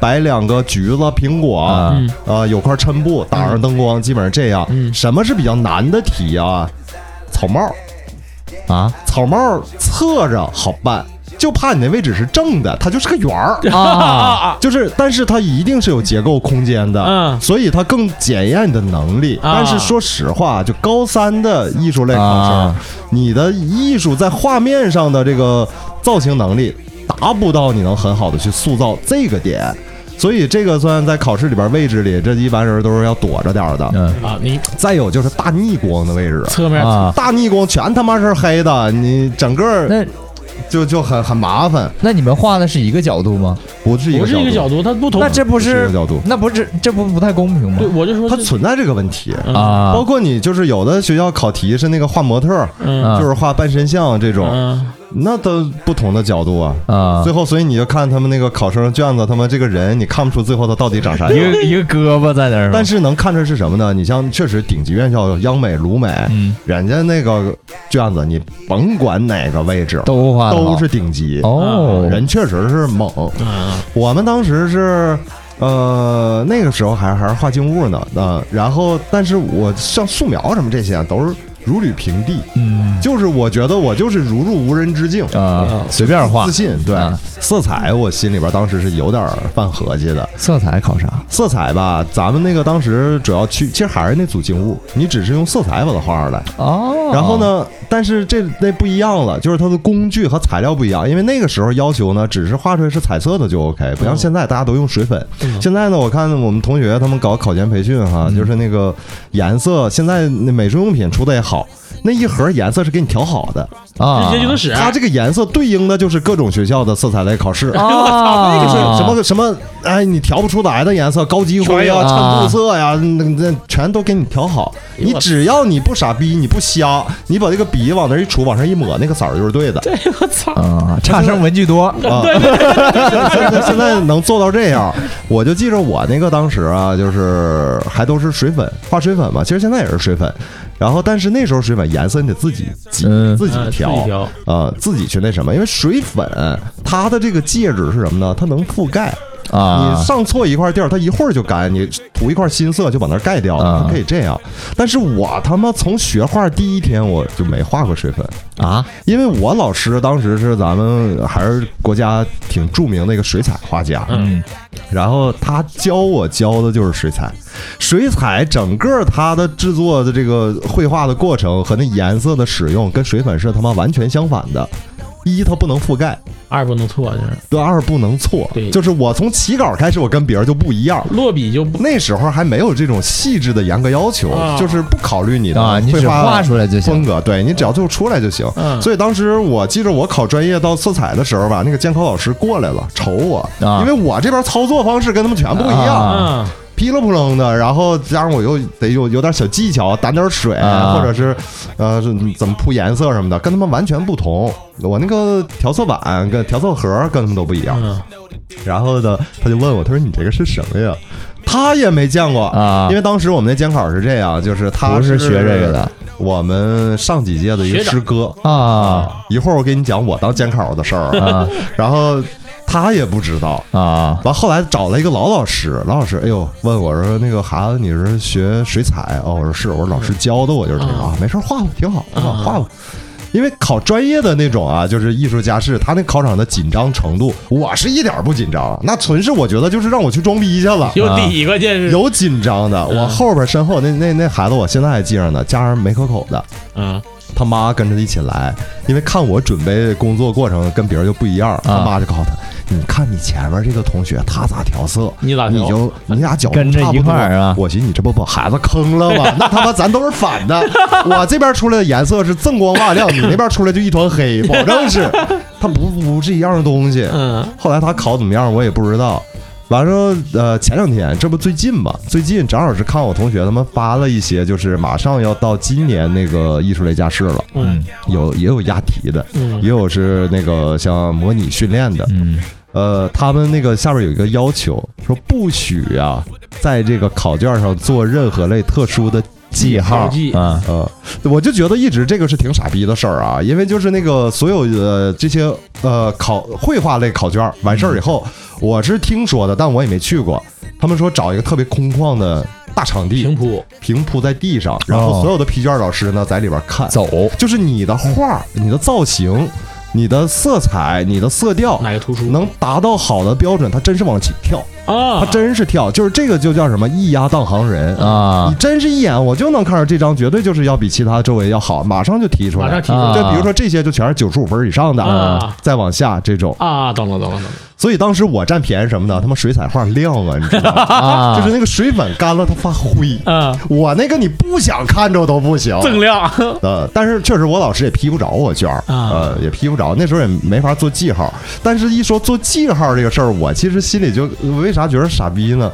S2: 摆两个橘子、苹果
S3: 啊
S2: 啊、有块抻布打上灯光，基本上这样。什么是比较难的题啊？草帽，
S3: 啊
S2: 草帽侧着好办，就怕你那位置是正的，它就是个圆儿。
S3: 啊！
S2: 就是，但是它一定是有结构空间的，
S8: 嗯
S2: 所以它更检验你的能力。
S8: 啊
S2: 但是说实话，就高三的艺术类考生，
S3: 啊
S2: 你的艺术在画面上的这个造型能力，达不到你能很好的去塑造这个点。所以这个算在考试里边位置里，这一般人都是要躲着点儿的。
S3: 嗯
S8: 啊，你
S2: 再有就是大逆光的位置，
S8: 侧面
S3: 啊，
S2: 大逆光全他妈是黑的，你整个
S3: 那
S2: 就就很很麻烦，
S3: 那你们画的是一个角度吗？
S2: 不是一
S8: 不
S2: 个
S8: 是一个
S2: 角
S8: 角度，
S2: 度，
S8: 它不同
S3: 那。这不
S2: 不是一
S3: 是
S2: 个角度，
S3: 那不是这不不太公平
S8: 对，
S3: 吗？
S8: 我就说
S2: 它
S8: 这
S2: 存在这个问题。
S3: 啊
S2: 包括你就是有的学校考题是那个画模特儿，
S8: 嗯
S3: 啊
S2: 就是画半身像这种，
S8: 嗯
S2: 那都不同的角度啊。
S3: 啊
S2: 最，后，所以你就看他们那个考生卷子，他们这个人你看不出最后他到底长啥
S3: 一
S2: 样，
S3: 个一个胳膊在那儿，
S2: 但是能看出是什么呢？你像确实顶级院校，央美、鲁美，
S3: 嗯，
S2: 人家那个卷子你甭管哪个位置
S3: 都画得好
S2: 都是顶级，
S3: 哦，
S2: 人确实是猛。
S8: 嗯
S2: 我们当时是，呃，那个时候还还是画静物呢，啊，然后但是我像素描什么这些啊都是如履平地，
S3: 嗯
S2: 就是我觉得我就是如入无人之境。呃
S3: 啊，随便画
S2: 自，信对、
S3: 啊
S2: 色彩，我心里边当时是有点儿犯合计的。
S3: 色彩考啥？
S2: 色彩吧，咱们那个当时主要去，其实还是那组静物，你只是用色彩把它画出来。
S3: 哦，
S2: 然后？呢，但是这那不一样了，就是它的工具和材料不一样，因为那个时候要求呢，只是画出来是彩色的就
S3: 嗯
S2: OK，不像现在大家都用水粉。现在呢，我看我们同学他们搞考前培训哈，就是那个颜色，现在那美术用品出的也好，那一盒颜色是给你调好的，
S3: 啊，
S8: 直 接就能使。
S2: 它这个颜色对应的就是各种学校的色彩类考试。
S3: 啊，
S2: 就是什么什么，哎，你调不出来的颜色，高级灰呀、
S3: 全有
S2: 衬布色呀，那那全都给你调好。你只要你不傻逼，你不瞎，你把这个笔往那儿一杵，往上一抹，那个色儿就是对的。
S3: 啊，差生文具多，
S2: 啊，现在现在能做到这样，我就记着我那个当时啊，就是还都是水粉画水粉嘛，其实现在也是水粉。然后，但是那时候水粉颜色你得自己挤
S3: 嗯
S2: 自己
S8: 嗯
S2: 调
S8: 自己调
S2: 啊，自己去那什么，因为水粉它的这个介质是什么呢？它能覆盖。
S3: 啊，
S2: 你上错一块地儿，它一会儿就干；你涂一块新色就把那儿盖掉了，
S3: 啊
S2: 它可以这样。但是我他妈从学画第一天我就没画过水粉，
S3: 啊
S2: 因为我老师当时是咱们还是国家挺著名的一个水彩画家，
S3: 嗯
S2: 然后他教我教的就是水彩，水彩整个它的制作的这个绘画的过程和那颜色的使用跟水粉是他妈完全相反的，一它不能覆盖。
S8: 二不能错，就是
S2: 对，二不能错
S8: 对，
S2: 就是我从起稿开始，我跟别人就不一样，
S8: 落笔就不
S2: 那时候还没有这种细致的严格要求，
S8: 啊
S2: 就是不考虑你的
S3: 啊，你
S2: 绘
S3: 只画出来
S2: 风
S3: 就行
S2: 格，对你只要最后出来就行。
S8: 嗯
S2: 所以当时我记着我考专业到色彩的时候吧，那个监考老师过来了，瞅我，
S3: 啊
S2: 因为我这边操作方式跟他们全不一样。
S8: 嗯
S3: 啊
S2: 噼里扑棱的，然后加上我又得有有点小技巧，掸点水，
S3: 啊
S2: 或者是呃是怎么铺颜色什么的，跟他们完全不同。我那个调色板跟调色盒跟他们都不一样。
S8: 嗯
S2: 然后呢，他就问我，他说你这个是什么呀？他也没见过
S3: 啊
S2: 因为当时我们那监考是这样，就是他
S3: 不
S2: 是
S3: 是学这个的，
S2: 我们上几届的一个
S8: 学长
S2: 师哥。
S3: 啊
S2: 一会儿我给你讲我当监考的事儿，
S3: 啊
S2: 然后他也不知道，
S3: 啊
S2: 完后来找了一个老老师，老老师，哎呦，问我说那个孩子你是学水彩哦，我说是，我说老师教的我就是这个啊，没事儿画吧，挺好，挺好画吧。因为考专业的那种啊，就是艺术家是他那考场的紧张程度，我是一点儿不紧张，那纯是我觉得就是让我去装逼去了，
S8: 有底，关键是
S2: 有紧张的。
S3: 嗯
S2: 我后边身后那那那孩子，我现在还记着呢，家人没可口的，
S8: 嗯
S2: 他妈跟着一起来，因为看我准备工作过程跟别人就不一样，
S3: 嗯
S2: 他妈就告诉他：“你看你前面这个同学，他咋调色，
S8: 你咋调
S2: 你就你俩脚
S3: 跟着一块儿啊
S2: 我寻思你这不把孩子坑了吗？那他妈咱都是反 的，我这边出来的颜色是锃光瓦亮，你那边出来就一团黑，保证 是，它不不是一样的东西。
S8: 嗯
S2: 后来他考怎么样我也不知道。完了，呃，前两天这不最近嘛？最近正好是看我同学他们发了一些，就是马上要到今年那个艺术类加试了，
S3: 嗯
S2: 有也有押题的，
S8: 嗯
S2: 也有是那个像模拟训练的。
S3: 嗯
S2: 呃，他们那个下边有一个要求，说不许啊，在这个考卷上做任何类特殊的
S3: 记号
S6: 标记
S3: 啊，
S2: 呃，我就觉得一直这个是挺傻逼的事儿啊，因为就是那个所有呃这些呃考绘画类考卷儿完事儿以后，我是听说的，但我也没去过。他们说找一个特别空旷的大场地
S6: 平，哦铺，
S2: 平铺在地上，然后所有的批卷老师呢在里边看，
S3: 走
S2: 就是你的画儿、你的造型、你的色彩、你的色调。
S6: 哪个突出
S2: 能达到好的标准，他真是往起跳，
S6: 啊
S2: 他？真是跳，就是这个就叫什么一压当行人
S3: 啊
S2: 你真是一眼我就能看到这张，绝对就是要比其他周围要好，马上就提出
S6: 马上
S2: 来。
S6: 提
S3: 啊
S2: 就比如说这些就全是九十五分以上的，
S6: 啊
S2: 再往下这种，
S6: 啊！懂了懂了懂了，
S2: 所以当时我占便宜什么呢？他妈水彩画亮啊，你知道吗？
S3: 啊，
S2: 就是那个水粉干了它发灰，
S6: 嗯，
S2: 我那个你不想看着都不行。
S6: 锃亮，
S2: 呃，但是确实我老师也批不着我卷儿，
S6: 啊
S2: 呃，也批不着，那时候也没法做记号。但是，一说做记号这个事儿，我其实心里就为啥觉得傻逼呢？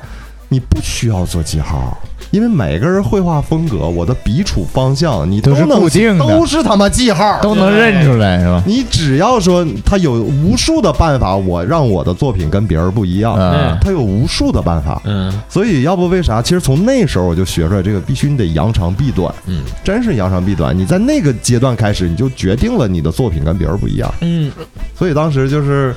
S2: 你不需要做记号，因为每个人绘画风格、我的笔触方向，你
S3: 都是
S2: 能
S3: 固定的
S2: 都是他妈记号。
S3: 都能认出来是吧？
S2: 你只要说他有无数的办法，我让我的作品跟别人不一样，
S3: 嗯
S2: 他有无数的办法。
S6: 嗯，
S2: 所以，要不为啥？其实从那时候我就学出来，这个必须你得扬长避短。
S6: 嗯，
S2: 真是扬长避短。你在那个阶段开始，你就决定了你的作品跟别人不一样。
S6: 嗯，
S2: 所以当时就是，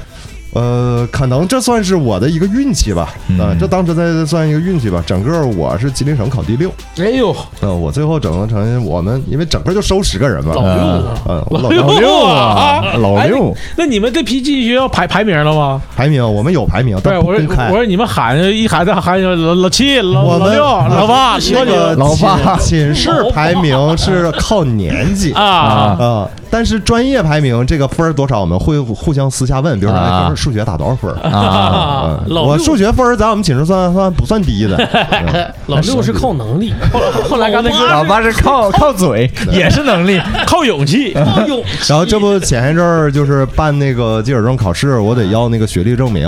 S2: 呃，可能这算是我的一个运气吧。
S3: 嗯
S2: 呃，这当时在算一个运气吧。整个我是吉林省考第六，
S6: 哎呦，
S2: 呃，我最后整个成绩我们因为整个就收十个人嘛，
S6: 老六啊，
S2: 嗯，我老
S6: 老六啊，
S3: 老
S6: 哎
S3: 六，
S6: 那你们这批进学校排排名了吗？
S2: 排名我们有排名，
S6: 不是，
S2: 但不
S6: 我说
S2: 公开
S6: 我。说你们喊一喊再喊老老七、老
S2: 我
S6: 老
S2: 们
S6: 六、老八、
S2: 那个
S3: 老 八
S2: 寝寝室排名是靠年纪
S6: 啊
S3: 啊
S2: 啊、但是专业排名这个分儿多少，我们会互相私下问，比如说，哎，
S3: 啊
S2: 平时数学打多少分儿？
S3: 啊，
S6: 啊，
S2: 嗯
S6: 老
S2: 我
S6: 六
S2: 数学分儿在我们寝室算算不算低的， 嗯
S4: 老六是靠能力，
S6: 后来刚才
S3: 老八是靠靠嘴，也是能力，
S6: 靠勇气，
S4: 靠勇
S2: 然后这不前一阵儿就是办那个记者证考试，我得要那个学历证明，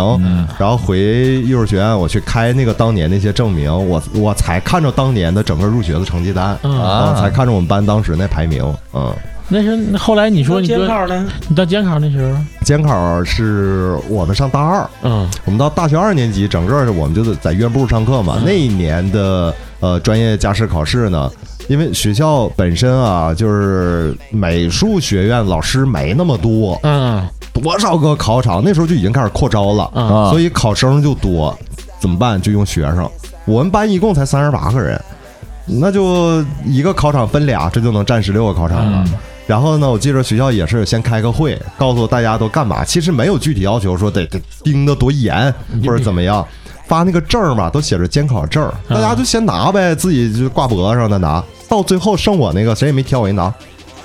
S2: 然后回艺术学院我去开那个当年那些证明，我我才看着当年的整个入学的成绩单，
S3: 啊
S2: 啊，才看着我们班当时那排名，嗯。
S6: 那是那后来你说你
S4: 监
S6: 说
S4: 考呢？
S6: 你到监考那时候，
S2: 监考是我们上大二，
S6: 嗯
S2: 我们到大学二年级，整个我们就在院部上课嘛。那一年的呃专业加试考试呢，因为学校本身啊，就是美术学院老师没那么多，
S4: 啊
S6: 嗯
S2: 多少个考场那时候就已经开始扩招了，
S3: 啊
S2: 所以考生就多，怎么办？就用学生。我们班一共才三十八个人，那就一个考场分俩，这就能占十六个考场了。然后呢，我记着学校也是先开个会，告诉大家都干嘛。其实没有具体要求说得得盯得多严或者怎么样。发那个证儿嘛，都写着监考证儿，大家就先拿呗，自己就挂脖子上的拿。到最后剩我那个，谁也没挑，我一拿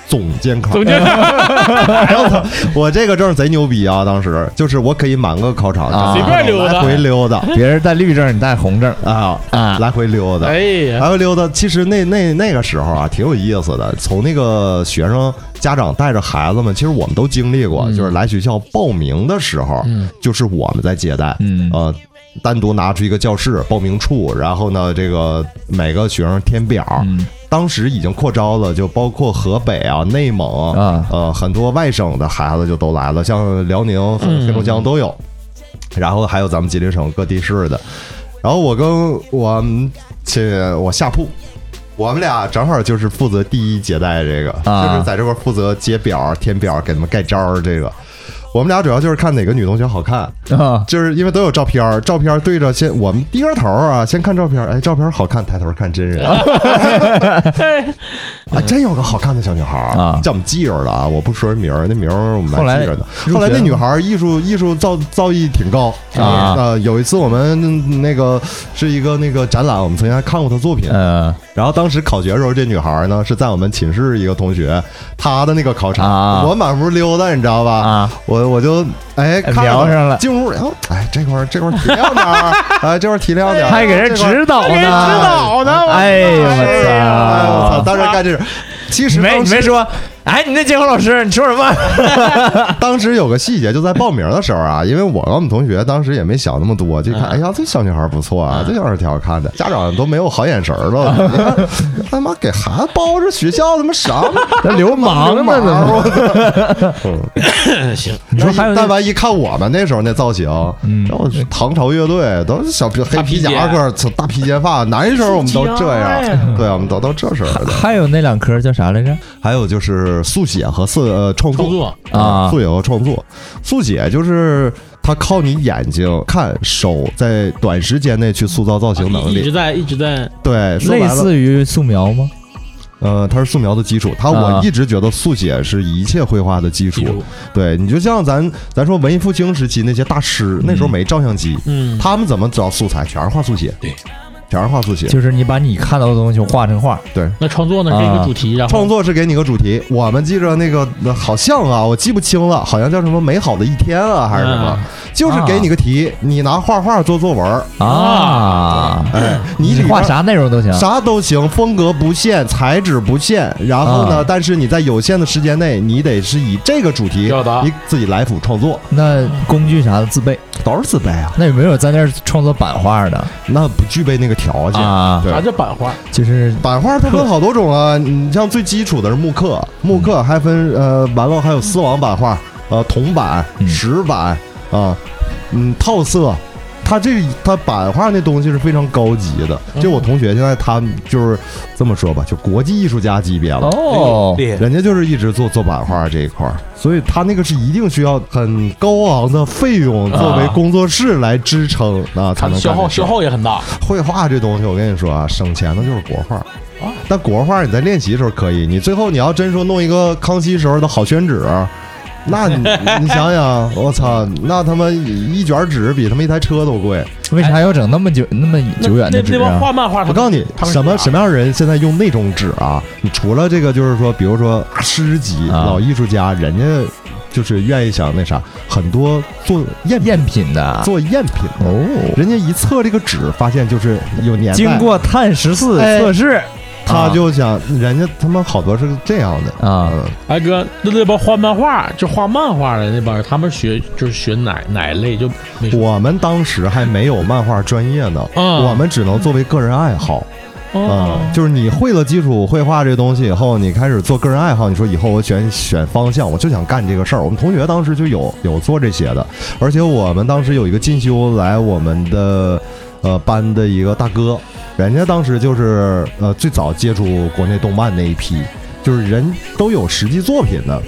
S2: 总监考。
S6: 总监考
S2: 然后 我这个证贼牛逼啊！当时就是我可以满个考场，
S3: 啊
S2: 就
S3: 随
S6: 便溜达
S2: 来回溜达
S3: 别人带绿证，你带红证
S2: 啊
S3: 啊
S2: 来回溜达，
S6: 哎呀，
S2: 来回溜达。其实那那那个时候啊，挺有意思的。从那个学生家长带着孩子们，其实我们都经历过，
S3: 嗯
S2: 就是来学校报名的时候，就是我们在接待，
S3: 嗯
S2: 呃。单独拿出一个教室报名处，然后呢，这个每个学生填表，
S3: 嗯
S2: 当时已经扩招了，就包括河北啊、内蒙
S3: 啊
S2: 呃，很多外省的孩子就都来了，像辽宁、黑龙江都有，然后还有咱们吉林省各地市的。然后我跟我们去我下铺，我们俩正好就是负责第一接待这个，
S3: 啊
S2: 就是在这块负责接表、填表，给他们盖章儿这个。我们俩主要就是看哪个女同学好看，
S3: 啊
S2: 就是因为都有照片儿，照片儿对着先我们低个头儿啊，先看照片儿，哎，照片儿好看，抬头看真人，啊，真有个好看的小女孩儿
S3: 啊
S2: 叫我们记着了啊，我不说人名儿，那名儿我们
S3: 后
S2: 还
S3: 来
S2: 记着呢。
S3: 入
S2: 后来
S3: 学
S2: 那
S3: 了
S2: 女孩儿艺术艺术造造诣挺高
S3: 啊
S2: 呃，有一次我们那个是一个那个展览，我们曾经还看过她作品，
S3: 呃
S2: 然后当时考学的时候，这女孩儿呢是在我们寝室一个同学，她的那个考场，
S3: 啊
S2: 我满屋溜达，你知道吧？
S3: 啊
S2: 我我就哎看
S3: 瞄
S2: 着
S3: 上了
S2: 进屋，哎呦哎这块儿这块儿提亮点儿， 哎这块儿提亮点儿，
S3: 还给人
S2: 这块儿
S3: 指导呢，
S2: 导呢
S3: 哎呦
S2: 哎呀我操！
S3: 我操！
S2: 当时干这种，其实
S3: 没
S2: 当
S3: 你
S2: 时
S3: 没说哎，你那监考老师，你说什么？
S2: 当时有个细节，就在报名的时候啊，因为我跟我们同学当时也没想那么多，就看，哎呀，这小女孩不错啊，这小女孩挺好看的，家长都没有好眼神儿了，你看 他妈给孩子报这学校，他妈啥
S3: 那流氓
S2: 忙
S3: 呢？怎么？
S4: 嗯
S6: 行，
S3: 你说还有
S2: 但
S3: 那
S2: 万一看我们那时候那造型，
S3: 嗯
S2: 然后唐朝乐队都是小皮黑皮夹克、大披肩发，男生我们都这样，对，我们都都这身儿的。
S3: 还有那两科叫啥来着？
S2: 还有就是速写和色呃创
S6: 创
S2: 作
S6: 作
S3: 啊
S2: 速写和创作，速写就是他靠你眼睛看手，在短时间内去塑造造
S3: 啊
S2: 型能
S6: 一直
S2: 力。
S6: 在一直在
S2: 对，说
S3: 类
S2: 白了，
S3: 似于素描吗？
S2: 呃，它是素描的基础。它
S3: 啊
S2: 我一直觉得速写是一切绘画的基
S6: 记
S2: 础
S6: 住。，
S2: 对你就像咱咱说文艺复兴时期那些大师，那时候没照相机，
S6: 嗯，
S2: 他们怎么找素材？全是画速写，
S6: 对，
S2: 全是画速写。
S3: 就是你把你看到的东西画成画，
S6: 那创作呢是一
S3: 啊
S6: 个主题，然后
S2: 创作是给你个主题，我们记着那个那好像啊，我记不清了，好像叫什么美好的一天啊，还是什么，
S6: 嗯
S2: 就是给你个题，你拿画画做作文儿，
S3: 啊，
S6: 嗯
S2: 哎，你里边
S3: 画？啥内容都行。
S2: 啥都行，风格不限，材质不限。然后
S6: 嗯
S2: 呢，
S3: 啊
S2: 但是你在有限的时间内，你得是以这个主题
S6: 表达，
S2: 你自己来辅创作，
S3: 那工具啥的自备，
S2: 都是自卑啊，
S3: 那有没有在那儿创作版画的
S2: 那不具备那个条件。
S3: 啊？
S2: 对
S6: 啥叫版画？
S3: 就是
S2: 版画它分好多种啊，你像最基础的是木刻，
S3: 嗯
S2: 木刻还分呃，完了还有丝网版画，呃，铜版、
S3: 嗯
S2: 石版啊，嗯，套色。它这它版画那东西是非常高级的，就
S3: 哦
S2: 我同学现在他就是这么说吧，就国际艺术家级别了。
S3: 哦，
S6: 哎厉害，
S2: 人家就是一直做做版画这一块儿，所以他那个是一定需要很高昂的费用作为
S3: 啊
S2: 工作室来支撑啊，才
S6: 他
S2: 能干
S6: 的消耗
S2: 这事儿
S6: 消耗也很大，
S2: 绘画这东西，我跟你说啊，省钱的就是国画。
S6: 啊
S2: 但国画你在练习的时候可以，你最后你要真说弄一个康熙时候的好宣纸，那 你你想想，我操，那他妈一卷纸比他妈一台车都贵。
S3: 为啥要整那么久哎那么
S6: 那
S3: 久远
S6: 那
S3: 的纸
S6: 那帮
S3: 啊？
S6: 画漫画，
S2: 我告诉你，
S6: 他们
S2: 什么
S6: 是
S2: 什么样的人现在用那种纸啊？你除了这个，就是说，比如说啊诗集、
S3: 啊
S2: 老艺术家，人家就是愿意想那啥，很多做赝品
S3: 赝品的
S2: 做赝品的，
S3: 哦，
S2: 人家一测这个纸，发现就是有年代。
S3: 经过碳十四测试
S2: 他就想，人家他妈好多是这样的
S3: 啊
S2: 嗯
S6: 哎哥，那那帮画漫画就画漫画的那帮，他们学就是学哪哪类就没说
S2: 我们当时还没有漫画专业呢，
S3: 啊
S6: 嗯
S2: 我们只能作为个人爱好
S6: 哦
S2: 啊、嗯就是你会了基础绘画这东西以后，你开始做个人爱好，你说以后我选选方向，我就想干这个事儿。我们同学当时就有有做这些的，而且我们当时有一个进修来我们的呃班的一个大哥，人家当时就是呃最早接触国内动漫那一批，就是人都有实际作品的。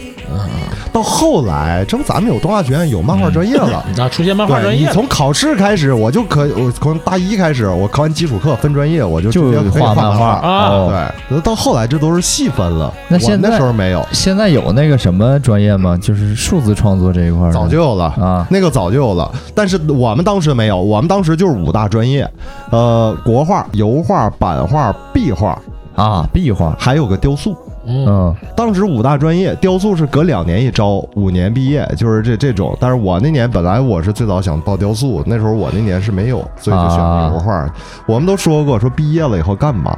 S2: 到后来，这不咱们有动画学院有漫画专业了，
S6: 啊，出现漫画
S2: 对
S6: 专
S2: 你
S6: 业
S2: 从考试开始，我就可我从大一开始，我考完基础课分专业，我就
S3: 就
S2: 直接可以画
S3: 画漫画
S2: 画。
S6: 啊
S3: 哦
S2: 对，到后来这都是细分了。
S3: 那
S2: 我
S3: 现在
S2: 那时候没有，
S3: 现在有那个什么专业吗？就是数字创作这一块儿的
S2: 早就有了。
S3: 啊
S2: 那个早就有了，但是我们当时没有，我们当时就是五大专业，呃，国画、油画、版画、壁画，
S3: 啊，壁画，
S2: 还有个雕塑。
S3: 嗯
S2: 当时五大专业，雕塑是隔两年一招，五年毕业，就是这这种。但是我那年本来我是最早想报雕塑，那时候我那年是没有，所以就选了油画。我们都说过，说毕业了以后干嘛？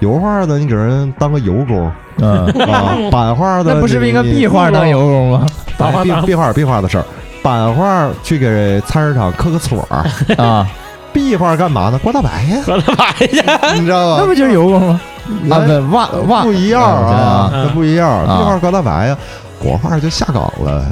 S2: 油画的你给人当个油 工
S3: 嗯，
S2: 啊，版画的
S3: 那不是
S2: 你
S3: 应该壁画当油工吗？
S2: 版画壁壁画壁画的事儿，版画去给菜市场刻个锁儿，
S3: 啊，
S2: 壁画干嘛呢？刮大白呀， 刮大白呀，你知道吧？
S3: 那不就是油工吗？啊，
S2: 来
S3: 不，袜袜
S2: 不一样啊，
S3: 嗯
S2: 那不一样。
S3: 啊
S2: 壁画高大白呀，国画就下岗了。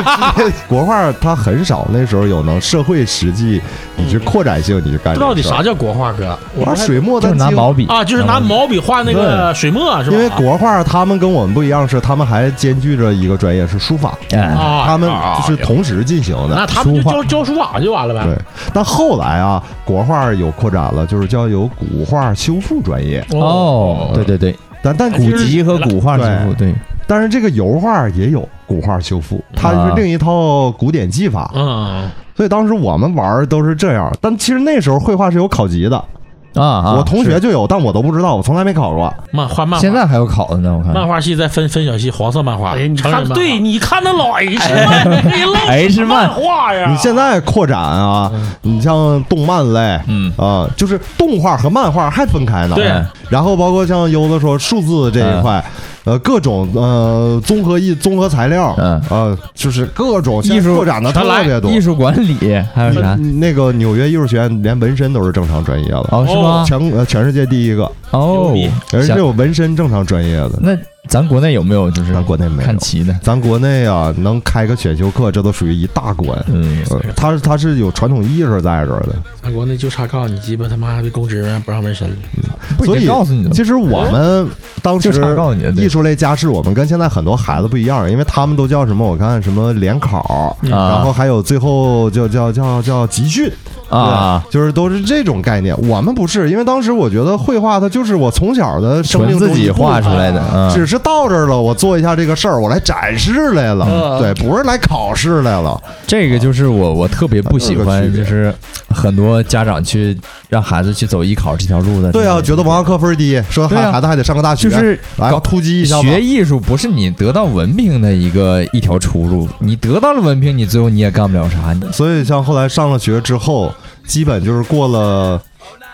S2: 国画它很少，那时候有能社会实际，你去扩展性，你去干这个事儿。
S6: 到底啥叫国画哥？
S2: 我说水墨
S3: 就是
S2: 但
S3: 拿
S2: 几乎
S3: 毛笔
S6: 啊，就是拿毛笔画那个水墨啊是吧？
S2: 因为国画他们跟我们不一样，是他们还兼具着一个专业是书法，
S3: 哎，
S6: 啊，
S2: 他们
S6: 啊
S2: 就是同时进行的。
S6: 那他们就
S3: 书画
S6: 教教书法就完了呗。
S2: 对，但后来啊，国画有扩展了，就是叫有古画修复专业，
S3: 哦，对对对，
S2: 但
S6: 啊
S2: 但
S3: 古籍和古画之父，对，
S2: 但是这个油画也有古画修复，它
S3: 啊
S2: 是另一套古典技法。
S6: 嗯，
S2: 所以当时我们玩儿都是这样，但其实那时候绘画是有考级的，
S3: 啊啊！
S2: 我同
S3: 是啊
S2: 学就有，但我都不知道，我从来没考过。
S6: 漫画漫
S3: 现
S6: 画
S3: 在还有考的呢，我看
S6: 漫画系在分分小系，黄色漫画，
S4: 哎呀，你
S6: 成人
S4: 看，
S6: 漫
S4: 对
S6: 画。
S4: 你看那老 H 漫，那老
S3: H 漫
S4: 画呀，
S2: 你现在扩展啊，你像动漫类
S3: 嗯
S2: 啊，就是动画和漫画还分开呢。
S6: 对
S3: 哎
S2: 然后包括像优子说数字这一块，呃，各种呃综合艺综合材料，
S3: 嗯
S2: 呃，就是各种
S3: 艺术
S2: 扩展的特别多嗯
S3: 艺。术管理还有啥？
S2: 那个纽约艺术学院连纹身都是正常专业了，
S3: 哦，是吗？
S2: 全呃全世界第一个，
S3: 哦，
S2: 而且
S3: 想
S2: 有纹身正常专业的，
S3: 那咱国内有没有就是
S2: 咱国内没有
S3: 嗯看。齐的？
S2: 咱国内啊，能开个选修课，这都属于一大关。
S3: 嗯，
S2: 呃它它是有传统意识在这儿的，
S6: 咱哎国内就差告诉你鸡巴他妈的公职不让纹身了，
S3: 不
S2: 所
S3: 已
S2: 以
S3: 经告诉你了，
S2: 其实我们当时
S3: 就差告诉你了，对
S2: 艺术类家事，我们跟现在很多孩子不一样，因为他们都叫什么？我看什么联考，
S3: 啊
S2: 然后还有最后叫叫叫叫集训
S3: 啊，，
S2: 对就是都是这种概念。我们不是，因为当时我觉得绘画它就是我从小的生
S3: 纯
S2: 命
S3: 自
S2: 中一
S3: 己
S2: 部分
S3: 画出来的，嗯
S2: 只是到这儿了，我做一下这个事儿，我来展示来了，
S3: 嗯
S2: 对，不是来考试来了。
S3: 这个就是我我特别不喜
S2: 这
S3: 欢，
S2: 个区别
S3: 就是很多家长去让孩子去走艺考这条路的。
S2: 对啊，觉得文化课分低，说
S3: 对啊
S2: 孩孩子还得上个大学，
S3: 就是
S2: 来
S3: 搞
S2: 突击一下吧。
S3: 学艺术不是你得到文凭的一个一条出路，你得到了文凭，你最后你也干不了啥。你
S2: 所以像后来上了学之后，基本就是过了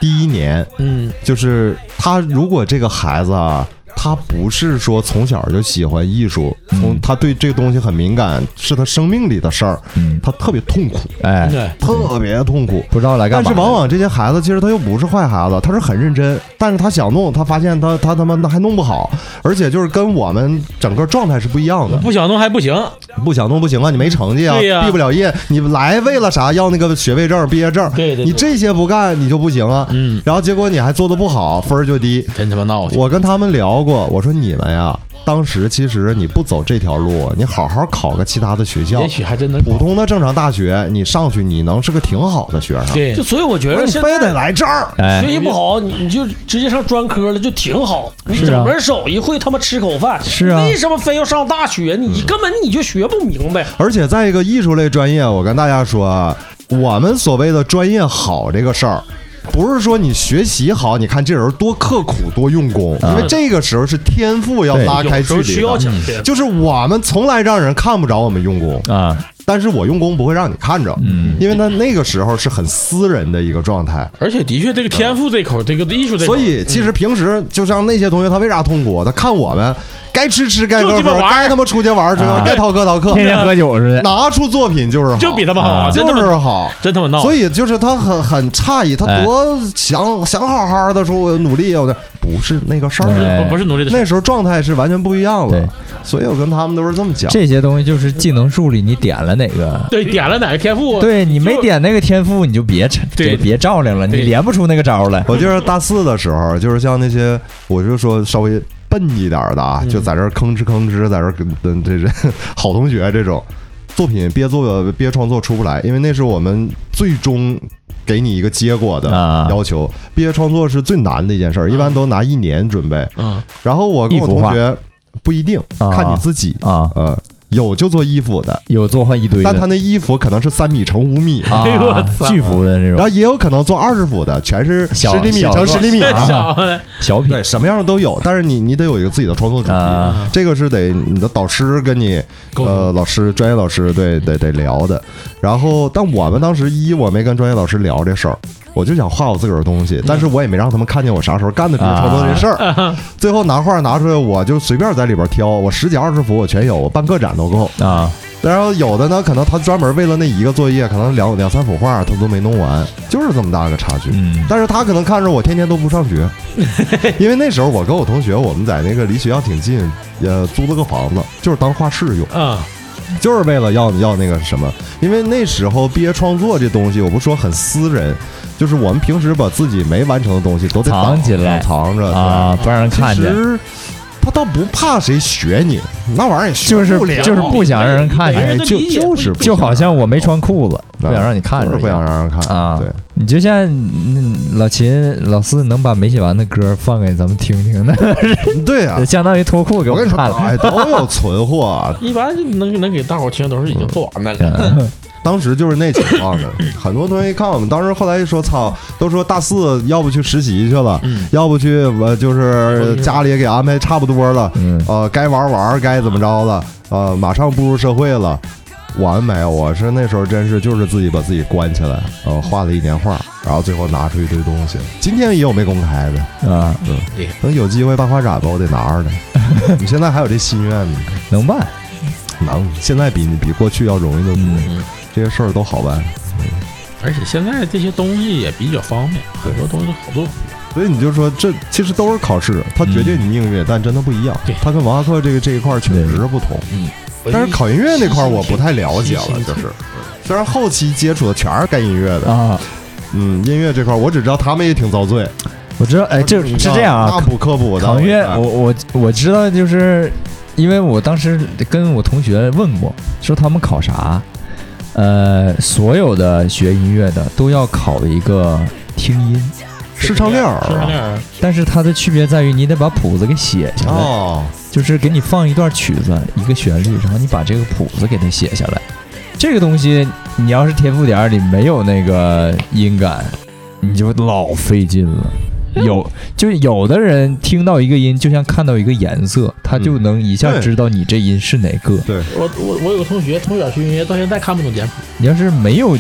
S2: 第一年，
S6: 嗯，
S2: 就是他如果这个孩子啊，他不是说从小就喜欢艺术，从
S3: 嗯
S2: 他对这个东西很敏感，是他生命里的事儿，
S3: 嗯，
S2: 他特别痛苦，
S3: 哎，
S6: 对，
S2: 特别痛苦。
S3: 不知道来干
S2: 但
S3: 嘛
S2: 是
S3: 的。
S2: 往往这些孩子其实他又不是坏孩子，他是很认真，但是他想弄，他发现他他他妈那还弄不好，而且就是跟我们整个状态是不一样的。
S6: 不想弄还不行，
S2: 不想弄不行啊，你没成绩啊，
S6: 嗯对呀
S2: 毕不了业，你来为了啥要那个学位证、毕业证？
S6: 对对对
S2: 你这些不干你就不行啊。
S6: 嗯，
S2: 然后结果你还做的不好，分儿就低。
S6: 真他妈闹去，
S2: 我跟他们聊过，我说你们呀，当时其实你不走这条路，你好好考个其他的学校
S6: 也，许还真能
S2: 普通的正常大学，你上去你能是个挺好的学生。
S6: 对
S4: 就，所以我觉
S2: 我说
S4: 得
S2: 你
S4: 现
S2: 非得
S4: 在
S2: 来这儿，
S3: 哎
S4: 学，习不好，你你就直接上专科了，就挺好。你
S3: 是啊
S4: 整门手艺会他妈吃口饭，
S3: 是啊
S4: 为什么非要上大学？你
S2: 嗯
S4: 根本你就学不明白。
S2: 而且在一个艺术类专业，我跟大家说，啊，我们所谓的专业好这个事儿。不是说你学习好，你看这人多刻苦多用功，因为这个时候是天赋要拉开
S4: 有时
S2: 距
S4: 候
S2: 离
S4: 需要
S2: 的。嗯
S4: 讲这个。
S2: 就是我们从来让人看不着我们用功，
S3: 啊，
S2: 但是我用功不会让你看着，
S3: 嗯
S2: 因为他那个时候是很私人的一个状态。
S6: 而且的确这个天赋这口，这个艺术这口，
S2: 所以其实平时就像那些同学，他为啥痛苦？他看我们该吃吃，该
S6: 就
S2: 喝
S6: 鸡巴
S2: 喝，
S6: 玩儿
S2: 该他妈出去玩儿出去玩
S3: 啊
S2: 儿，该逃课逃课，
S3: 天天喝酒似的。
S2: 拿出作品就是好，
S6: 就比他们好，
S3: 啊
S6: 真
S2: 就
S6: 他妈
S2: 是好。
S6: 真他妈闹，
S2: 所以就是他很很诧异，他
S3: 哎
S2: 多想想好好的说，我努力，啊我的不是那个事儿。
S3: 哎
S6: 不不是努力的事
S2: 那时候状态是完全不一样
S3: 对
S2: 的，所以我跟他们都是这么讲。
S3: 这些东西就是技能树里你点了哪个，
S6: 对，点了哪个天赋？
S3: 对你没点那个天赋，你就别
S6: 对
S3: 别别照亮了，你
S6: 对
S3: 连不出那个招来。
S2: 我记得大四的时候，就是像那些，我就说稍微笨一点的啊，
S3: 嗯
S2: 就在这儿吭哧吭哧，在这儿跟跟这这 好同学这种作品憋作憋创作出不来，因为那是我们最终给你一个结果的
S3: 啊
S2: 要求。毕业创作是最难的一件事儿，一般都拿一年准备。
S6: 嗯，
S2: 然后我跟我
S3: 一幅画
S2: 同学不一定
S3: 啊
S2: 看你自己，
S3: 啊，
S2: 呃，有就做衣服的，
S3: 有做换一堆的，
S2: 但他哎那衣服可能是三米乘五米。
S3: 啊，巨幅的这
S2: 然
S3: 种
S2: 后也有可能做二十幅的，全是十
S3: 小
S2: 厘米
S3: 小
S2: 乘十厘米，
S3: 啊
S6: 小的
S3: 小品
S2: 对，什么样的都有，但是你你得有一个自己的创作主题，
S3: 啊
S2: 这个是得你的导师跟你呃老师专业老师对得得聊的。然后，但我们当时一我没跟专业老师聊这事儿，我就想画我自个儿的东西，但是我也没让他们看见我啥时候干的这个创作这事儿。最后拿画拿出来，我就随便在里边挑，我十几二十幅我全有，我办个展都够。
S3: 啊，
S2: 然后有的呢，可能他专门为了那一个作业，可能两两三幅画他都没弄完，就是这么大个差距。
S3: 嗯
S2: 但是他可能看着我天天都不上学，因为那时候我跟我同学，我们在那个离学校挺近，呃，租了个房子，就是当画室用，
S6: 啊，
S2: 就是为了要要那个什么。因为那时候毕业创作这东西，我不说很私人，就是我们平时把自己没完成的东西都得
S3: 藏
S2: 挡
S3: 起来
S2: 藏着
S3: 啊，不让人
S2: 对
S3: 看
S2: 其
S3: 见，
S2: 实他倒不怕谁学你，那玩意儿也学
S3: 就是
S2: 不了
S3: 就是不想让人看
S2: 哎
S3: 见，
S2: 就就是不
S3: 就好
S2: 想
S3: 像我没穿裤子，不
S2: 对
S3: 想让你看
S2: 就是
S3: 着一
S2: 不想
S3: 样。
S2: 让人看
S3: 啊
S2: 对，
S3: 你就像嗯老秦老四能把没写完的歌放给咱们听听，那，
S2: 对啊
S3: 相当于脱裤给
S2: 我跟你说，
S3: 看了。
S2: 哎，都有存货啊，
S6: 一般能能给大伙儿听都是已经做完的了。
S2: 当时就是那情况的，
S3: 嗯
S2: 很多同学一看我们，当时后来一说，操，都说大四要不去实习去了，
S3: 嗯
S2: 要不去呃就是家里也给安排差不多了，
S3: 嗯，
S2: 呃，该玩玩，该怎么着了，呃，马上步入社会了。我们没有，我是那时候真是就是自己把自己关起来，呃，画了一年画，然后最后拿出一堆东西。今天也有没公开的，
S3: 啊，
S2: 等有机会办画展吧，我得拿 着它。你现在还有这心愿呢？
S3: 能办，
S2: 能，现在比比过去要容易得多，
S3: 嗯
S2: 这些事儿都好办。
S6: 而且现在这些东西也比较方便，很多东西都好做。
S2: 所以你就说，这其实都是考试，它决定你命运，但真的不一样
S6: 对。
S2: 它跟文化课这个这一块儿确实是不同。但
S6: 哎
S2: 是考音乐那块儿我不太了解了，就是虽然后期接触的全是干音乐的，
S3: 啊，
S2: 嗯，音乐这块儿我只知道他们也挺遭罪。
S3: 我知道，哎，就是是这样啊
S2: 那，不科普的。
S3: 考音乐，我我我知道，就是因为我当时跟我同学问过，说他们考啥，呃，所有的学音乐的都要考一个听音，
S2: 视唱料
S6: 是不是那
S2: 儿
S6: 样
S3: 但是它的区别在于你得把谱子给写下来，
S2: 哦，
S3: 就是给你放一段曲子，一个旋律，然后你把这个谱子给它写下来。这个东西，你要是天赋点儿里没有那个音感，你就老费劲了。有，就是有的人听到一个音，就像看到一个颜色，他就能一下
S2: 对
S3: 知道你这音是哪个。
S2: 对，
S6: 我我我有个同学从小学音乐，到现在看不懂简谱。
S3: 你要是没 有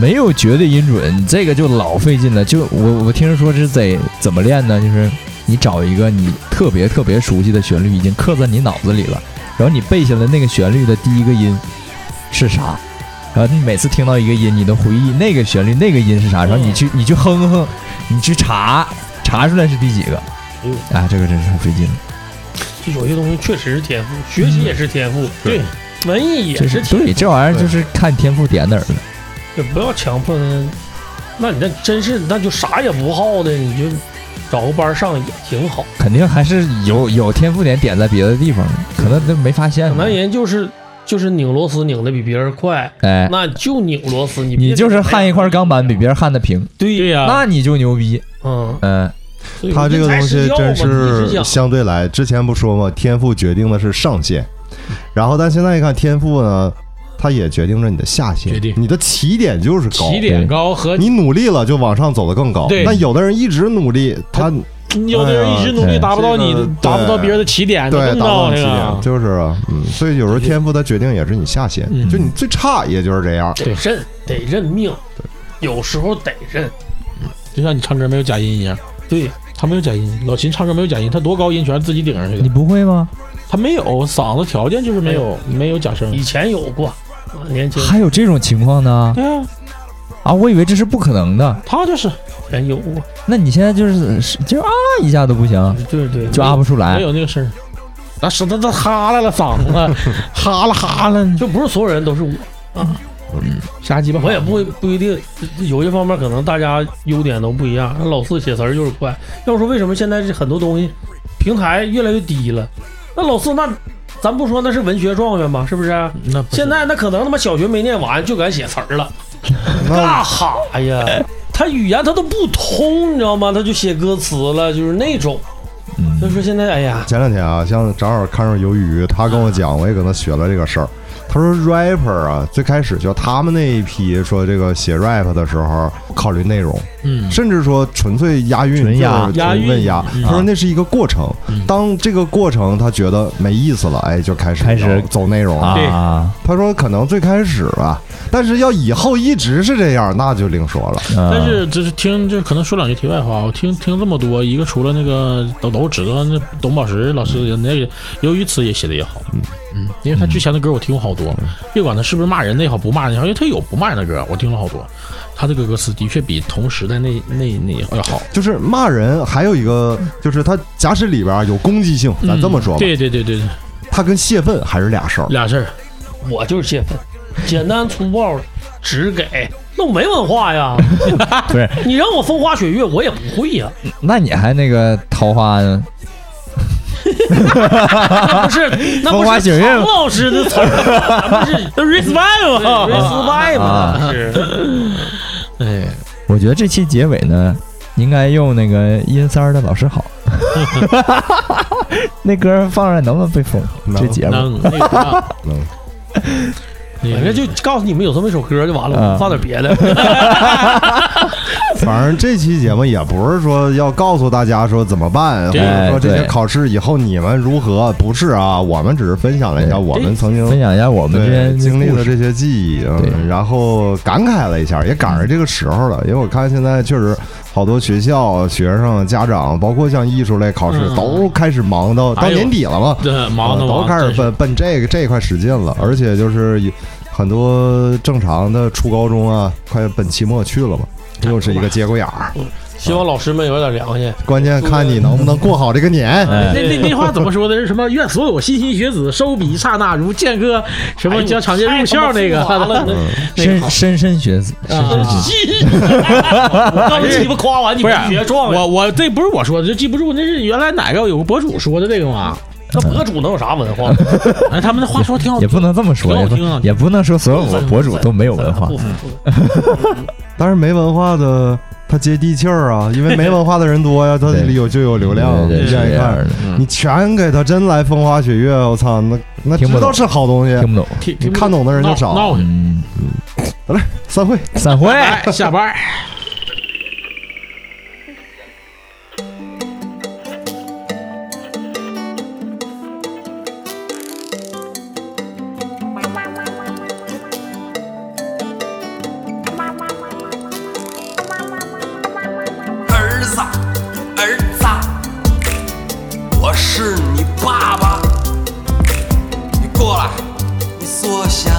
S3: 没有绝对音准，这个就老费劲了。就我我听说是得怎么练呢？就是你找一个你特别特别熟悉的旋律，已经刻在你脑子里了，然后你背下来那个旋律的第一个音是啥，然后你每次听到一个音，你都回忆那个旋律那个音是
S4: 嗯
S3: 啥，然后你去你去哼哼，你去查查出来是第几个。
S4: 嗯
S3: 啊，这个真是太费劲了，
S4: 就有些东西确实是天赋，学习也是天赋，对，文艺也
S3: 这
S4: 是
S3: 是
S4: 天赋，
S3: 对这玩意儿就是看天赋点哪儿了。
S4: 也不要强迫他。那你那真是那就啥也不好的，你就找个班上也挺好。
S3: 肯定还是有有天赋点点在别的地方，可能都没发现
S4: 可
S3: 呢。
S4: 能人就是就是拧螺丝拧的比别人快，
S3: 哎，
S4: 那就拧螺丝，你别
S3: 你就是焊一块钢板比别人焊的平，
S6: 对呀、
S3: 那你就牛逼。
S4: 嗯，
S3: 嗯，
S4: 所以
S2: 他这个东西真
S4: 你
S2: 是
S4: 是想
S2: 相对来，之前不说嘛，天赋决定的是上限，然后但现在一看天赋呢，它也决定着你的下限，
S6: 决定
S2: 你的起点就是高，
S6: 起点高和
S2: 你努力了就往上走得更高。
S6: 呃对
S2: 但有的人一直努力，他
S6: 有的人一直努
S3: 哎呀
S6: 力达不到你
S2: 这个，
S6: 达不到别人的起点，
S2: 对
S6: 达不
S2: 达到
S6: 到
S2: 起
S6: 这
S2: 点，
S6: 个。
S2: 就是啊，嗯，所以有时候天赋它决定也是你下限，
S6: 嗯
S2: 就你最差也就是这样。
S4: 得认得认命，有时候得认，
S6: 就像你唱歌没有假音一样，
S4: 对，
S6: 他没有假音，老秦唱歌没有假音，他多高音全是自己顶上去
S3: 你
S6: 的，
S3: 不会吗？
S6: 他没有嗓子条件就是没有没有假声。
S4: 以前有过，啊年轻
S3: 还有这种情况呢？
S6: 对啊，
S3: 啊，我以为这是不可能的。
S6: 他就是
S4: 人有过，
S3: 那你现在就是是就啊一下都不行，
S4: 对对，
S3: 就啊不出
S6: 没
S3: 来。
S6: 有那个声儿，哎那是他他哈啦了嗓 子，哈啦
S3: 啊
S6: 哈啦，
S4: 就不是所有人都是我，
S6: 瞎鸡巴
S4: 我也不会不一定，有些方面可能大家优点都不一样。老四写词儿就是快，要说为什么现在这很多东西平台越来越低了，那老四那咱不说那是文学状元吗？是不是？
S6: 那不是
S4: 现在那可能他妈小学没念完就敢写词儿了，
S2: 那
S4: 干哈呀？他语言他都不通，你知道吗？他就写歌词了，就是那种。所以说现在，哎呀，
S2: 前两天啊，像正好看上鱿鱼，他跟我讲，我也跟他学了这个事儿。他说 rapper 啊，最开始就他们那一批说这个写 rap 的时候，考虑内容，
S6: 嗯
S2: 甚至说纯粹押韵，
S3: 纯押
S2: 就是
S6: 押韵
S2: 问押。
S6: 嗯
S2: 他说那是一个过程，
S6: 嗯
S2: 当这个过程他觉得没意思了，哎，就开始
S3: 开始
S2: 要走内容了。
S3: 啊，
S2: 他说可能最开始吧，但是要以后一直是这样，那就另说了。
S6: 但
S3: 但
S6: 是就是听，就是可能说两句题外话，我听听这么多，一个除了那个都都知道那董宝石老师那个，由于词也写的也好，嗯嗯，因为他之前的歌我听过好多，别管他是不是骂人的也好，不骂人也好，因为他有不骂人的歌，我听了好多，他这个歌词的确比同时代那那那要好，
S2: 就是骂人，还有一个就是他假使里边儿有攻击性，咱这么
S3: 嗯
S2: 说吧，
S6: 对对对对，对
S2: 他跟泄愤还是俩事儿。
S6: 俩事儿，
S4: 我就是泄愤，简单粗暴，只给。那我没文化呀，
S3: 不是？
S4: 你让我风花雪月，我也不会呀。
S3: 那你还那个桃花呢？
S4: 不是，那不
S3: 风花
S4: 是
S3: 雪月
S4: 唐老师的词儿，那不是 respect 吗？respect
S3: 啊
S4: 吗？那是
S6: 哎，
S3: 我觉得这期结尾呢，应该用那个阴三儿的《老师好》，那歌放上能不能被封？
S2: 能
S6: 哎
S3: 这节目
S6: 能那个啊
S2: 能，
S4: 反正就告诉你们哎有这么一首歌就完了，
S3: 啊
S4: 我放点别的。
S2: 反正这期节目也不是说要告诉大家说怎么办，或
S6: 对
S2: 者说这些
S3: 对
S2: 考试以后你们如何，不是啊，我们只是分享了一下
S3: 对
S2: 我们曾
S3: 分
S2: 经。
S3: 享一下我们这
S2: 对
S3: 边
S2: 经历
S3: 的故
S2: 了
S3: 事
S2: 这些记忆，嗯
S3: 对
S2: 然后感慨了一下，也赶上这个时候了。因为我看现在确实好多学校、学生、家长，包括像艺术类考试，都开始忙到到
S6: 哎呦
S2: 年底了嘛，
S6: 这嗯忙
S2: 啊
S6: 的
S2: 都
S6: 忙，
S2: 开始
S6: 真是
S2: 奔奔这个这一块使劲了，而且就是有很多正常的初高中啊，快奔期末去了嘛，又是一个节骨眼儿，
S4: 希望老师们有点良心。
S2: 关键看你能不能过好这个年。
S3: 哎，
S6: 那那那话怎么说的？是什么？愿所有莘莘学子收笔刹那如剑歌，什
S4: 哎
S6: 么将长剑入鞘那个，
S3: 莘莘莘学子， 莘莘学子，
S4: 刚鸡巴夸完你
S6: 不是
S4: 别撞呀，
S6: 我我这不是我说的，这记不住，那是原来哪个有个博主说的这个嘛？
S4: 那博主能有啥文 化？
S6: 哎，他们的话说挺好
S3: 也，不能这么说，
S6: 挺
S3: 也
S6: 好
S3: 不
S6: 听啊
S3: 也不能说所 有博主都没有文化
S4: 不。服
S2: 但是没文化的他接地气儿 啊，因为没文化的人多呀，他
S3: 对
S2: 有就有流量，
S3: 对对
S2: 愿
S3: 是这
S2: 意
S3: 样
S2: 看。
S3: 的，嗯
S2: 你全给他真来风花雪月，我操，那那
S3: 听不
S2: 知道
S3: 懂
S2: 是好东西，
S3: 听不懂。
S6: 挺
S2: 你看懂的人就少。
S6: 闹去，
S3: 嗯，
S2: 散会。
S3: 散会。
S6: 哎，下班。
S9: 儿子，儿子，啊我是你爸爸，你过来，你坐下，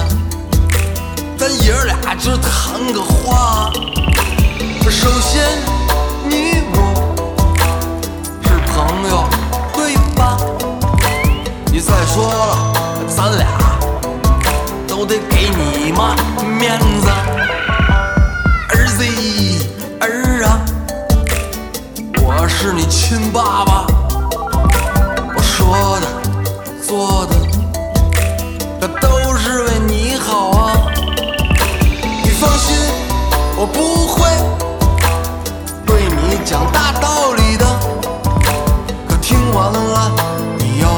S9: 咱爷儿俩今儿谈个话。首先，你我是朋友，对吧？你再说了，咱俩都得给你妈面子。儿子，儿啊。我是你亲爸爸，我说的、做的，这都是为你好啊。你放心，我不会对你讲大道理的。可听完了，你要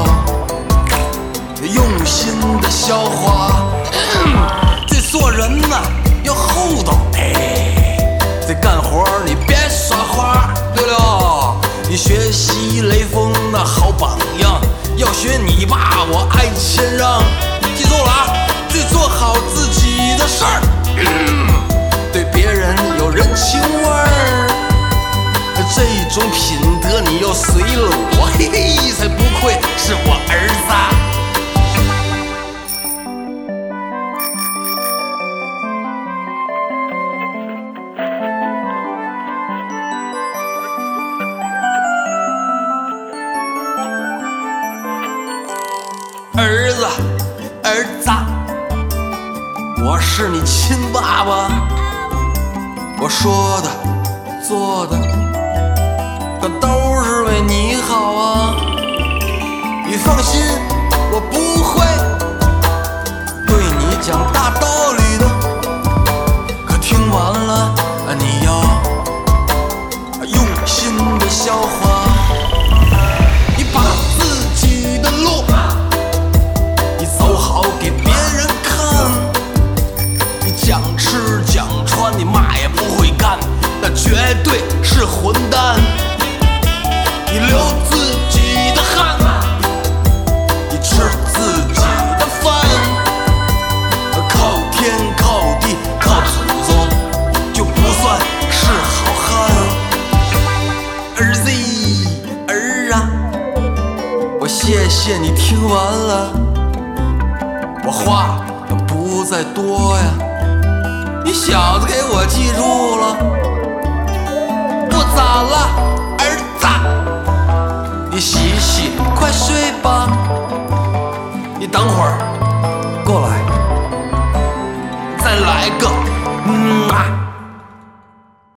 S9: 用心的消化。 这做人呐，要厚道。这干活儿你别耍花。对了，你学习雷锋的好榜样，要学你爸我爱谦让。记住了啊，得做好自己的事儿， 对别人有人情味儿。这种品德你要随了我，嘿嘿，才不愧是我儿子。啊儿子，儿子，我是你亲爸爸，我说的、做的，可都是为你好啊。你放心，我不会对你讲大道理的。可听完了，你要用心的消化，你把自己的路。你走好给别人看。你讲吃讲穿，你嘛也不会干，那绝对是混蛋。你流自己的汗，你吃自己的饭，靠天靠地靠祖宗，就不算是好汉。儿子儿啊，我谢谢你听完了。我话不再多呀。你小子给我记住了，不早了，儿子，你洗洗，快睡吧。你等会儿嗯啊